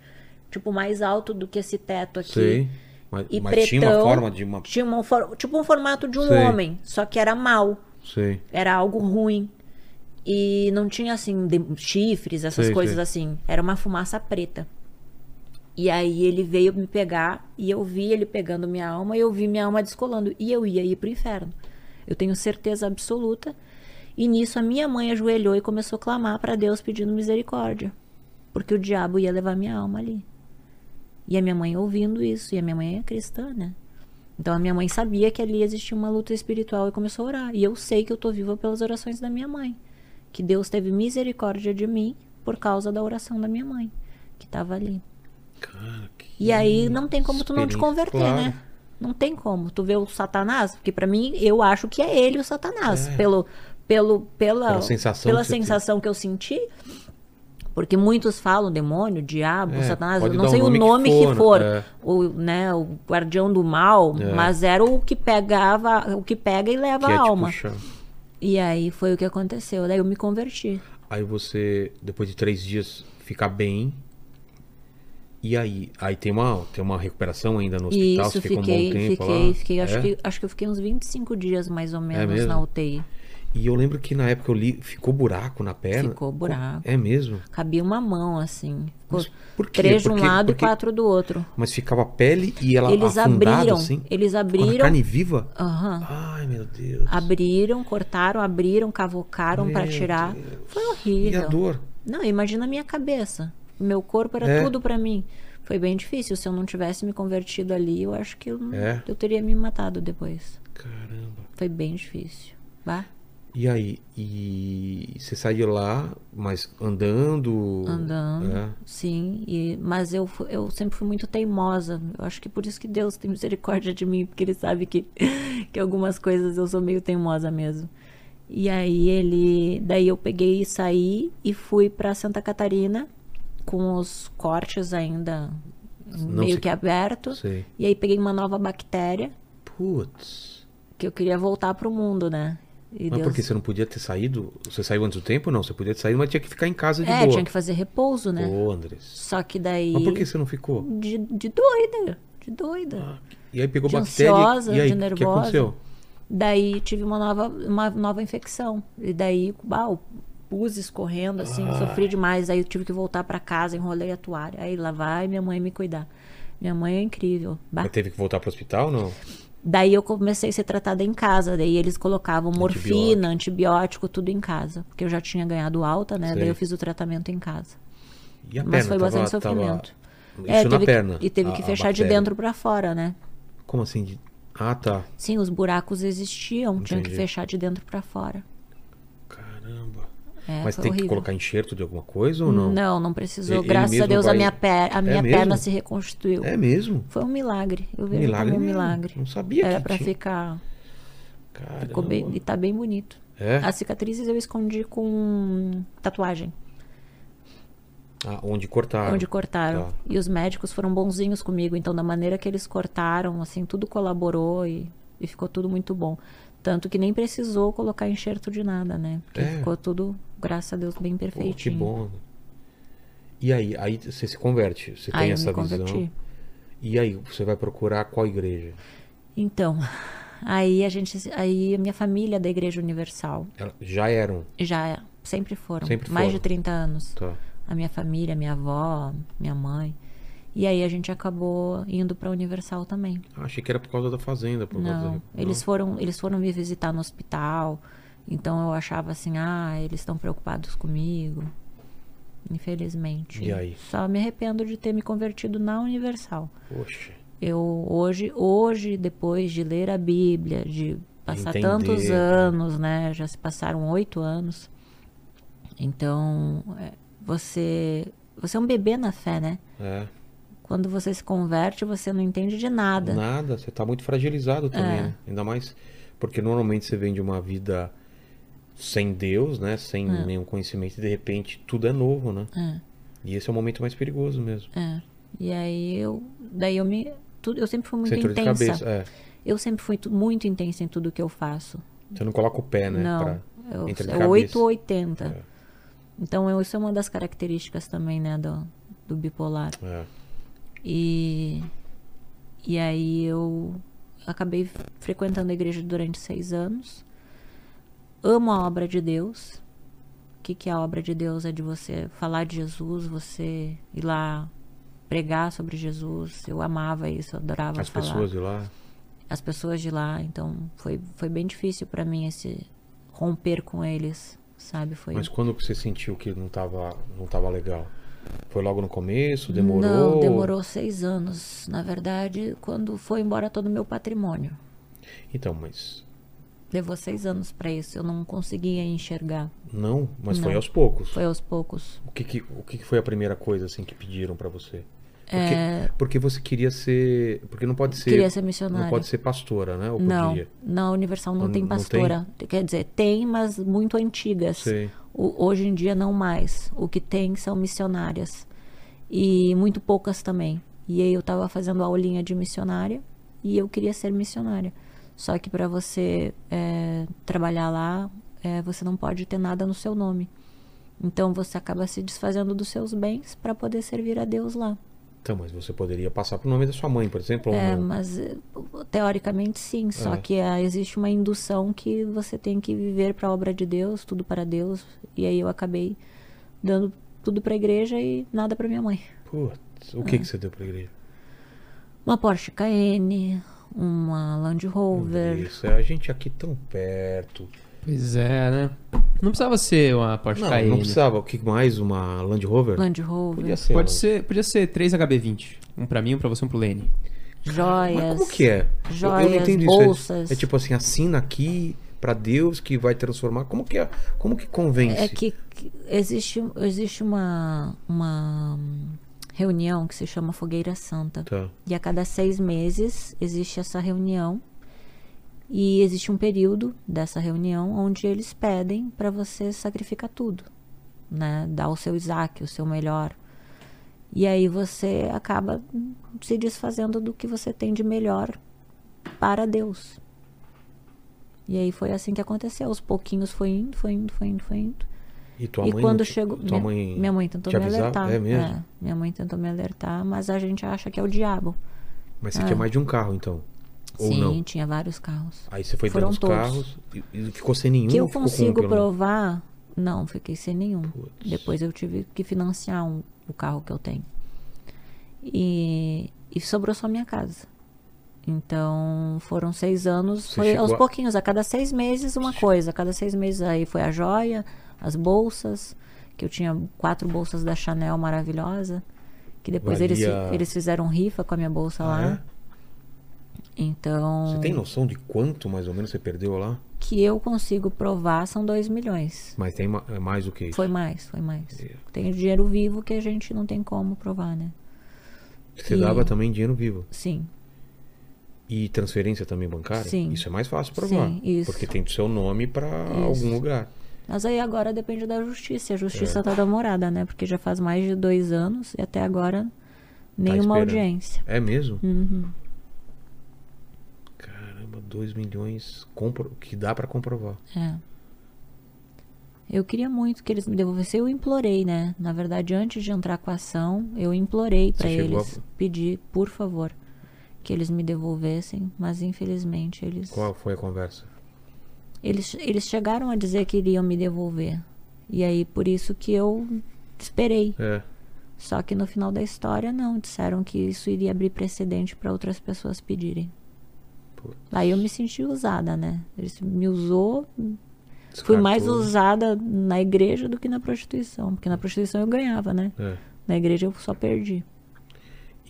S3: tipo mais alto do que esse teto aqui.
S1: Sei. Mas,
S3: E
S1: mas
S3: pretão,
S1: tinha uma forma de uma...
S3: tinha um for- tipo um formato de um
S1: Sei.
S3: homem, só que era mal
S1: Sei.
S3: era algo ruim. E não tinha assim de- chifres, essas
S1: Sei,
S3: coisas
S1: sei.
S3: assim. Era uma fumaça preta. E aí ele veio me pegar e eu vi ele pegando minha alma e eu vi minha alma descolando e eu ia ir pro inferno. Eu tenho certeza absoluta. E nisso a minha mãe ajoelhou e começou a clamar para Deus pedindo misericórdia, porque o diabo ia levar minha alma ali. E a minha mãe ouvindo isso, e a minha mãe é cristã, né? Então a minha mãe sabia que ali existia uma luta espiritual e começou a orar. E eu sei que eu tô viva pelas orações da minha mãe. Que Deus teve misericórdia de mim por causa da oração da minha mãe, que tava ali.
S1: Cara, que...
S3: E aí não tem como tu não te
S1: Hum, experiência,
S3: converter,
S1: claro.
S3: né? Não tem como. Tu vê o Satanás, porque pra mim eu acho que é ele o Satanás,
S1: É.
S3: pelo pelo pela
S1: Pela sensação
S3: pela
S1: que você
S3: sensação que eu senti. Porque muitos falam demônio, diabo,
S1: É,
S3: Satanás, eu
S1: pode
S3: não
S1: dar
S3: sei
S1: o
S3: o nome que for,
S1: né? É.
S3: o, né, o guardião do mal,
S1: É.
S3: mas era o que pegava, o que pega e leva
S1: que é
S3: a
S1: te
S3: alma.
S1: puxar.
S3: E aí foi o que aconteceu, daí eu me converti.
S1: Aí você, depois de três dias, fica bem. E aí? Aí tem uma, tem uma recuperação ainda no
S3: E
S1: hospital?
S3: isso
S1: você ficou
S3: fiquei,
S1: um bom tempo
S3: fiquei,
S1: lá?
S3: fiquei, acho
S1: É?
S3: que acho que eu fiquei uns 25 dias mais ou menos
S1: mesmo?
S3: na UTI.
S1: E eu lembro que na época eu li, ficou buraco na perna.
S3: Ficou buraco.
S1: É mesmo?
S3: Cabia uma mão assim. Ficou
S1: Mas por quê?
S3: três de um
S1: Porque-
S3: lado
S1: porque-
S3: e quatro do outro.
S1: Mas ficava a pele e ela
S3: Eles
S1: afundada
S3: abriram,
S1: assim?
S3: eles
S1: Ficou na
S3: abriram.
S1: carne viva?
S3: Aham.
S1: Ai, meu Deus.
S3: Abriram, cortaram, abriram, cavocaram pra
S1: Meu
S3: tirar.
S1: Deus.
S3: Foi
S1: E a
S3: horrível.
S1: dor?
S3: Não, imagina a minha cabeça. Meu corpo era
S1: É.
S3: tudo pra mim. Foi bem difícil. Se eu não tivesse me convertido ali, eu acho que eu, não-
S1: É.
S3: eu teria me matado depois.
S1: Caramba.
S3: Foi bem difícil. Vá?
S1: E aí? E você saiu lá, mas andando?
S3: Andando.
S1: É.
S3: Sim, e- mas eu, fu- eu sempre fui muito teimosa. Eu acho que por isso que Deus tem misericórdia de mim, porque Ele sabe que, que algumas coisas eu sou meio teimosa mesmo. E aí ele. Daí eu peguei e saí e fui para Santa Catarina com os cortes ainda
S1: Não
S3: meio
S1: se-
S3: que aberto.
S1: É, Sei.
S3: E aí peguei uma nova bactéria
S1: Putz.
S3: que eu queria voltar pro mundo, né? E
S1: Mas
S3: Deus-
S1: por que você não podia ter saído? Você saiu antes do tempo? Não, você podia ter saído, mas tinha que ficar em casa de
S3: É,
S1: boa.
S3: tinha que fazer repouso, né?
S1: Ô, Andres.
S3: Só que daí.
S1: Mas por que você não ficou?
S3: De, de doida, de doida.
S1: E aí pegou
S3: De
S1: bactéria.
S3: ansiosa,
S1: e aí,
S3: de
S1: o que
S3: nervosa.
S1: aconteceu?
S3: Daí tive uma nova, uma nova infecção. E daí, bah, o pus escorrendo, assim,
S1: Ah.
S3: sofri demais. Aí eu tive que voltar pra casa, enrolei a toalha. Aí lá vai minha mãe me cuidar. Minha mãe é incrível. Bah.
S1: Mas teve que voltar pro hospital, não?
S3: Daí eu comecei a ser tratada em casa. Daí eles colocavam morfina, antibiótico, tudo em casa. Porque eu já tinha ganhado alta, né?
S1: Sei.
S3: Daí eu fiz o tratamento em casa.
S1: E a
S3: Mas
S1: perna
S3: foi
S1: tava,
S3: bastante
S1: tava-
S3: sofrimento.
S1: Isso
S3: É,
S1: na
S3: teve que-
S1: perna.
S3: E teve
S1: a-
S3: que
S1: a
S3: fechar de
S1: bactéria.
S3: dentro pra fora, né?
S1: Como assim? de- Ah, tá.
S3: Sim, os buracos existiam, tinha que
S1: Entendi.
S3: fechar de dentro pra fora.
S1: Caramba.
S3: É,
S1: Mas
S3: foi
S1: tem que
S3: horrível.
S1: colocar enxerto de alguma coisa ou não?
S3: Não, não precisou.
S1: Ele
S3: Graças
S1: mesmo
S3: a Deus
S1: vai- É
S3: a minha, per... a minha
S1: mesmo?
S3: perna se reconstituiu.
S1: É mesmo?
S3: Foi um milagre. Eu vejo
S1: Milagre.
S3: como um
S1: mesmo.
S3: milagre.
S1: Não sabia
S3: Era
S1: que
S3: pra
S1: tinha.
S3: ficar.
S1: Caramba.
S3: Ficou bem... E tá bem bonito.
S1: É?
S3: As cicatrizes eu escondi com tatuagem,
S1: Ah, onde cortaram.
S3: onde cortaram.
S1: Tá.
S3: E os médicos foram bonzinhos comigo. Então, da maneira que eles cortaram, assim, tudo colaborou e, e ficou tudo muito bom. Tanto que nem precisou colocar enxerto de nada, né? Porque
S1: É.
S3: ficou tudo, graças a Deus, bem
S1: Pô,
S3: perfeitinho.
S1: que bom. né? E aí, aí você se converte, você
S3: Aí
S1: tem
S3: eu
S1: essa
S3: me converti.
S1: visão. E aí, você vai procurar qual igreja?
S3: Então, aí a gente, aí a minha família é da Igreja Universal
S1: Ela- já eram,
S3: já é- sempre foram,
S1: Sempre
S3: mais
S1: foram.
S3: de 30 anos.
S1: tá?
S3: A minha família, minha avó, minha mãe. E aí a gente acabou indo pra Universal também.
S1: Ah, achei que era por causa da fazenda, por causa
S3: Não,
S1: da-
S3: eles foram, eles foram me visitar no hospital. Então eu achava assim, ah, eles estão preocupados comigo. Infelizmente.
S1: E aí?
S3: Só me arrependo de ter me convertido na Universal.
S1: Poxa.
S3: Eu hoje, hoje, depois de ler a Bíblia, de passar
S1: Entender,
S3: tantos
S1: né?
S3: anos, né? Já se passaram oito anos. Então, é, você, você é um bebê na fé, né?
S1: É.
S3: Quando você se converte, você não entende de nada. É.
S1: Nada, você tá muito fragilizado também, né? Ainda mais porque normalmente você vem de uma vida sem Deus, né? Sem
S3: É.
S1: nenhum conhecimento, e de repente tudo é novo, né? E esse é o momento mais perigoso mesmo.
S3: É. E aí eu, daí eu me, tudo, eu sempre fui muito
S1: Você entrou de
S3: intensa.
S1: cabeça. É.
S3: Eu sempre fui tu- muito intensa em tudo que eu faço.
S1: Você não coloca o pé, né?
S3: Não,
S1: pra-
S3: eu,
S1: entra de
S3: é
S1: cabeça. É.
S3: 8 ou 80. Então, eu- isso é uma das características também, né, do, do bipolar.
S1: É.
S3: E, e aí eu acabei frequentando a igreja durante seis anos. Amo a obra de Deus. O que, que é a obra de Deus? É de você falar de Jesus, você ir lá pregar sobre Jesus. Eu amava isso, eu adorava
S1: As
S3: falar
S1: pessoas de lá.
S3: as pessoas de lá, então foi, foi bem difícil pra mim esse romper com eles, sabe? Foi
S1: Mas quando que você sentiu que não tava, não tava legal? Foi logo no começo? Demorou?
S3: não demorou seis anos, na verdade, quando foi embora todo o meu patrimônio.
S1: Então, mas.
S3: Levou seis anos pra isso, eu não conseguia enxergar.
S1: Não, mas foi
S3: Não.
S1: aos poucos.
S3: Foi aos poucos.
S1: O, que, que, o que, que foi a primeira coisa assim que pediram pra você? Porque, porque você queria ser. Porque não pode ser.
S3: É, Queria ser missionária.
S1: Não pode ser pastora, né? Ou
S3: Não,
S1: podia.
S3: na Universal não
S1: Não-
S3: tem
S1: não tem?
S3: pastora. Quer dizer, tem, mas muito antigas.
S1: Sei.
S3: O- hoje em dia não mais. O que tem são missionárias. E muito poucas também. E aí eu tava fazendo aulinha de missionária e eu queria ser missionária. Só que para você é, trabalhar lá, é, você não pode ter nada no seu nome. Então você acaba se desfazendo dos seus bens para poder servir a Deus lá.
S1: Então, mas você poderia passar pro nome da sua mãe, por exemplo. ou
S3: É,
S1: não.
S3: mas eh, teoricamente sim, só
S1: É.
S3: que ah, existe uma indução que você tem que viver para a obra de Deus, tudo para Deus, e aí eu acabei dando tudo para a igreja e nada para minha mãe.
S1: Putz, o que,
S3: É.
S1: que você deu pra igreja?
S3: Uma Porsche Cayenne, uma Land Rover.
S1: Isso, é a gente aqui tão perto.
S2: Pois é, né? Não precisava ser uma Porsche
S1: Não,
S2: Cayenne.
S1: não precisava. O que mais? Uma Land Rover?
S3: Land Rover,
S1: Podia ser.
S2: Pode
S1: né?
S2: ser, um- podia ser 3 HB20. Um pra mim, um pra você, um pro Lene.
S3: joias.
S1: Mas como que é? Eu- eu não
S3: joias,
S1: entendi
S3: bolsas.
S1: isso. É- É, tipo assim, assina aqui pra Deus que vai transformar. Como que é? Como que convence?
S3: É que, que existe, existe uma, uma hum, reunião que se chama Fogueira Santa.
S1: Tá.
S3: E a cada seis meses existe essa reunião. E existe um período dessa reunião onde eles pedem para você sacrificar tudo, né? Dar o seu Isaac, o seu melhor. E aí você acaba se desfazendo do que você tem de melhor para Deus. E aí foi assim que aconteceu. Aos pouquinhos foi indo, foi indo, foi indo, foi indo.
S1: E tua
S3: e
S1: mãe.
S3: quando
S1: não-
S3: chegou.
S1: Tua
S3: minha,
S1: mãe.
S3: minha mãe tentou
S1: te
S3: me
S1: avisar?
S3: alertar.
S1: É mesmo?
S3: minha mãe tentou me alertar, mas a gente acha que é o diabo.
S1: Mas você tinha mais de um carro, então. Ou
S3: Ah. Sim,
S1: não.
S3: tinha vários carros.
S1: Aí você foi
S3: Foram
S1: dando os
S3: todos.
S1: carros e, e ficou sem nenhum.
S3: que eu
S1: ou ficou com
S3: consigo
S1: um, pelo menos?
S3: provar. Não, fiquei sem nenhum. Depois eu tive que financiar um- o carro que eu tenho. E, e sobrou só minha casa. Então foram seis anos,
S1: Você
S3: foi
S1: chegou
S3: aos
S1: a-
S3: pouquinhos, a cada seis meses uma coisa, a cada seis meses aí foi a joia, as bolsas, que eu tinha quatro bolsas da Chanel maravilhosa, que depois eles,
S1: Valia-
S3: fi- eles fizeram rifa com a minha bolsa
S1: Ah,
S3: lá.
S1: é?
S3: Então.
S1: Você tem noção de quanto mais ou menos você perdeu lá?
S3: que eu consigo provar são dois milhões.
S1: Mas tem ma- é mais É, do que isso.
S3: Foi mais, foi mais.
S1: Yeah.
S3: Tem dinheiro vivo que a gente não tem como provar, né?
S1: Você
S3: e-
S1: dava também dinheiro vivo.
S3: Sim,
S1: E transferência também bancária?
S3: Sim.
S1: Isso é mais fácil provar.
S3: Sim, isso.
S1: Porque tem do seu nome pra
S3: Isso.
S1: algum lugar.
S3: Mas aí agora depende da justiça. A
S1: É.
S3: justiça tá demorada, né? Porque já faz mais de dois anos e até agora nenhuma
S1: esperando.
S3: audiência.
S1: É mesmo?
S3: Uhum.
S1: Caramba, 2 milhões compro... que dá pra comprovar.
S3: É. Eu queria muito que eles me devolvessem. Eu implorei, né? Na verdade, antes de entrar com a ação, eu implorei para
S1: chegou a-
S3: eles pedir, por favor, que eles me devolvessem. Mas infelizmente eles.
S1: Qual foi a conversa?
S3: Eles, eles chegaram a dizer que iriam me devolver. E aí, por isso que eu esperei.
S1: É.
S3: Só que no final da história, não. Disseram que isso iria abrir precedente para outras pessoas pedirem.
S1: Putz.
S3: Aí eu me senti usada, né? Eles me usou. Fui mais
S1: Descartou. né?
S3: usada na igreja do que na prostituição. Porque na prostituição eu ganhava, né?
S1: É.
S3: Na igreja eu só perdi.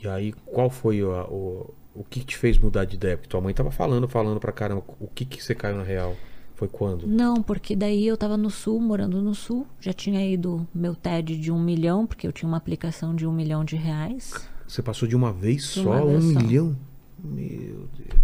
S1: E aí, qual foi o, o, o que te fez mudar de ideia? Porque tua mãe tava falando, falando pra caramba. O que que você caiu na real? Foi quando?
S3: Não, porque daí eu tava no sul, morando no sul. Já tinha ido meu TED de um milhão, porque eu tinha uma aplicação de um milhão de reais.
S1: Você passou de uma vez
S3: De
S1: só
S3: uma
S1: um
S3: vez só.
S1: milhão? Meu Deus.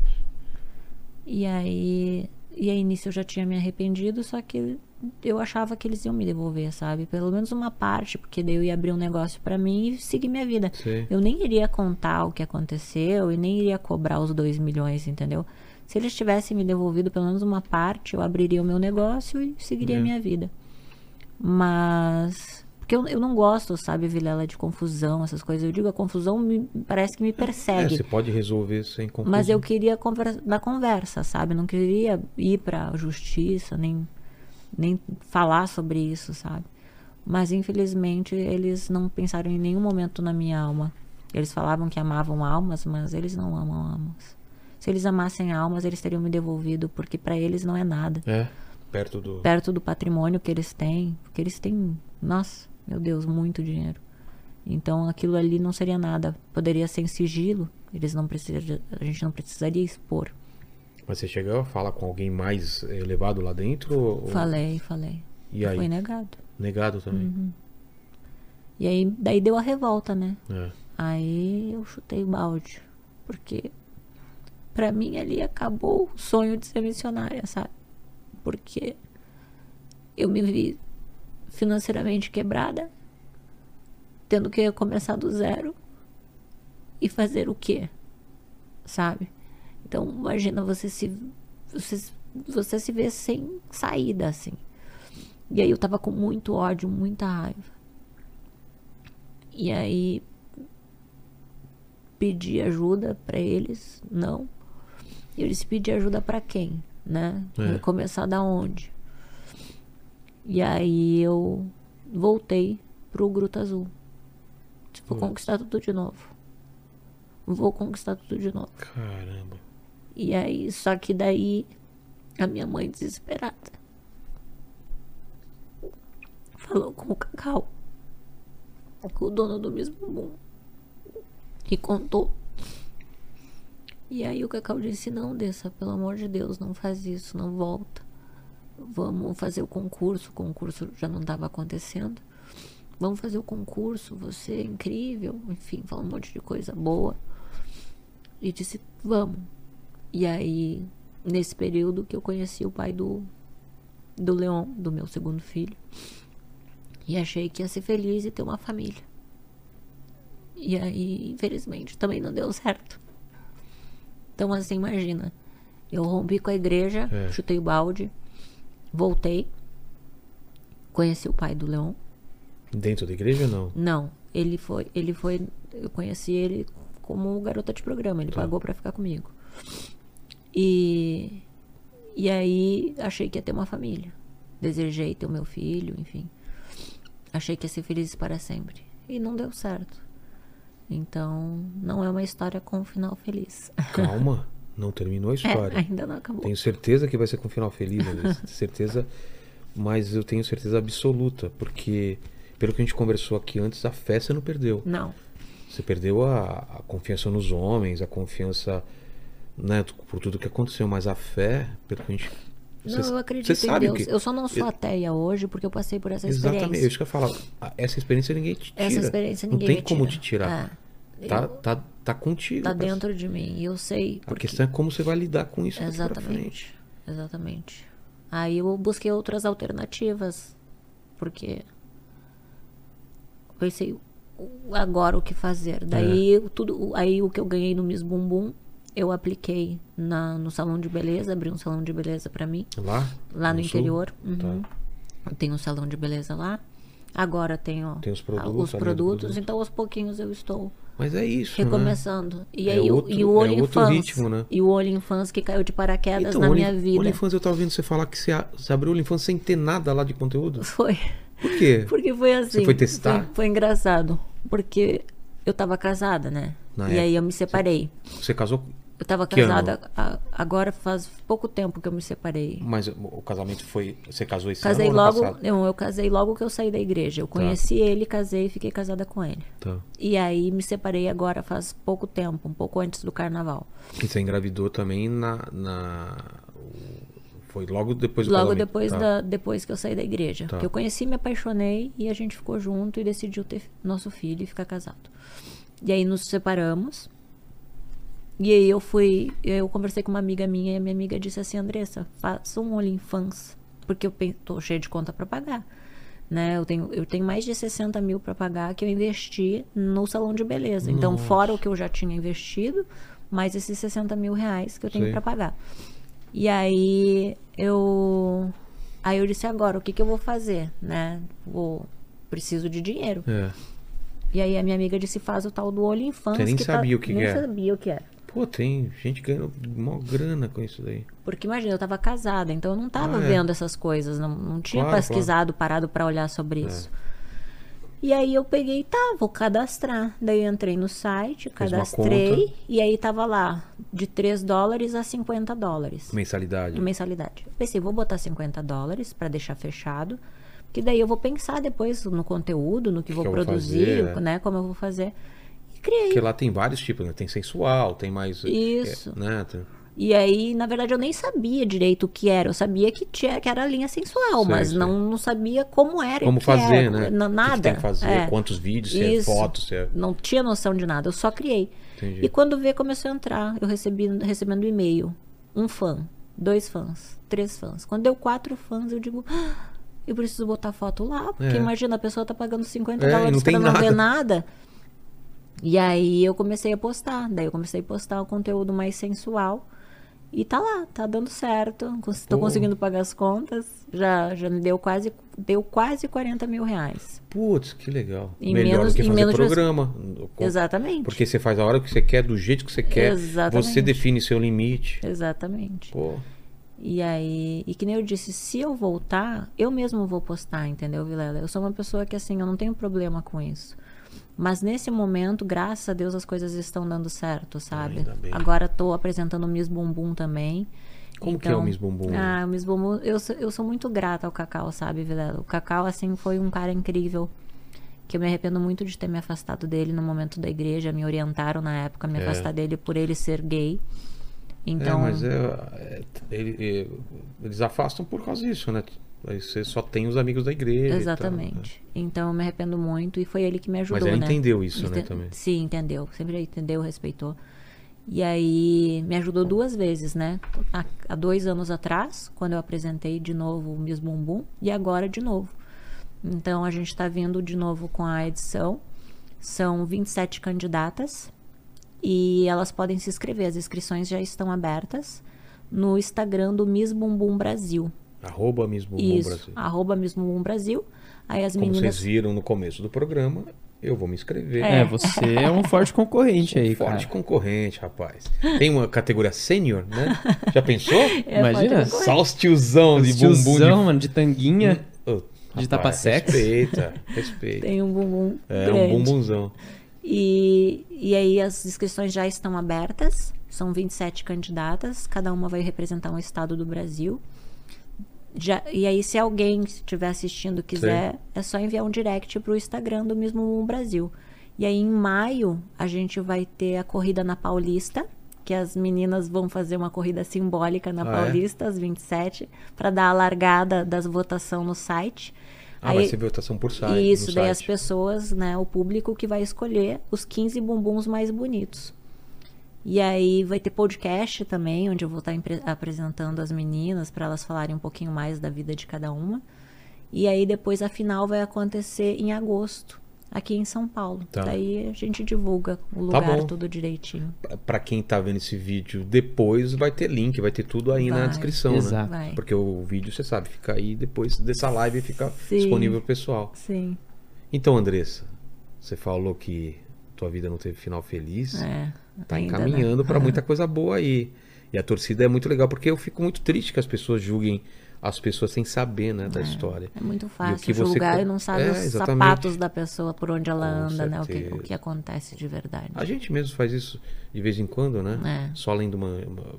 S3: E aí, e aí nisso eu já tinha me arrependido, só que eu achava que eles iam me devolver, sabe? Pelo menos uma parte, porque daí eu ia abrir um negócio pra mim e seguir minha vida.
S1: Sei.
S3: Eu nem iria contar o que aconteceu e nem iria cobrar os dois milhões, entendeu? Se eles tivessem me devolvido pelo menos uma parte, eu abriria o meu negócio e seguiria a
S1: É.
S3: minha vida. Mas. Porque eu, eu não gosto, sabe, Vilela, de confusão, essas coisas. Eu digo, a confusão me- parece que me
S1: É,
S3: persegue.
S1: você pode resolver sem confusão.
S3: Mas eu queria conversa, da conversa, sabe? Eu não queria ir pra justiça, nem, nem falar sobre isso, sabe? Mas infelizmente eles não pensaram em nenhum momento na minha alma. Eles falavam que amavam almas, mas eles não amam almas. Se eles amassem almas, eles teriam me devolvido, porque pra eles não é nada.
S1: É, perto do...
S3: Perto do patrimônio que eles têm, porque eles têm, nossa, meu Deus, muito dinheiro. Então aquilo ali não seria nada. Poderia ser em sigilo, eles não precisam, a gente não precisaria expor.
S1: Mas você chegou a falar com alguém mais eh, elevado lá dentro? Ou...
S3: Falei, falei.
S1: E aí?
S3: Foi né? Uhum. negado.
S1: Negado também.
S3: E aí, daí deu a revolta, né?
S1: É.
S3: Aí eu chutei o balde. Porque pra mim ali acabou o sonho de ser missionária, sabe? Porque eu me vi financeiramente quebrada, tendo que começar do zero e fazer o quê? Sabe? Então imagina você se você, você se vê sem saída assim. E aí eu tava com muito ódio, muita raiva. E aí pedi ajuda pra eles, não. E eu disse pedir ajuda pra quem, né?
S1: É.
S3: Vai Começar da onde? E aí eu voltei pro Gruta Azul. Tipo, vou
S1: Putz.
S3: conquistar tudo de novo. Vou conquistar tudo de novo.
S1: Caramba.
S3: E aí, só que daí a minha mãe desesperada falou com o Cacau, com o dono do mesmo boom, e contou. E aí o Cacau disse: Não, Dessa, pelo amor de Deus, não faz isso, não volta. Vamos fazer o concurso. O concurso já não estava acontecendo. Vamos fazer o concurso. Você é incrível. Enfim, fala um monte de coisa boa. E disse: Vamos. E aí, nesse período que eu conheci o pai do, do Leon, do meu segundo filho, e achei que ia ser feliz e ter uma família. E aí, infelizmente, também não deu certo. Então, assim, imagina. Eu rompi com a igreja,
S1: É.
S3: chutei o balde, voltei, conheci o pai do Leon.
S1: Dentro da igreja ou não?
S3: Não, ele foi, ele foi, eu conheci ele como garota de programa,
S1: Tá.
S3: ele pagou pra ficar comigo. E e aí achei que ia ter uma família. Desejei ter o meu filho, enfim. Achei que ia ser feliz para sempre e não deu certo. Então, não é uma história com um final feliz.
S1: Calma, não terminou a
S3: É,
S1: história.
S3: ainda não acabou.
S1: Tenho certeza que vai ser com um final feliz, Andressa, certeza, mas eu tenho certeza absoluta, porque pelo que a gente conversou aqui antes, a fé você não perdeu.
S3: Não.
S1: Você perdeu a, a confiança nos homens, a confiança né, tu- por tudo que aconteceu, mas a fé, pelo que a gente.
S3: Não,
S1: você-
S3: eu acredito
S1: você
S3: em
S1: sabe o
S3: Deus.
S1: que-
S3: Eu só não sou ateia hoje porque eu passei por essa experiência.
S1: Exatamente, é isso que eu falo. A- Essa experiência ninguém te tira.
S3: Essa experiência ninguém
S1: Não tem
S3: me
S1: como
S3: tira.
S1: te tirar.
S3: É.
S1: Tá,
S3: Eu-
S1: tá, tá contigo.
S3: tá
S1: parceiro.
S3: dentro de mim. E eu sei
S1: A
S3: porque
S1: questão é como você vai lidar com isso daqui pra frente.
S3: exatamente. Exatamente. Aí eu busquei outras alternativas, porque pensei o- agora o que fazer. Daí
S1: É.
S3: eu- tudo, o- aí o que eu ganhei no Miss Bumbum, eu apliquei na no salão de beleza, abri um salão de beleza pra mim.
S1: Lá?
S3: Lá no
S1: sul?
S3: interior,
S1: Tá.
S3: uhum. Eu tenho um salão de beleza lá. Agora tenho
S1: Tem os
S3: ah,
S1: produtos,
S3: os
S1: a linha de
S3: produtos,
S1: produtos.
S3: então aos pouquinhos eu estou
S1: Mas é isso. Né?
S3: recomeçando. E
S1: É
S3: aí o-
S1: outro-
S3: e o
S1: é
S3: olho
S1: outro
S3: infans,
S1: ritmo, né?
S3: E o olho infans que caiu de paraquedas na
S1: Então, o
S3: minha
S1: Only-
S3: vida.
S1: OnlyFans, eu tava ouvindo você falar que você, a- você abriu o OnlyFans sem ter nada lá de conteúdo.
S3: Foi.
S1: Por quê?
S3: Porque foi assim.
S1: Você foi testar?
S3: Foi, foi engraçado. Porque eu tava casada, né?
S1: Na
S3: e
S1: época.
S3: aí eu me separei.
S1: Você casou,
S3: Eu tava
S1: Que ano?
S3: casada a- agora faz pouco tempo que eu me separei.
S1: mas o casamento foi. Hum, Você casou esse
S3: Casei
S1: ano ou ano
S3: logo,
S1: passado?
S3: não, eu casei logo que eu saí da igreja. Eu conheci ele, casei e fiquei casada com ele.
S1: Tá.
S3: E aí me separei agora faz pouco tempo, um pouco antes do carnaval.
S1: E você engravidou também na. na... Foi logo depois do
S3: Logo
S1: casamento.
S3: depois,
S1: Tá.
S3: da, depois que eu saí da igreja.
S1: Tá.
S3: Que eu conheci, me apaixonei e a gente ficou junto e decidiu ter nosso filho e ficar casado. E aí nos separamos. E aí eu fui, eu conversei com uma amiga minha e a minha amiga disse assim, Andressa, faça um OnlyFans, porque eu pe- tô cheia de conta pra pagar. Né, eu, tenho, eu tenho mais de 60 mil pra pagar que eu investi no salão de beleza. Então, fora o que eu já tinha investido, mais esses 60 mil reais que eu tenho
S1: Sim.
S3: pra pagar. E aí eu aí eu disse agora, o que que eu vou fazer, né? Vou preciso de dinheiro.
S1: É.
S3: E aí a minha amiga disse faz o tal do olho infância. tá-"
S1: Você nem sabia o que
S3: nem
S1: que é.
S3: sabia o que era.
S1: Pô, tem gente ganhando mó grana com isso daí.
S3: Porque imagina, eu tava casada, então eu não tava
S1: Ah, é.
S3: vendo essas coisas, não, não tinha
S1: Claro, É.
S3: pesquisado, parado pra olhar sobre isso. E aí eu peguei, tá, vou cadastrar. Daí eu entrei no site,
S1: Fez uma
S3: cadastrei,
S1: conta.
S3: e aí tava lá, de 3 dólares a 50 dólares.
S1: Mensalidade.
S3: de mensalidade. Eu pensei, vou botar 50 dólares para deixar fechado, que daí eu vou pensar depois no conteúdo, no que, vou
S1: que eu vou
S3: produzir,
S1: fazer, é.
S3: né, como eu vou fazer. E criei. um
S1: Porque lá tem vários tipos, né? Tem sensual, tem mais. é,
S3: Isso.
S1: né? Tem-
S3: E aí, na verdade, eu nem sabia direito o que era. Eu sabia que, tinha, que era a linha sensual,
S1: Sei,
S3: mas
S1: sei.
S3: Não, não sabia como era. e
S1: Como
S3: o que era,
S1: fazer, né?
S3: n-
S1: O que
S3: Nada.
S1: que tem que fazer,
S3: é.
S1: quantos vídeos, se é
S3: Isso.
S1: foto, se é-
S3: Não tinha noção de nada, eu só criei.
S1: Entendi.
S3: E quando vê, começou a entrar. Eu recebi, recebendo e-mail. Um fã, dois fãs, três fãs. Quando deu quatro fãs, eu digo... "Ah, eu preciso botar foto lá, porque
S1: É.
S3: imagina, a pessoa tá pagando 50
S1: É, e
S3: dólares
S1: não
S3: pra
S1: tem
S3: não
S1: nada.
S3: ver nada. E aí eu comecei a postar. Daí eu comecei a postar um conteúdo mais sensual. E tá lá, tá dando certo. cons- Tô
S1: Pô.
S3: conseguindo pagar as contas. Já, já me deu quase, deu quase 40 mil reais.
S1: Putz, que legal.
S3: Em
S1: Melhor
S3: menos-
S1: do que
S3: em
S1: fazer
S3: menos de um você-
S1: programa. Com-
S3: Exatamente.
S1: Porque você faz a hora que você quer, do jeito que você quer.
S3: Exatamente.
S1: Você define seu limite.
S3: Exatamente.
S1: Pô, é,
S3: E aí, e que nem eu disse, se eu voltar, eu mesmo vou postar, entendeu, Vilela? Eu sou uma pessoa que assim, eu não tenho problema com isso. Mas nesse momento, graças a Deus, as coisas estão dando certo, sabe?
S1: Ainda bem.
S3: Agora tô apresentando o Miss Bumbum também.
S1: Como que é o Miss Bumbum?
S3: Ah, o Miss Bumbum, eu sou, eu sou muito grata ao Cacau, sabe, Vilela? O Cacau, assim, foi um cara incrível. Que eu me arrependo muito de ter me afastado dele no momento da igreja. Me orientaram na época a me
S1: É.
S3: afastar dele por ele ser gay.
S1: é,
S3: Então,
S1: mas é, é, ele- é, eles afastam por causa disso, né? Aí você só tem os amigos da igreja. e tal, né?
S3: Exatamente. Então eu me arrependo muito e foi ele que me ajudou,
S1: ele
S3: né?
S1: entendeu isso, né,
S3: Ente-
S1: também.
S3: Sim, entendeu. Sempre entendeu, respeitou. E aí me ajudou duas vezes, né? Há, há dois anos atrás, quando eu apresentei de novo o Miss Bumbum e agora de novo. Então a gente tá vindo de novo com a edição São 27 candidatas e elas podem se inscrever. As inscrições já estão abertas no Instagram do Miss Bumbum Brasil.
S1: Arroba Miss Bumbum
S3: Isso,
S1: Brasil.
S3: arroba Miss Bumbum Brasil. Aí as
S1: Como
S3: meninas
S1: vocês viram no começo do programa, eu vou me inscrever.
S2: É, você é um forte concorrente aí, cara.
S1: Forte concorrente, rapaz. Tem uma categoria sênior, né? Já pensou?
S3: É,
S2: Imagina.
S3: pode-
S1: Só os tiozão de
S2: Os
S1: bumbum.
S2: tiozão,
S1: De...
S2: mano, de tanguinha.
S1: Ô,
S2: de tapa sexo.
S1: Respeita, respeita.
S3: Tem um bumbum
S1: É
S3: grande.
S1: um bumbumzão.
S3: E, e aí as inscrições já estão abertas, são 27 candidatas, cada uma vai representar um estado do Brasil. Já, e aí, se alguém estiver assistindo quiser, é só enviar um direct para o Instagram do mesmo Bumbum Brasil. E aí, em maio, a gente vai ter a corrida na Paulista, que as meninas vão fazer uma corrida simbólica na
S1: Ah, é?
S3: Paulista, às 27, para dar a largada das votação no site.
S1: Ah, vai ser votação por site.
S3: E isso,
S1: no
S3: daí
S1: site.
S3: as pessoas, né, o público que vai escolher os 15 bumbuns mais bonitos. E aí vai ter podcast também, onde eu vou estar empre- apresentando as meninas para elas falarem um pouquinho mais da vida de cada uma. E aí depois a final vai acontecer em agosto, aqui em São Paulo.
S1: Tá.
S3: Daí a gente divulga o
S1: Tá
S3: lugar,
S1: bom.
S3: tudo direitinho.
S1: Pra quem tá vendo esse vídeo depois, vai ter link, vai ter tudo aí na
S3: Vai.
S1: descrição, né?
S2: Exato.
S3: Vai.
S1: Porque o vídeo, você sabe, fica aí depois dessa live fica
S3: Sim.
S1: disponível pro pessoal.
S3: Sim.
S1: Então, Andressa, você falou que tua vida não teve final feliz.
S3: É.
S1: tá
S3: ainda
S1: encaminhando pra muita coisa boa aí. E a torcida é muito legal, porque eu fico muito triste que as pessoas julguem as pessoas sem saber, né, da história.
S3: É muito
S1: E o que
S3: fácil
S1: você
S3: julgar
S1: co-
S3: e não sabe
S1: É,
S3: os
S1: exatamente.
S3: sapatos da pessoa, por onde ela
S1: Com
S3: anda, né? O que, o
S1: certeza.
S3: que acontece de verdade.
S1: A gente mesmo faz isso de vez em quando, né?
S3: É.
S1: Só lendo uma, uma-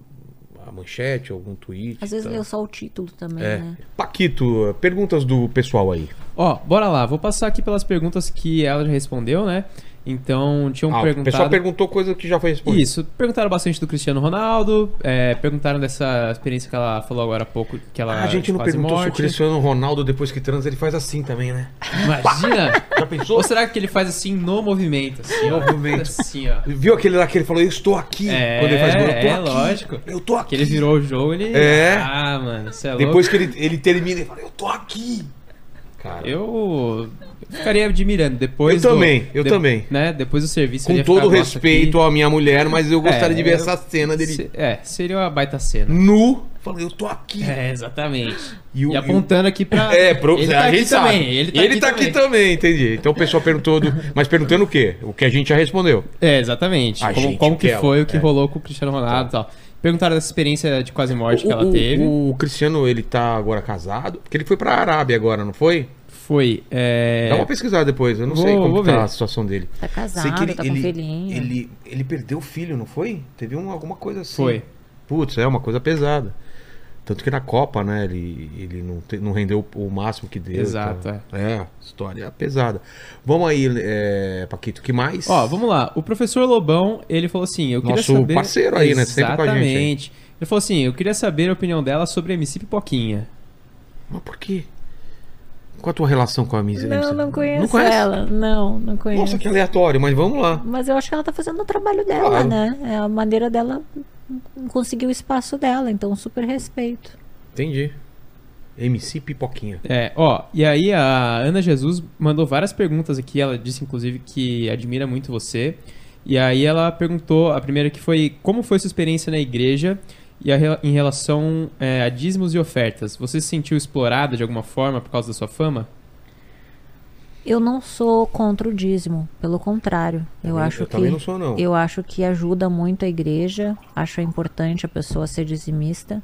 S1: uma manchete, algum tweet.
S3: Às vezes
S1: tá.
S3: leu só o título também,
S1: É.
S2: Uhum.
S3: né?
S1: Paquito, perguntas do pessoal aí.
S2: Ó, bora lá. Vou passar aqui pelas perguntas que ela já respondeu, né? Então, tinham
S1: Ah, O pessoal
S2: perguntado...
S1: perguntou coisa que já foi respondida.
S2: Isso, perguntaram bastante do Cristiano Ronaldo, é, perguntaram dessa experiência que ela falou agora há pouco, que ela
S1: Ah, a gente não
S2: quase
S1: perguntou se o
S2: morte.
S1: Cristiano Ronaldo, depois que transa, ele faz assim também, né?
S2: Imagina!
S1: Já pensou?
S2: Ou será que ele faz assim no movimento? Assim, ó,
S1: Movimento.
S2: Assim, ó.
S1: Viu aquele lá que ele falou, eu estou aqui.
S2: É,
S1: quando ele faz gol, eu tô
S2: é,
S1: aqui.
S2: lógico.
S1: Eu tô aqui.
S2: Que ele virou o jogo, ele...
S1: É.
S2: Ah, mano, você é louco.
S1: Depois que ele, ele termina, ele fala, eu tô aqui. Cara,
S2: Eu ficaria admirando depois.
S1: Eu
S2: do-
S1: também, eu
S2: de-
S1: também.
S2: Né, depois do serviço. eu
S1: com
S2: ia ficar,
S1: todo o
S2: "Nossa,
S1: respeito à minha mulher, mas eu gostaria
S2: É,
S1: de ver
S2: eu-
S1: essa cena
S2: que-
S1: dele
S2: se- É, seria uma baita cena.
S1: nu, falando, eu tô aqui.
S2: É, exatamente.
S1: E
S2: E,
S1: o- e o-
S2: apontando aqui pra.
S1: É, pro...
S2: ele
S1: a
S2: tá aqui
S1: gente sabe.
S2: também. Ele tá, aqui, também.
S1: também, entendi. Então o pessoal perguntou, do... mas perguntando o quê? O que a gente já respondeu.
S2: É, exatamente.
S1: A
S2: como
S1: gente,
S2: como que
S1: que ela-
S2: foi o que
S1: é. Tá.
S2: rolou com o Cristiano Ronaldo e tal. Perguntaram dessa experiência de quase morte que
S1: O-
S2: ela
S1: o,
S2: teve.
S1: o Cristiano, ele tá agora casado, porque ele foi pra Arábia agora, não foi?
S2: Foi. É...
S1: Dá uma pesquisada depois, eu não
S2: Vou-
S1: sei como
S2: vou
S1: que tá
S2: ver.
S1: a situação dele.
S3: Tá
S1: Sei
S3: casado,
S1: que ele,
S3: tá com
S1: ele,
S3: filhinho.
S1: ele, ele perdeu o filho, não foi? Teve um, alguma coisa assim.
S2: Foi.
S1: Putz, é uma coisa pesada. Tanto que na Copa, né, ele, ele não, te- não rendeu o máximo que deu.
S2: Exato,
S1: então. é. história pesada. Vamos aí, é, Paquito, que mais?
S2: Ó, vamos lá. O professor Lobão, ele falou assim, eu queria
S1: Nosso
S2: saber...
S1: parceiro aí, né? Sempre com a gente aí.
S2: Exatamente. Ele falou assim, eu queria saber a opinião dela sobre a MC Pipoquinha.
S1: Mas por quê? Qual a tua relação com a Miss
S3: Não,
S1: MC?
S3: não conheço
S1: Não conhece?
S3: ela. Não, não conheço.
S1: Nossa, que aleatório, mas vamos lá.
S3: Mas eu acho que ela tá fazendo o trabalho dela,
S1: Claro.
S3: né? É a maneira dela conseguir o espaço dela, então super respeito.
S1: Entendi. MC Pipoquinha.
S2: É, ó, e aí a Ana Jesus mandou várias perguntas aqui, ela disse inclusive que admira muito você. E aí ela perguntou, a primeira que foi, como foi sua experiência na igreja e a re- em relação é, a dízimos e ofertas? Você se sentiu explorada de alguma forma por causa da sua fama?
S3: Eu não sou contra o dízimo, pelo contrário. Eu
S1: Também-
S3: acho
S1: eu
S3: que
S1: também não sou, não.
S3: Eu acho que ajuda muito a igreja, acho importante a pessoa ser dizimista.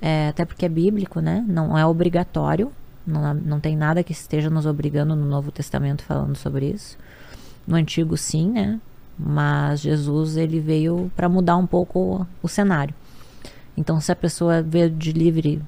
S3: É, até porque é bíblico, né? Não é obrigatório. Não, há- não tem nada que esteja nos obrigando no Novo Testamento falando sobre isso. No Antigo, sim, né? Mas Jesus ele veio para mudar um pouco o cenário. Então, se a pessoa veio de livre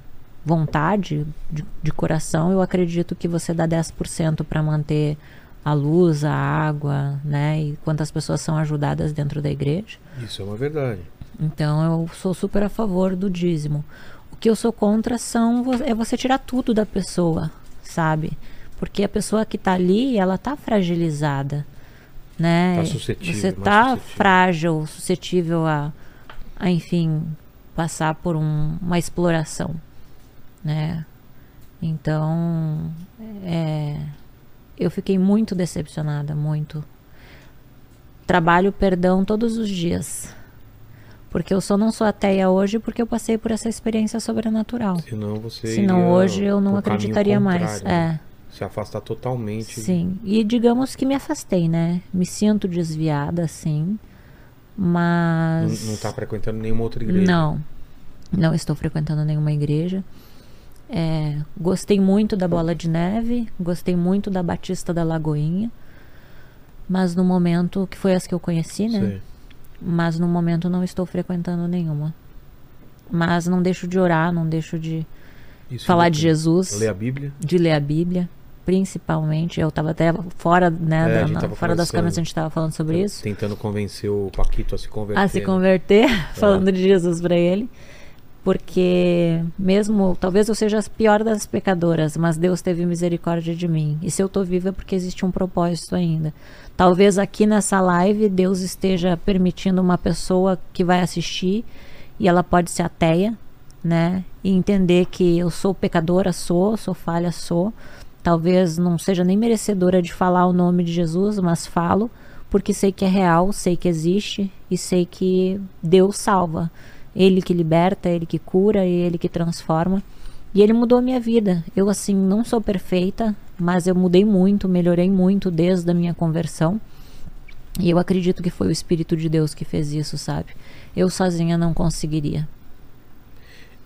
S3: vontade, de, de coração, eu acredito que você dá 10% para manter a luz, a água, né? E quantas pessoas são ajudadas dentro da igreja.
S1: Isso é uma verdade.
S3: Então, eu sou super a favor do dízimo. O que eu sou contra são vo- é você tirar tudo da pessoa, sabe? Porque a pessoa que tá ali, ela tá fragilizada, né?
S1: Tá suscetível,
S3: Você
S1: mais
S3: tá
S1: suscetível.
S3: frágil, suscetível a, a, enfim, passar por um- uma exploração, né? Então, é, eu fiquei muito decepcionada, muito trabalho o perdão todos os dias. Porque eu só não sou ateia hoje porque eu passei por essa experiência sobrenatural.
S1: Senão você.
S3: Senão
S1: iria
S3: hoje eu não
S1: pro caminho
S3: acreditaria mais.
S1: contrário, né?
S3: É.
S1: Se afastar totalmente.
S3: Sim, e digamos que me afastei, né? Me sinto desviada, sim,
S1: Não,
S3: mas
S1: não tá frequentando nenhuma outra igreja.
S3: não, não estou frequentando nenhuma igreja. É, gostei muito da Bola de Neve, gostei muito da Batista da Lagoinha, mas no momento que foi as que eu conheci, né?
S1: Sei.
S3: Mas no momento não estou frequentando nenhuma. Mas não deixo de orar, não deixo de
S1: é, Isso
S3: falar
S1: não
S3: de
S1: tem.
S3: Jesus
S1: Ler a Bíblia.
S3: de ler a Bíblia, principalmente. Eu estava até fora, né,
S1: É,
S3: da-
S1: a gente
S3: na-
S1: tava É.
S3: fora das
S1: conversando.
S3: câmeras, a gente estava falando sobre isso.
S1: Tentando convencer o Paquito a se converter.
S3: A se
S1: né?
S3: converter, falando de Jesus para ele. Porque mesmo, talvez eu seja a pior das pecadoras, mas Deus teve misericórdia de mim. E se eu tô viva é porque existe um propósito ainda. Talvez aqui nessa live Deus esteja permitindo uma pessoa que vai assistir e ela pode ser ateia, né? E entender que eu sou pecadora, sou, sou falha, sou. Talvez não seja nem merecedora de falar o nome de Jesus, mas falo porque sei que é real, sei que existe e sei que Deus salva. Ele que liberta, ele que cura e ele que transforma. E ele mudou a minha vida. Eu assim não sou perfeita, mas eu mudei muito, melhorei muito desde a minha conversão. E eu acredito que foi o espírito de Deus que fez isso, sabe? Eu sozinha não conseguiria.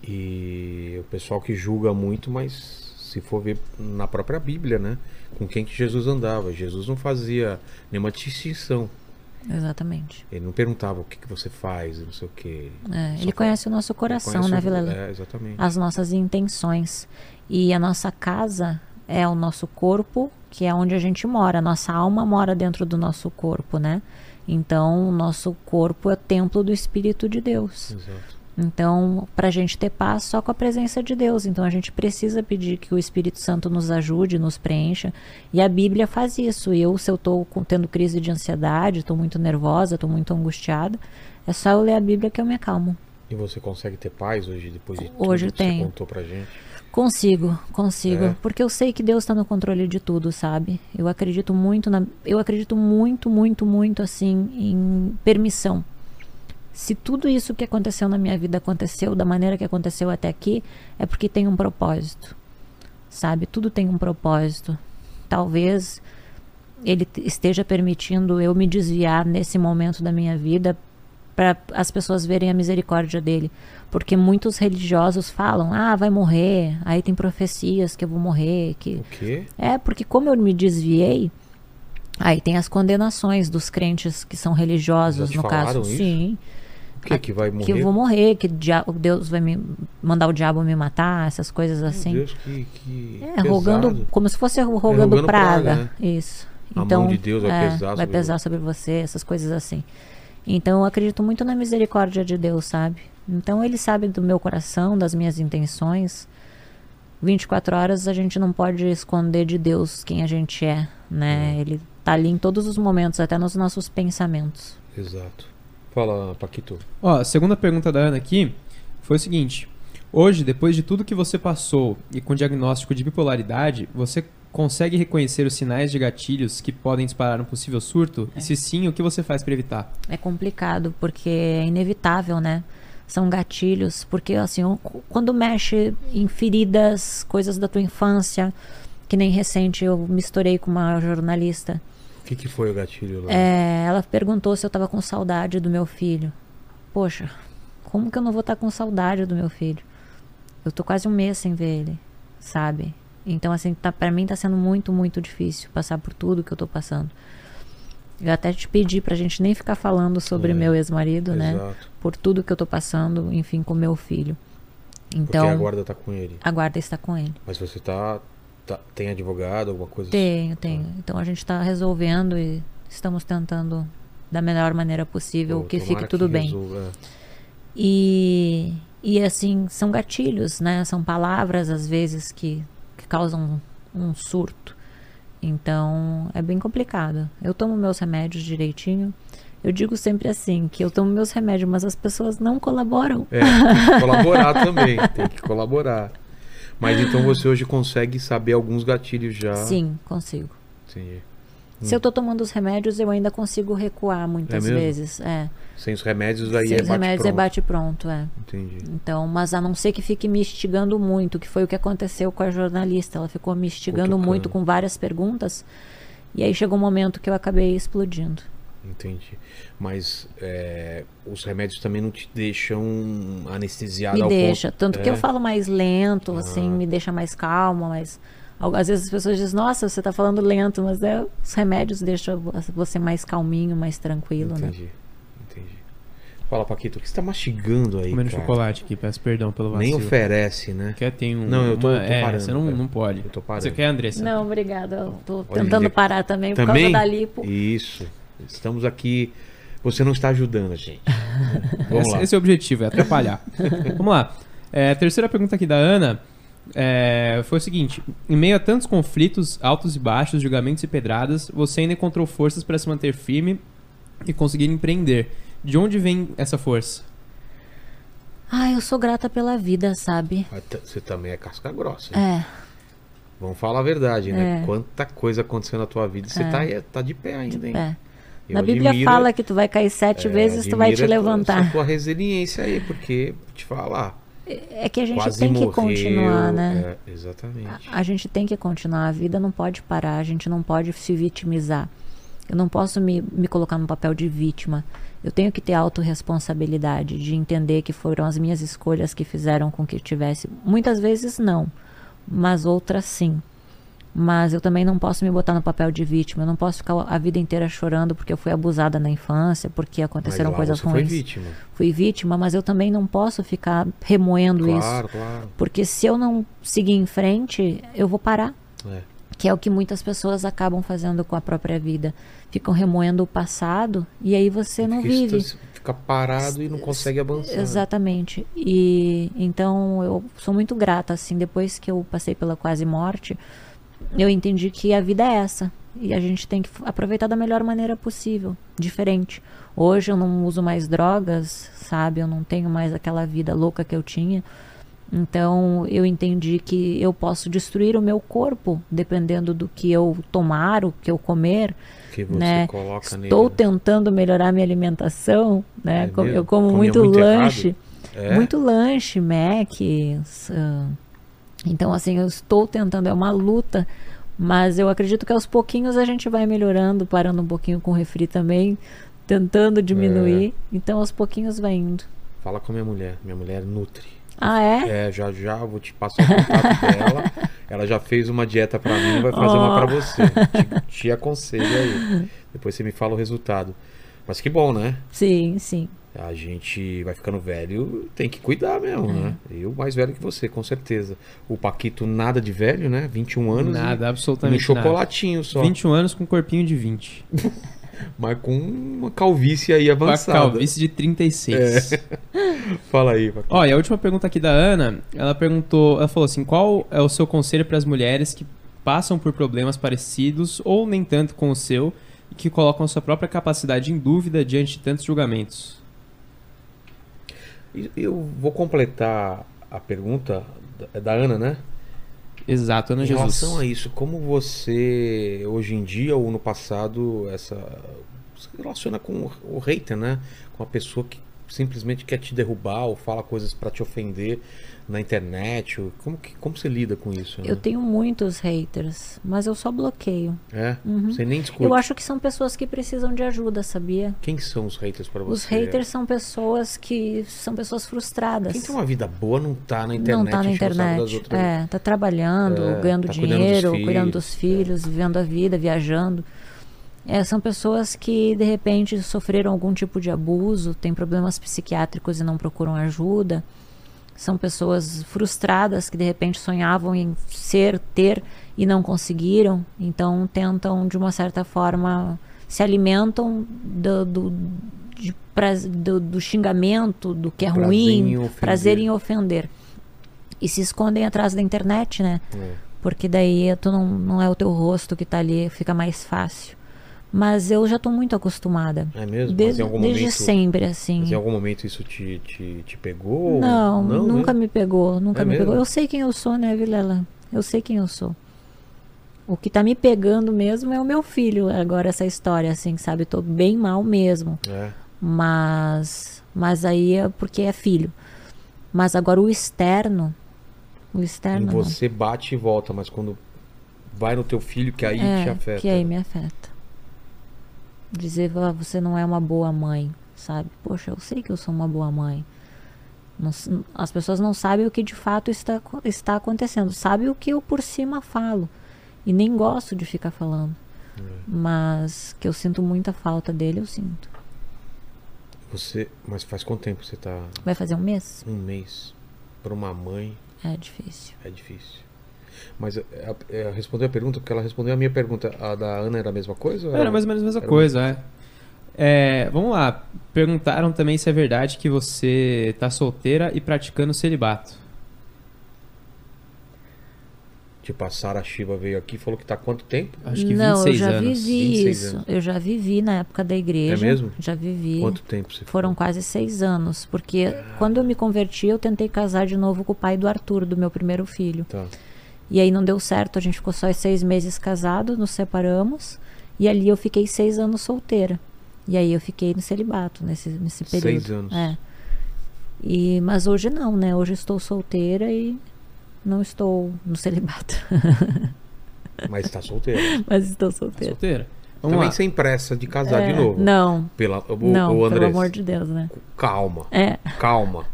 S1: E o pessoal que julga muito, mas se for ver na própria Bíblia, né? Com quem que Jesus andava. Jesus não fazia nenhuma distinção.
S3: Exatamente.
S1: Ele não perguntava o que, que você faz, não sei o quê.
S3: É,
S1: Só
S3: ele
S1: fa-
S3: conhece o nosso coração,
S1: Conhece
S3: né,
S1: o-
S3: Vilela?
S1: É, exatamente.
S3: as nossas intenções. E a nossa casa é o nosso corpo, que é onde a gente mora. A nossa alma mora dentro do nosso corpo, né? Então, o nosso corpo é o templo do Espírito de Deus.
S1: Exato.
S3: Então, para a gente ter paz só com a presença de Deus. Então, a gente precisa pedir que o Espírito Santo nos ajude, nos preencha. E a Bíblia faz isso. E eu, se eu estou tendo crise de ansiedade, estou muito nervosa, estou muito angustiada, é só eu ler a Bíblia que eu me acalmo.
S1: E você consegue ter paz hoje, depois de
S3: Hoje eu
S1: tudo que você
S3: tenho.
S1: contou pra gente?
S3: Consigo, consigo,
S1: É?
S3: porque eu sei que Deus está no controle de tudo, sabe? Eu acredito muito na, eu acredito muito, muito, muito assim em permissão. Se tudo isso que aconteceu na minha vida aconteceu da maneira que aconteceu até aqui, é porque tem um propósito, sabe? Tudo tem um propósito. Talvez ele t- esteja permitindo eu me desviar nesse momento da minha vida para as pessoas verem a misericórdia dele. Porque muitos religiosos falam: ah, vai morrer, aí tem profecias que eu vou morrer. Que...
S1: O quê?
S3: É, porque como eu me desviei, aí tem as condenações dos crentes que são religiosos,
S1: Já te
S3: no caso.
S1: falaram isso?
S3: Sim,
S1: O que que vai morrer?
S3: que eu vou morrer, que dia- Deus vai me mandar o diabo me matar, essas coisas assim.
S1: Meu Deus, que, que
S3: É,
S1: pesado.
S3: rogando, como se fosse rogando,
S1: rogando praga,
S3: praga.
S1: né?
S3: Isso.
S1: A
S3: Então,
S1: mão de Deus vai
S3: é,
S1: pesar
S3: vai
S1: sobre
S3: pesar sobre você, essas coisas assim. Então, eu acredito muito na misericórdia de Deus, sabe? Então, Ele sabe do meu coração, das minhas intenções. 24 horas a gente não pode esconder de Deus quem a gente é, né? Ele tá ali em todos os momentos, até nos nossos pensamentos.
S1: Exato. Fala, Paquito.
S2: Ó, a segunda pergunta da Ana aqui foi o seguinte: Hoje, depois de tudo que você passou e com o diagnóstico de bipolaridade, você consegue reconhecer os sinais de gatilhos que podem disparar um possível surto? E se sim, o que você faz para evitar?
S3: É complicado, porque é inevitável, né? São gatilhos, porque assim, o- quando mexe em feridas, coisas da tua infância, que nem recente eu me estourei com uma jornalista.
S1: O que, que foi o gatilho lá?
S3: É, ela perguntou se eu tava com saudade do meu filho. Poxa, como que eu não vou estar com saudade do meu filho? Eu tô quase um mês sem ver ele, sabe? Então, assim, tá, pra mim tá sendo muito, muito difícil passar por tudo que eu tô passando. Eu até te pedi pra gente nem ficar falando sobre
S1: É,
S3: meu ex-marido, né?
S1: Exato.
S3: Por tudo que eu tô passando, enfim, com meu filho.
S1: Porque
S3: Então,
S1: a guarda tá com ele.
S3: a guarda está com ele.
S1: Mas você tá, tá- tem advogado, alguma coisa
S3: Tenho, tenho.
S1: É.
S3: Então a gente está resolvendo e estamos tentando da melhor maneira possível
S1: Pô,
S3: que
S1: assim? tomara
S3: fique tudo bem.
S1: resolva.
S3: E, e assim, são gatilhos, né? São palavras, às vezes, que, que causam um surto. Então, é bem complicado. Eu tomo meus remédios direitinho. Eu digo sempre assim, que eu tomo meus remédios, mas as pessoas não colaboram.
S1: É, tem que colaborar também, tem que colaborar. Mas então você hoje consegue saber alguns gatilhos já.
S3: Sim, consigo.
S1: Entendi.
S3: Se eu tô tomando os remédios, eu ainda consigo recuar muitas
S1: Hum. mesmo?
S3: vezes. É.
S1: Sem os remédios, aí
S3: Sem
S1: é
S3: os
S1: bate
S3: remédios
S1: pronto.
S3: é bate pronto, é.
S1: Entendi.
S3: Então, mas a não ser que fique me instigando muito, que foi o que aconteceu com a jornalista. Ela ficou me instigando
S1: Cutucando.
S3: muito com várias perguntas. E aí chegou um momento que eu acabei explodindo.
S1: Entendi. Mas é, os remédios também não te deixam anestesiado
S3: me
S1: ao
S3: deixa.
S1: ponto...
S3: Tanto que
S1: É. Ah.
S3: eu falo mais lento, assim, me deixa mais calma, mas. al- Às vezes as pessoas dizem, nossa, você tá falando lento, mas é, os remédios deixam vo- você mais calminho, mais tranquilo, né?
S1: Entendi. Entendi. Fala, Paquito, o que você tá mastigando aí,
S2: Comendo
S1: cara?
S2: chocolate aqui, peço perdão pelo
S1: Nem
S2: vacilo.
S1: oferece, né?
S2: Quer tem um.
S1: Não, eu tô-
S2: uma-
S1: tô
S2: é,
S1: parando,
S2: Você não,
S1: cara.
S2: não pode.
S1: Eu tô parando.
S2: Você quer, Andressa?
S3: Não, obrigada. Eu tô
S1: Olha,
S3: tentando
S1: ele-
S3: parar também, por
S1: Também?
S3: causa da lipo.
S1: Isso. Estamos aqui... Você não está ajudando a gente.
S3: É.
S1: Vamos
S2: Esse,
S1: lá.
S2: esse é o objetivo, é atrapalhar. Vamos lá. É, a terceira pergunta aqui da Ana é, foi o seguinte: em meio a tantos conflitos, altos e baixos, julgamentos e pedradas, você ainda encontrou forças para se manter firme e conseguir empreender. De onde vem essa força?
S3: Ai, eu sou grata pela vida, sabe?
S1: Mas t- Você também é casca grossa. né?
S3: É,
S1: Vamos falar a verdade, né?
S3: É.
S1: Quanta coisa aconteceu na tua vida. e Você tá, aí- tá de pé ainda, hein?
S3: é.
S1: Eu
S3: Na Bíblia
S1: admiro-
S3: fala que tu vai cair sete
S1: é,
S3: vezes, tu vai te
S1: admiro a tua- Essa
S3: levantar.
S1: tua resiliência aí, porque, vou te falar,
S3: É que a gente
S1: quase
S3: tem que
S1: morreu.
S3: continuar, né?
S1: É, exatamente.
S3: A gente tem que continuar, a vida não pode parar, a gente não pode se vitimizar. Eu não posso me, me colocar no papel de vítima. Eu tenho que ter autorresponsabilidade, de entender que foram as minhas escolhas que fizeram com que eu tivesse. Muitas vezes não, mas outras sim. Mas eu também não posso me botar no papel de vítima. Eu não posso ficar a vida inteira chorando porque eu fui abusada na infância, porque
S1: Mas
S3: aconteceram
S1: lá
S3: coisas
S1: você foi
S3: ruins.
S1: vítima.
S3: Fui vítima, mas eu também não posso ficar remoendo isso.
S1: Claro, claro.
S3: Porque se eu não seguir em frente, eu vou parar.
S1: É.
S3: Que é o que muitas pessoas acabam fazendo com a própria vida. Ficam remoendo o passado e aí você não
S1: Porque
S3: vive.
S1: você Fica parado e não consegue avançar.
S3: Exatamente. E então eu sou muito grata assim, depois que eu passei pela quase morte, eu entendi que a vida é essa e a gente tem que f- aproveitar da melhor maneira possível, diferente. Hoje eu não uso mais drogas, sabe? Eu não tenho mais aquela vida louca que eu tinha. Então eu entendi que eu posso destruir o meu corpo dependendo do que eu tomar, o que eu comer.
S1: Que você
S3: né?
S1: coloca
S3: Estou
S1: nele.
S3: tentando melhorar minha alimentação, né?
S1: É
S3: Co-
S1: mesmo?
S3: eu como
S1: Comia
S3: muito,
S1: muito errado?
S3: lanche,
S1: É?
S3: muito lanche, Mac. s- ah, Então assim, eu estou tentando, é uma luta, mas eu acredito que aos pouquinhos a gente vai melhorando, parando um pouquinho com o refri também, tentando diminuir.
S1: É.
S3: Então aos pouquinhos vai indo.
S1: Fala com a minha mulher. Minha mulher nutre.
S3: Ah, é?
S1: É, já já vou te passar o contato dela. Ela já fez uma dieta pra mim, vai fazer uma
S3: Ó.
S1: pra você. Te, te aconselho aí. Depois você me fala o resultado. Mas que bom, né?
S3: Sim, sim.
S1: A gente vai ficando velho, tem que cuidar mesmo, né? Eu mais velho que você, com certeza. O Paquito nada de velho, né? 21 anos.
S2: Nada,
S1: e Um
S2: absolutamente nada.
S1: chocolatinho só.
S2: 21 anos com um corpinho de 20.
S1: Mas com uma calvície aí
S2: Com a
S1: avançada.
S2: calvície de 36.
S1: É. Fala aí, Paquito.
S2: Ó, e a última pergunta aqui da Ana, ela perguntou, ela falou assim, qual é o seu conselho para as mulheres que passam por problemas parecidos ou nem tanto com o seu e que colocam sua própria capacidade em dúvida diante de tantos julgamentos?
S1: E- Eu vou completar a pergunta da- é da Ana, né?
S2: Exato, Ana
S1: Em
S2: Jesus.
S1: relação a isso, como você, hoje em dia ou no passado, essa se relaciona com o hater, né? Com a pessoa que simplesmente quer te derrubar ou fala coisas pra te ofender na internet. ou- Como, que, como você lida com isso?
S3: Eu
S1: né?
S3: tenho muitos haters, mas eu só bloqueio.
S1: É? Você nem discute.
S3: Uhum. Eu acho que são pessoas que precisam de ajuda, sabia?
S1: Quem são os haters pra você? é.
S3: Os haters são pessoas que são pessoas frustradas.
S1: Quem tem uma vida boa não tá na internet.
S3: não tá na
S1: enchendo o saco das
S3: internet.
S1: outras.
S3: É, tá trabalhando,
S1: É,
S3: ganhando
S1: tá cuidando dos
S3: dinheiro,
S1: filhos,
S3: cuidando dos filhos, vivendo a vida, viajando. É, são pessoas que de repente sofreram algum tipo de abuso, têm problemas psiquiátricos e não procuram ajuda. São pessoas frustradas que de repente sonhavam em ser, ter e não conseguiram, então tentam de uma certa forma se alimentam do, do, de praz- do, do xingamento, do que é
S1: Prazer em
S3: ruim,
S1: ofender.
S3: prazer em ofender. E se escondem atrás da internet, né?
S1: É.
S3: Porque daí tu não, não é o teu rosto que tá ali, fica mais fácil. Mas eu já tô muito acostumada.
S1: É mesmo? Mas em
S3: Desde,
S1: algum
S3: desde
S1: momento-
S3: sempre, assim.
S1: Mas em algum momento isso te, te, te pegou?
S3: Não, nunca
S1: né?
S3: me pegou, nunca
S1: É
S3: me
S1: mesmo?
S3: pegou. Eu sei quem eu sou, né, Vilela? Eu sei quem eu sou. O que tá me pegando mesmo é o meu filho, agora essa história, assim, sabe? Eu tô bem mal mesmo.
S1: É.
S3: Mas. Mas aí é porque é filho. Mas agora o externo. O
S1: Em
S3: externo. É, não.
S1: você bate e volta, mas quando vai no teu filho, que aí
S3: é,
S1: te afeta.
S3: Que aí me afeta. Dizer, "Ah, você não é uma boa mãe, sabe? Poxa, eu sei que eu sou uma boa mãe. Não s- as pessoas não sabem o que de fato está, acon- está acontecendo. Sabem o que eu por cima falo. E nem gosto de ficar falando.
S1: É.
S3: Mas que eu sinto muita falta dele, eu sinto.
S1: Você. Mas faz quanto tempo você tá?
S3: Vai fazer um mês?
S1: Um mês. Pra uma mãe
S3: É difícil.
S1: é difícil. Mas é, é, é, respondeu a pergunta, porque ela respondeu a minha pergunta. A da Ana era a mesma coisa? ou
S2: Era mais ou menos a mesma
S1: era
S2: coisa, é. É, Vamos lá. Perguntaram também se é verdade que você tá solteira e praticando celibato.
S1: Tipo, a Sara Shiva veio aqui e falou que tá há quanto tempo?
S2: Acho que
S3: não,
S2: 26
S3: eu já
S2: anos.
S3: vivi
S1: 26
S3: isso.
S1: anos. É
S3: Eu já vivi na época da igreja.
S1: mesmo?
S3: Já vivi.
S1: Quanto tempo você
S3: Foram quase seis anos, porque quando eu me converti, eu tentei casar de novo com o pai do Arthur, do meu primeiro filho.
S1: Tá.
S3: E aí não deu certo, a gente ficou só seis meses casados, nos separamos. E ali eu fiquei seis anos solteira. E aí eu fiquei no celibato nesse, nesse
S1: Seis
S3: período.
S1: anos.
S3: É. E, mas hoje não, né? Hoje eu estou solteira e não estou no celibato.
S1: Mas tá solteira.
S3: mas estou
S2: Tá
S3: solteira.
S2: solteira. Vamos
S1: Também
S2: lá.
S1: sem pressa de casar
S3: É,
S1: de novo.
S3: Não,
S1: Pela, o,
S3: não,
S1: o Andrés,
S3: pelo amor de Deus, né?
S1: calma,
S3: É.
S1: calma.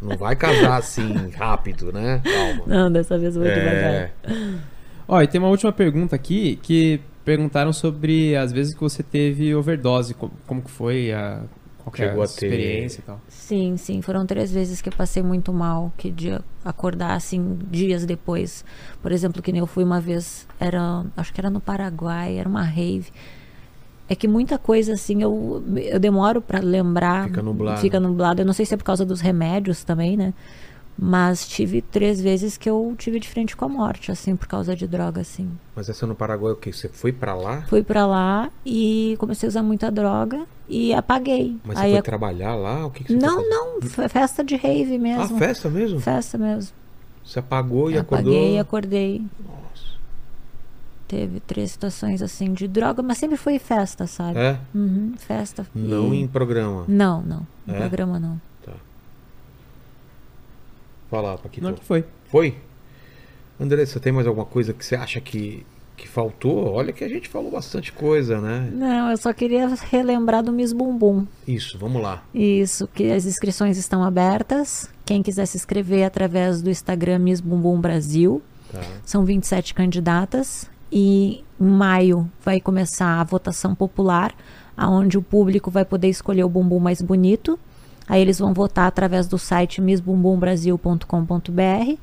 S1: Não vai casar assim rápido, né? Calma.
S3: Não, dessa vez eu vou devagar.
S1: É,
S2: Ó, e tem uma última pergunta aqui que perguntaram sobre as vezes que você teve overdose, como, como que foi a qualquer
S1: Chegou a ter-
S2: experiência e tal.
S3: Sim, sim. Foram três vezes que eu passei muito mal, que de acordar assim dias depois. Por exemplo, que nem eu fui uma vez, era, acho que era no Paraguai, era uma rave. É que muita coisa assim eu, eu demoro pra lembrar.
S1: Fica nublado.
S3: Fica nublado. Eu não sei se é por causa dos remédios também, né? Mas tive três vezes que eu tive de frente com a morte, assim, por causa de droga, assim.
S1: mas essa no Paraguai, o que? Você foi pra lá?
S3: Fui pra lá e comecei a usar muita droga e apaguei.
S1: Mas você
S3: Aí
S1: foi
S3: a-
S1: trabalhar lá? O que, que você
S3: Não,
S1: foi
S3: não, fe- festa de rave
S1: fazer?
S3: mesmo.
S1: Ah, festa mesmo?
S3: Festa mesmo.
S1: Você apagou e
S3: Eu
S1: acordou?
S3: Apaguei e acordei.
S1: Nossa.
S3: Teve três situações assim de droga, mas sempre foi festa, sabe?
S1: É?
S3: Uhum, festa. e-
S1: Não em programa.
S3: Não, não. No
S1: É?
S3: programa não.
S1: Fala, Paquito.
S2: Não, que foi.
S1: Foi? Andressa, tem mais alguma coisa que você acha que, que faltou? Olha que a gente falou bastante coisa, né?
S3: Não, eu só queria relembrar do Miss Bumbum.
S1: Isso, vamos lá.
S3: Isso, que as inscrições estão abertas. Quem quiser se inscrever através do Instagram Miss Bumbum Brasil.
S1: Tá.
S3: São 27 candidatas e em maio vai começar a votação popular, aonde o público vai poder escolher o bumbum mais bonito. Aí eles vão votar através do site missbumbumbrasil.com.br.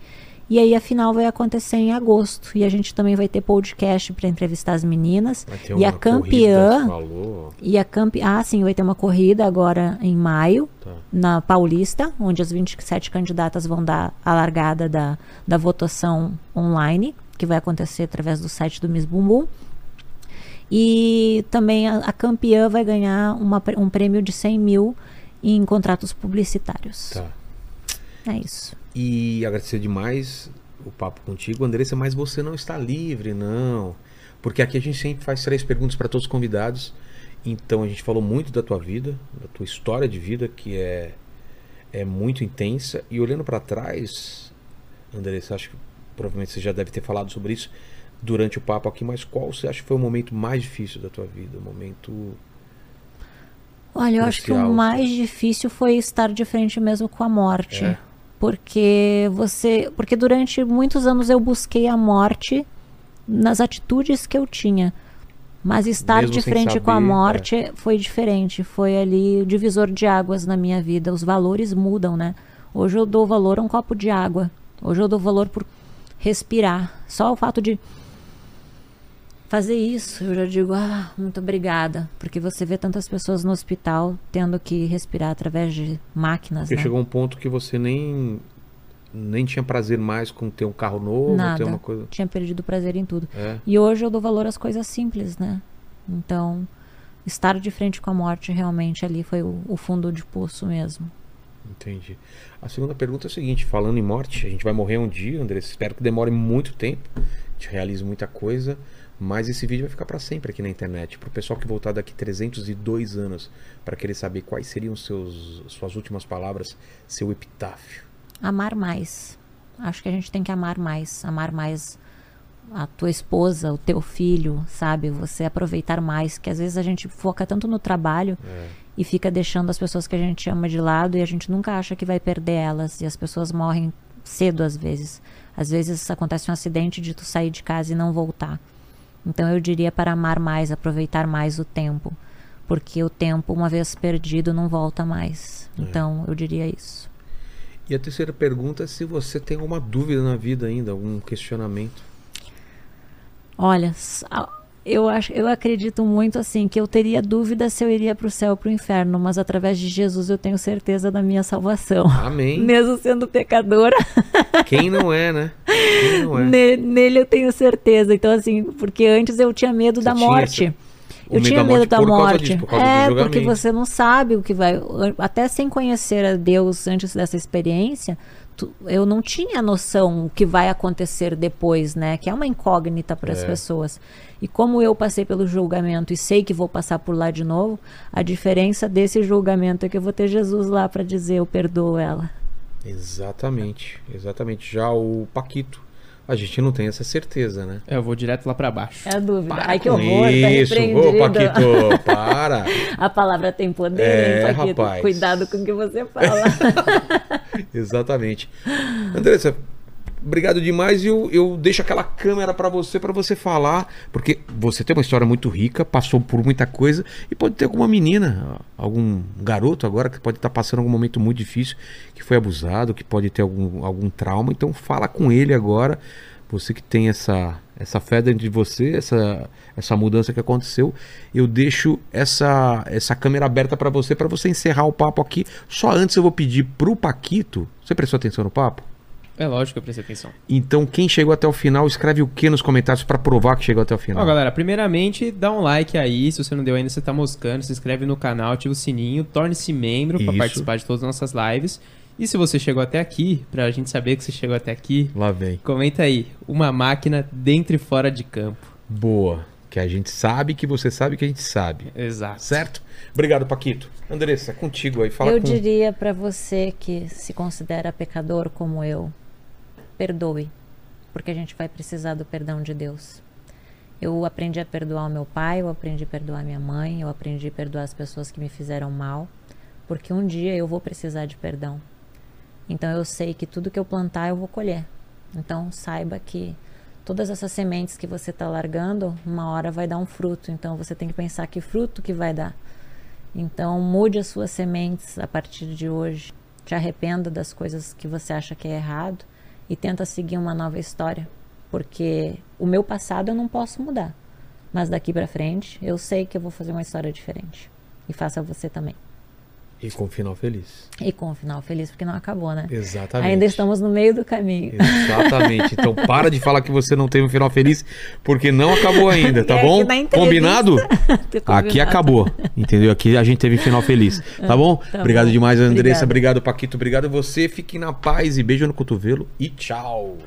S3: E aí a final vai acontecer em agosto e a gente também vai ter podcast para entrevistar as meninas
S1: Vai ter
S3: e a
S1: uma corrida,
S3: campeã
S1: você Falou.
S3: e a campe... Ah, sim, vai ter uma corrida agora em maio,
S1: Tá.
S3: na Paulista, onde as 27 candidatas vão dar a largada da, da votação online, que vai acontecer através do site do Miss Bumbum. E também a, a campeã vai ganhar uma pre- um prêmio de 100 mil em contratos publicitários.
S1: Tá.
S3: É isso.
S1: E agradecer demais o papo contigo, Andressa, mas você não está livre, não. Porque aqui a gente sempre faz três perguntas para todos os convidados. Então a gente falou muito da tua vida, da tua história de vida, que é, é muito intensa. E olhando para trás, Andressa, acho que provavelmente você já deve ter falado sobre isso durante o papo aqui, mas qual você acha que foi o momento mais difícil da tua vida? O momento.
S3: Olha, eu acho que
S1: Crucial,
S3: o
S1: assim.
S3: mais difícil foi estar de frente mesmo com a morte.
S1: É.
S3: Porque você. Porque durante muitos anos eu busquei a morte nas atitudes que eu tinha. Mas estar
S1: Mesmo
S3: de
S1: sem
S3: frente com a
S1: saber, é.
S3: morte foi diferente. Foi ali o divisor de águas na minha vida. Os valores mudam, né? Hoje eu dou valor a um copo de água. Hoje eu dou valor por respirar. Só o fato de fazer isso, eu já digo, ah, muito obrigada. Porque você vê tantas pessoas no hospital tendo que respirar através de máquinas.
S1: Porque
S3: Né?
S1: chegou um ponto que você nem nem tinha prazer mais com ter um carro novo, ter
S3: Nada.
S1: uma coisa.
S3: Tinha perdido prazer em tudo.
S1: É.
S3: E hoje eu dou valor às coisas simples, né? Então, estar de frente com a morte realmente ali foi o, o fundo de poço mesmo.
S1: Entendi. A segunda pergunta é a seguinte: falando em morte, a gente vai morrer um dia, André. Espero que demore muito tempo. gente realiza muita coisa, mas esse vídeo vai ficar para sempre aqui na internet, pro pessoal que voltar daqui 302 anos para querer saber quais seriam seus suas últimas palavras, seu epitáfio.
S3: Amar mais. Acho que a gente tem que amar mais, amar mais a tua esposa, o teu filho, sabe? Você aproveitar mais, que às vezes a gente foca tanto no trabalho
S1: É.
S3: e fica deixando as pessoas que a gente ama de lado e a gente nunca acha que vai perder elas e as pessoas morrem cedo às vezes. Às vezes acontece um acidente de tu sair de casa e não voltar. Então eu diria para amar mais, aproveitar mais o tempo, porque o tempo uma vez perdido não volta mais. Então eu diria isso.
S1: E a terceira pergunta é se você tem alguma dúvida na vida ainda, algum questionamento.
S3: Olha, s- a- eu acho, eu acredito muito assim que eu teria dúvida se eu iria para o céu ou para o inferno, mas através de Jesus eu tenho certeza da minha salvação.
S1: Amém.
S3: Mesmo sendo pecadora,
S1: Quem não é, né? Quem não é?
S3: ne- nele eu tenho certeza. Então assim, porque antes eu tinha medo da
S1: tinha
S3: morte.
S1: esse- o
S3: Eu
S1: medo
S3: tinha
S1: da morte
S3: medo da
S1: por causa
S3: morte.
S1: disso, por causa do
S3: é,
S1: julgamento.
S3: porque você não sabe o que vai. Até sem conhecer a Deus antes dessa experiência, tu- eu não tinha noção o que vai acontecer depois, né? Que é uma incógnita para
S1: É.
S3: as pessoas. E como eu passei pelo julgamento e sei que vou passar por lá de novo, a diferença desse julgamento é que eu vou ter Jesus lá para dizer eu perdoo ela.
S1: Exatamente, exatamente. Já o Paquito, a gente não tem essa certeza, né?
S2: É, eu vou direto lá pra baixo.
S3: É a dúvida. Ai, que
S1: com
S3: horror, tá
S1: Isso, ô
S3: repreendido.
S1: Paquito, para.
S3: A palavra tem poder,
S1: É,
S3: hein, Paquito?
S1: rapaz.
S3: Cuidado com o que você fala.
S1: Exatamente. Andressa, obrigado demais. E eu, eu deixo aquela câmera pra você, pra você falar, porque você tem uma história muito rica, passou por muita coisa e pode ter alguma menina, algum garoto agora que pode estar passando algum momento muito difícil, que foi abusado, que pode ter algum, algum trauma. Então fala com ele agora. Você que tem essa, essa fé dentro de você, essa, essa mudança que aconteceu, eu deixo essa, essa câmera aberta para você, para você encerrar o papo aqui. Só antes eu vou pedir pro Paquito. Você prestou atenção no papo?
S2: É lógico que eu prestei atenção.
S1: Então, quem chegou até o final, escreve o que nos comentários para provar que chegou até o final.
S2: Ó, galera, primeiramente, dá um like aí. Se você não deu ainda, você tá moscando. Se inscreve no canal, ativa o sininho, torne-se membro pra
S1: Isso.
S2: participar de todas as nossas lives. E se você chegou até aqui, pra gente saber que você chegou até aqui,
S1: Lá vem.
S2: comenta aí. Uma máquina dentro e fora de campo.
S1: Boa. Que a gente sabe que você sabe que a gente sabe.
S2: Exato.
S1: Certo? Obrigado, Paquito. Andressa, contigo aí. Fala
S3: eu
S1: com...
S3: diria pra você que se considera pecador como eu, perdoe, porque a gente vai precisar do perdão de Deus. Eu aprendi a perdoar o meu pai, eu aprendi a perdoar minha mãe, eu aprendi a perdoar as pessoas que me fizeram mal, porque um dia eu vou precisar de perdão. Então eu sei que tudo que eu plantar eu vou colher. Então saiba que todas essas sementes que você está largando, uma hora vai dar um fruto. Então você tem que pensar que fruto que vai dar. Então mude as suas sementes a partir de hoje. Te arrependa das coisas que você acha que é errado e tenta seguir uma nova história, porque o meu passado eu não posso mudar, mas daqui pra frente eu sei que eu vou fazer uma história diferente. E faça você também.
S1: E com um final feliz.
S3: E com o final feliz, porque não acabou, né?
S1: Exatamente.
S3: Ainda estamos no meio do caminho.
S1: Exatamente. Então para de falar que você não teve um final feliz, porque não acabou ainda, tá
S3: É,
S1: bom?
S3: que na entrevista-
S1: Combinado?
S3: Tô
S1: Aqui
S3: combinado.
S1: acabou, entendeu? Aqui a gente teve um final feliz, tá bom?
S3: tá
S1: obrigado
S3: bom.
S1: demais, Andressa.
S3: Obrigada.
S1: Obrigado, Paquito. Obrigado você. Fique na paz e beijo no cotovelo e tchau.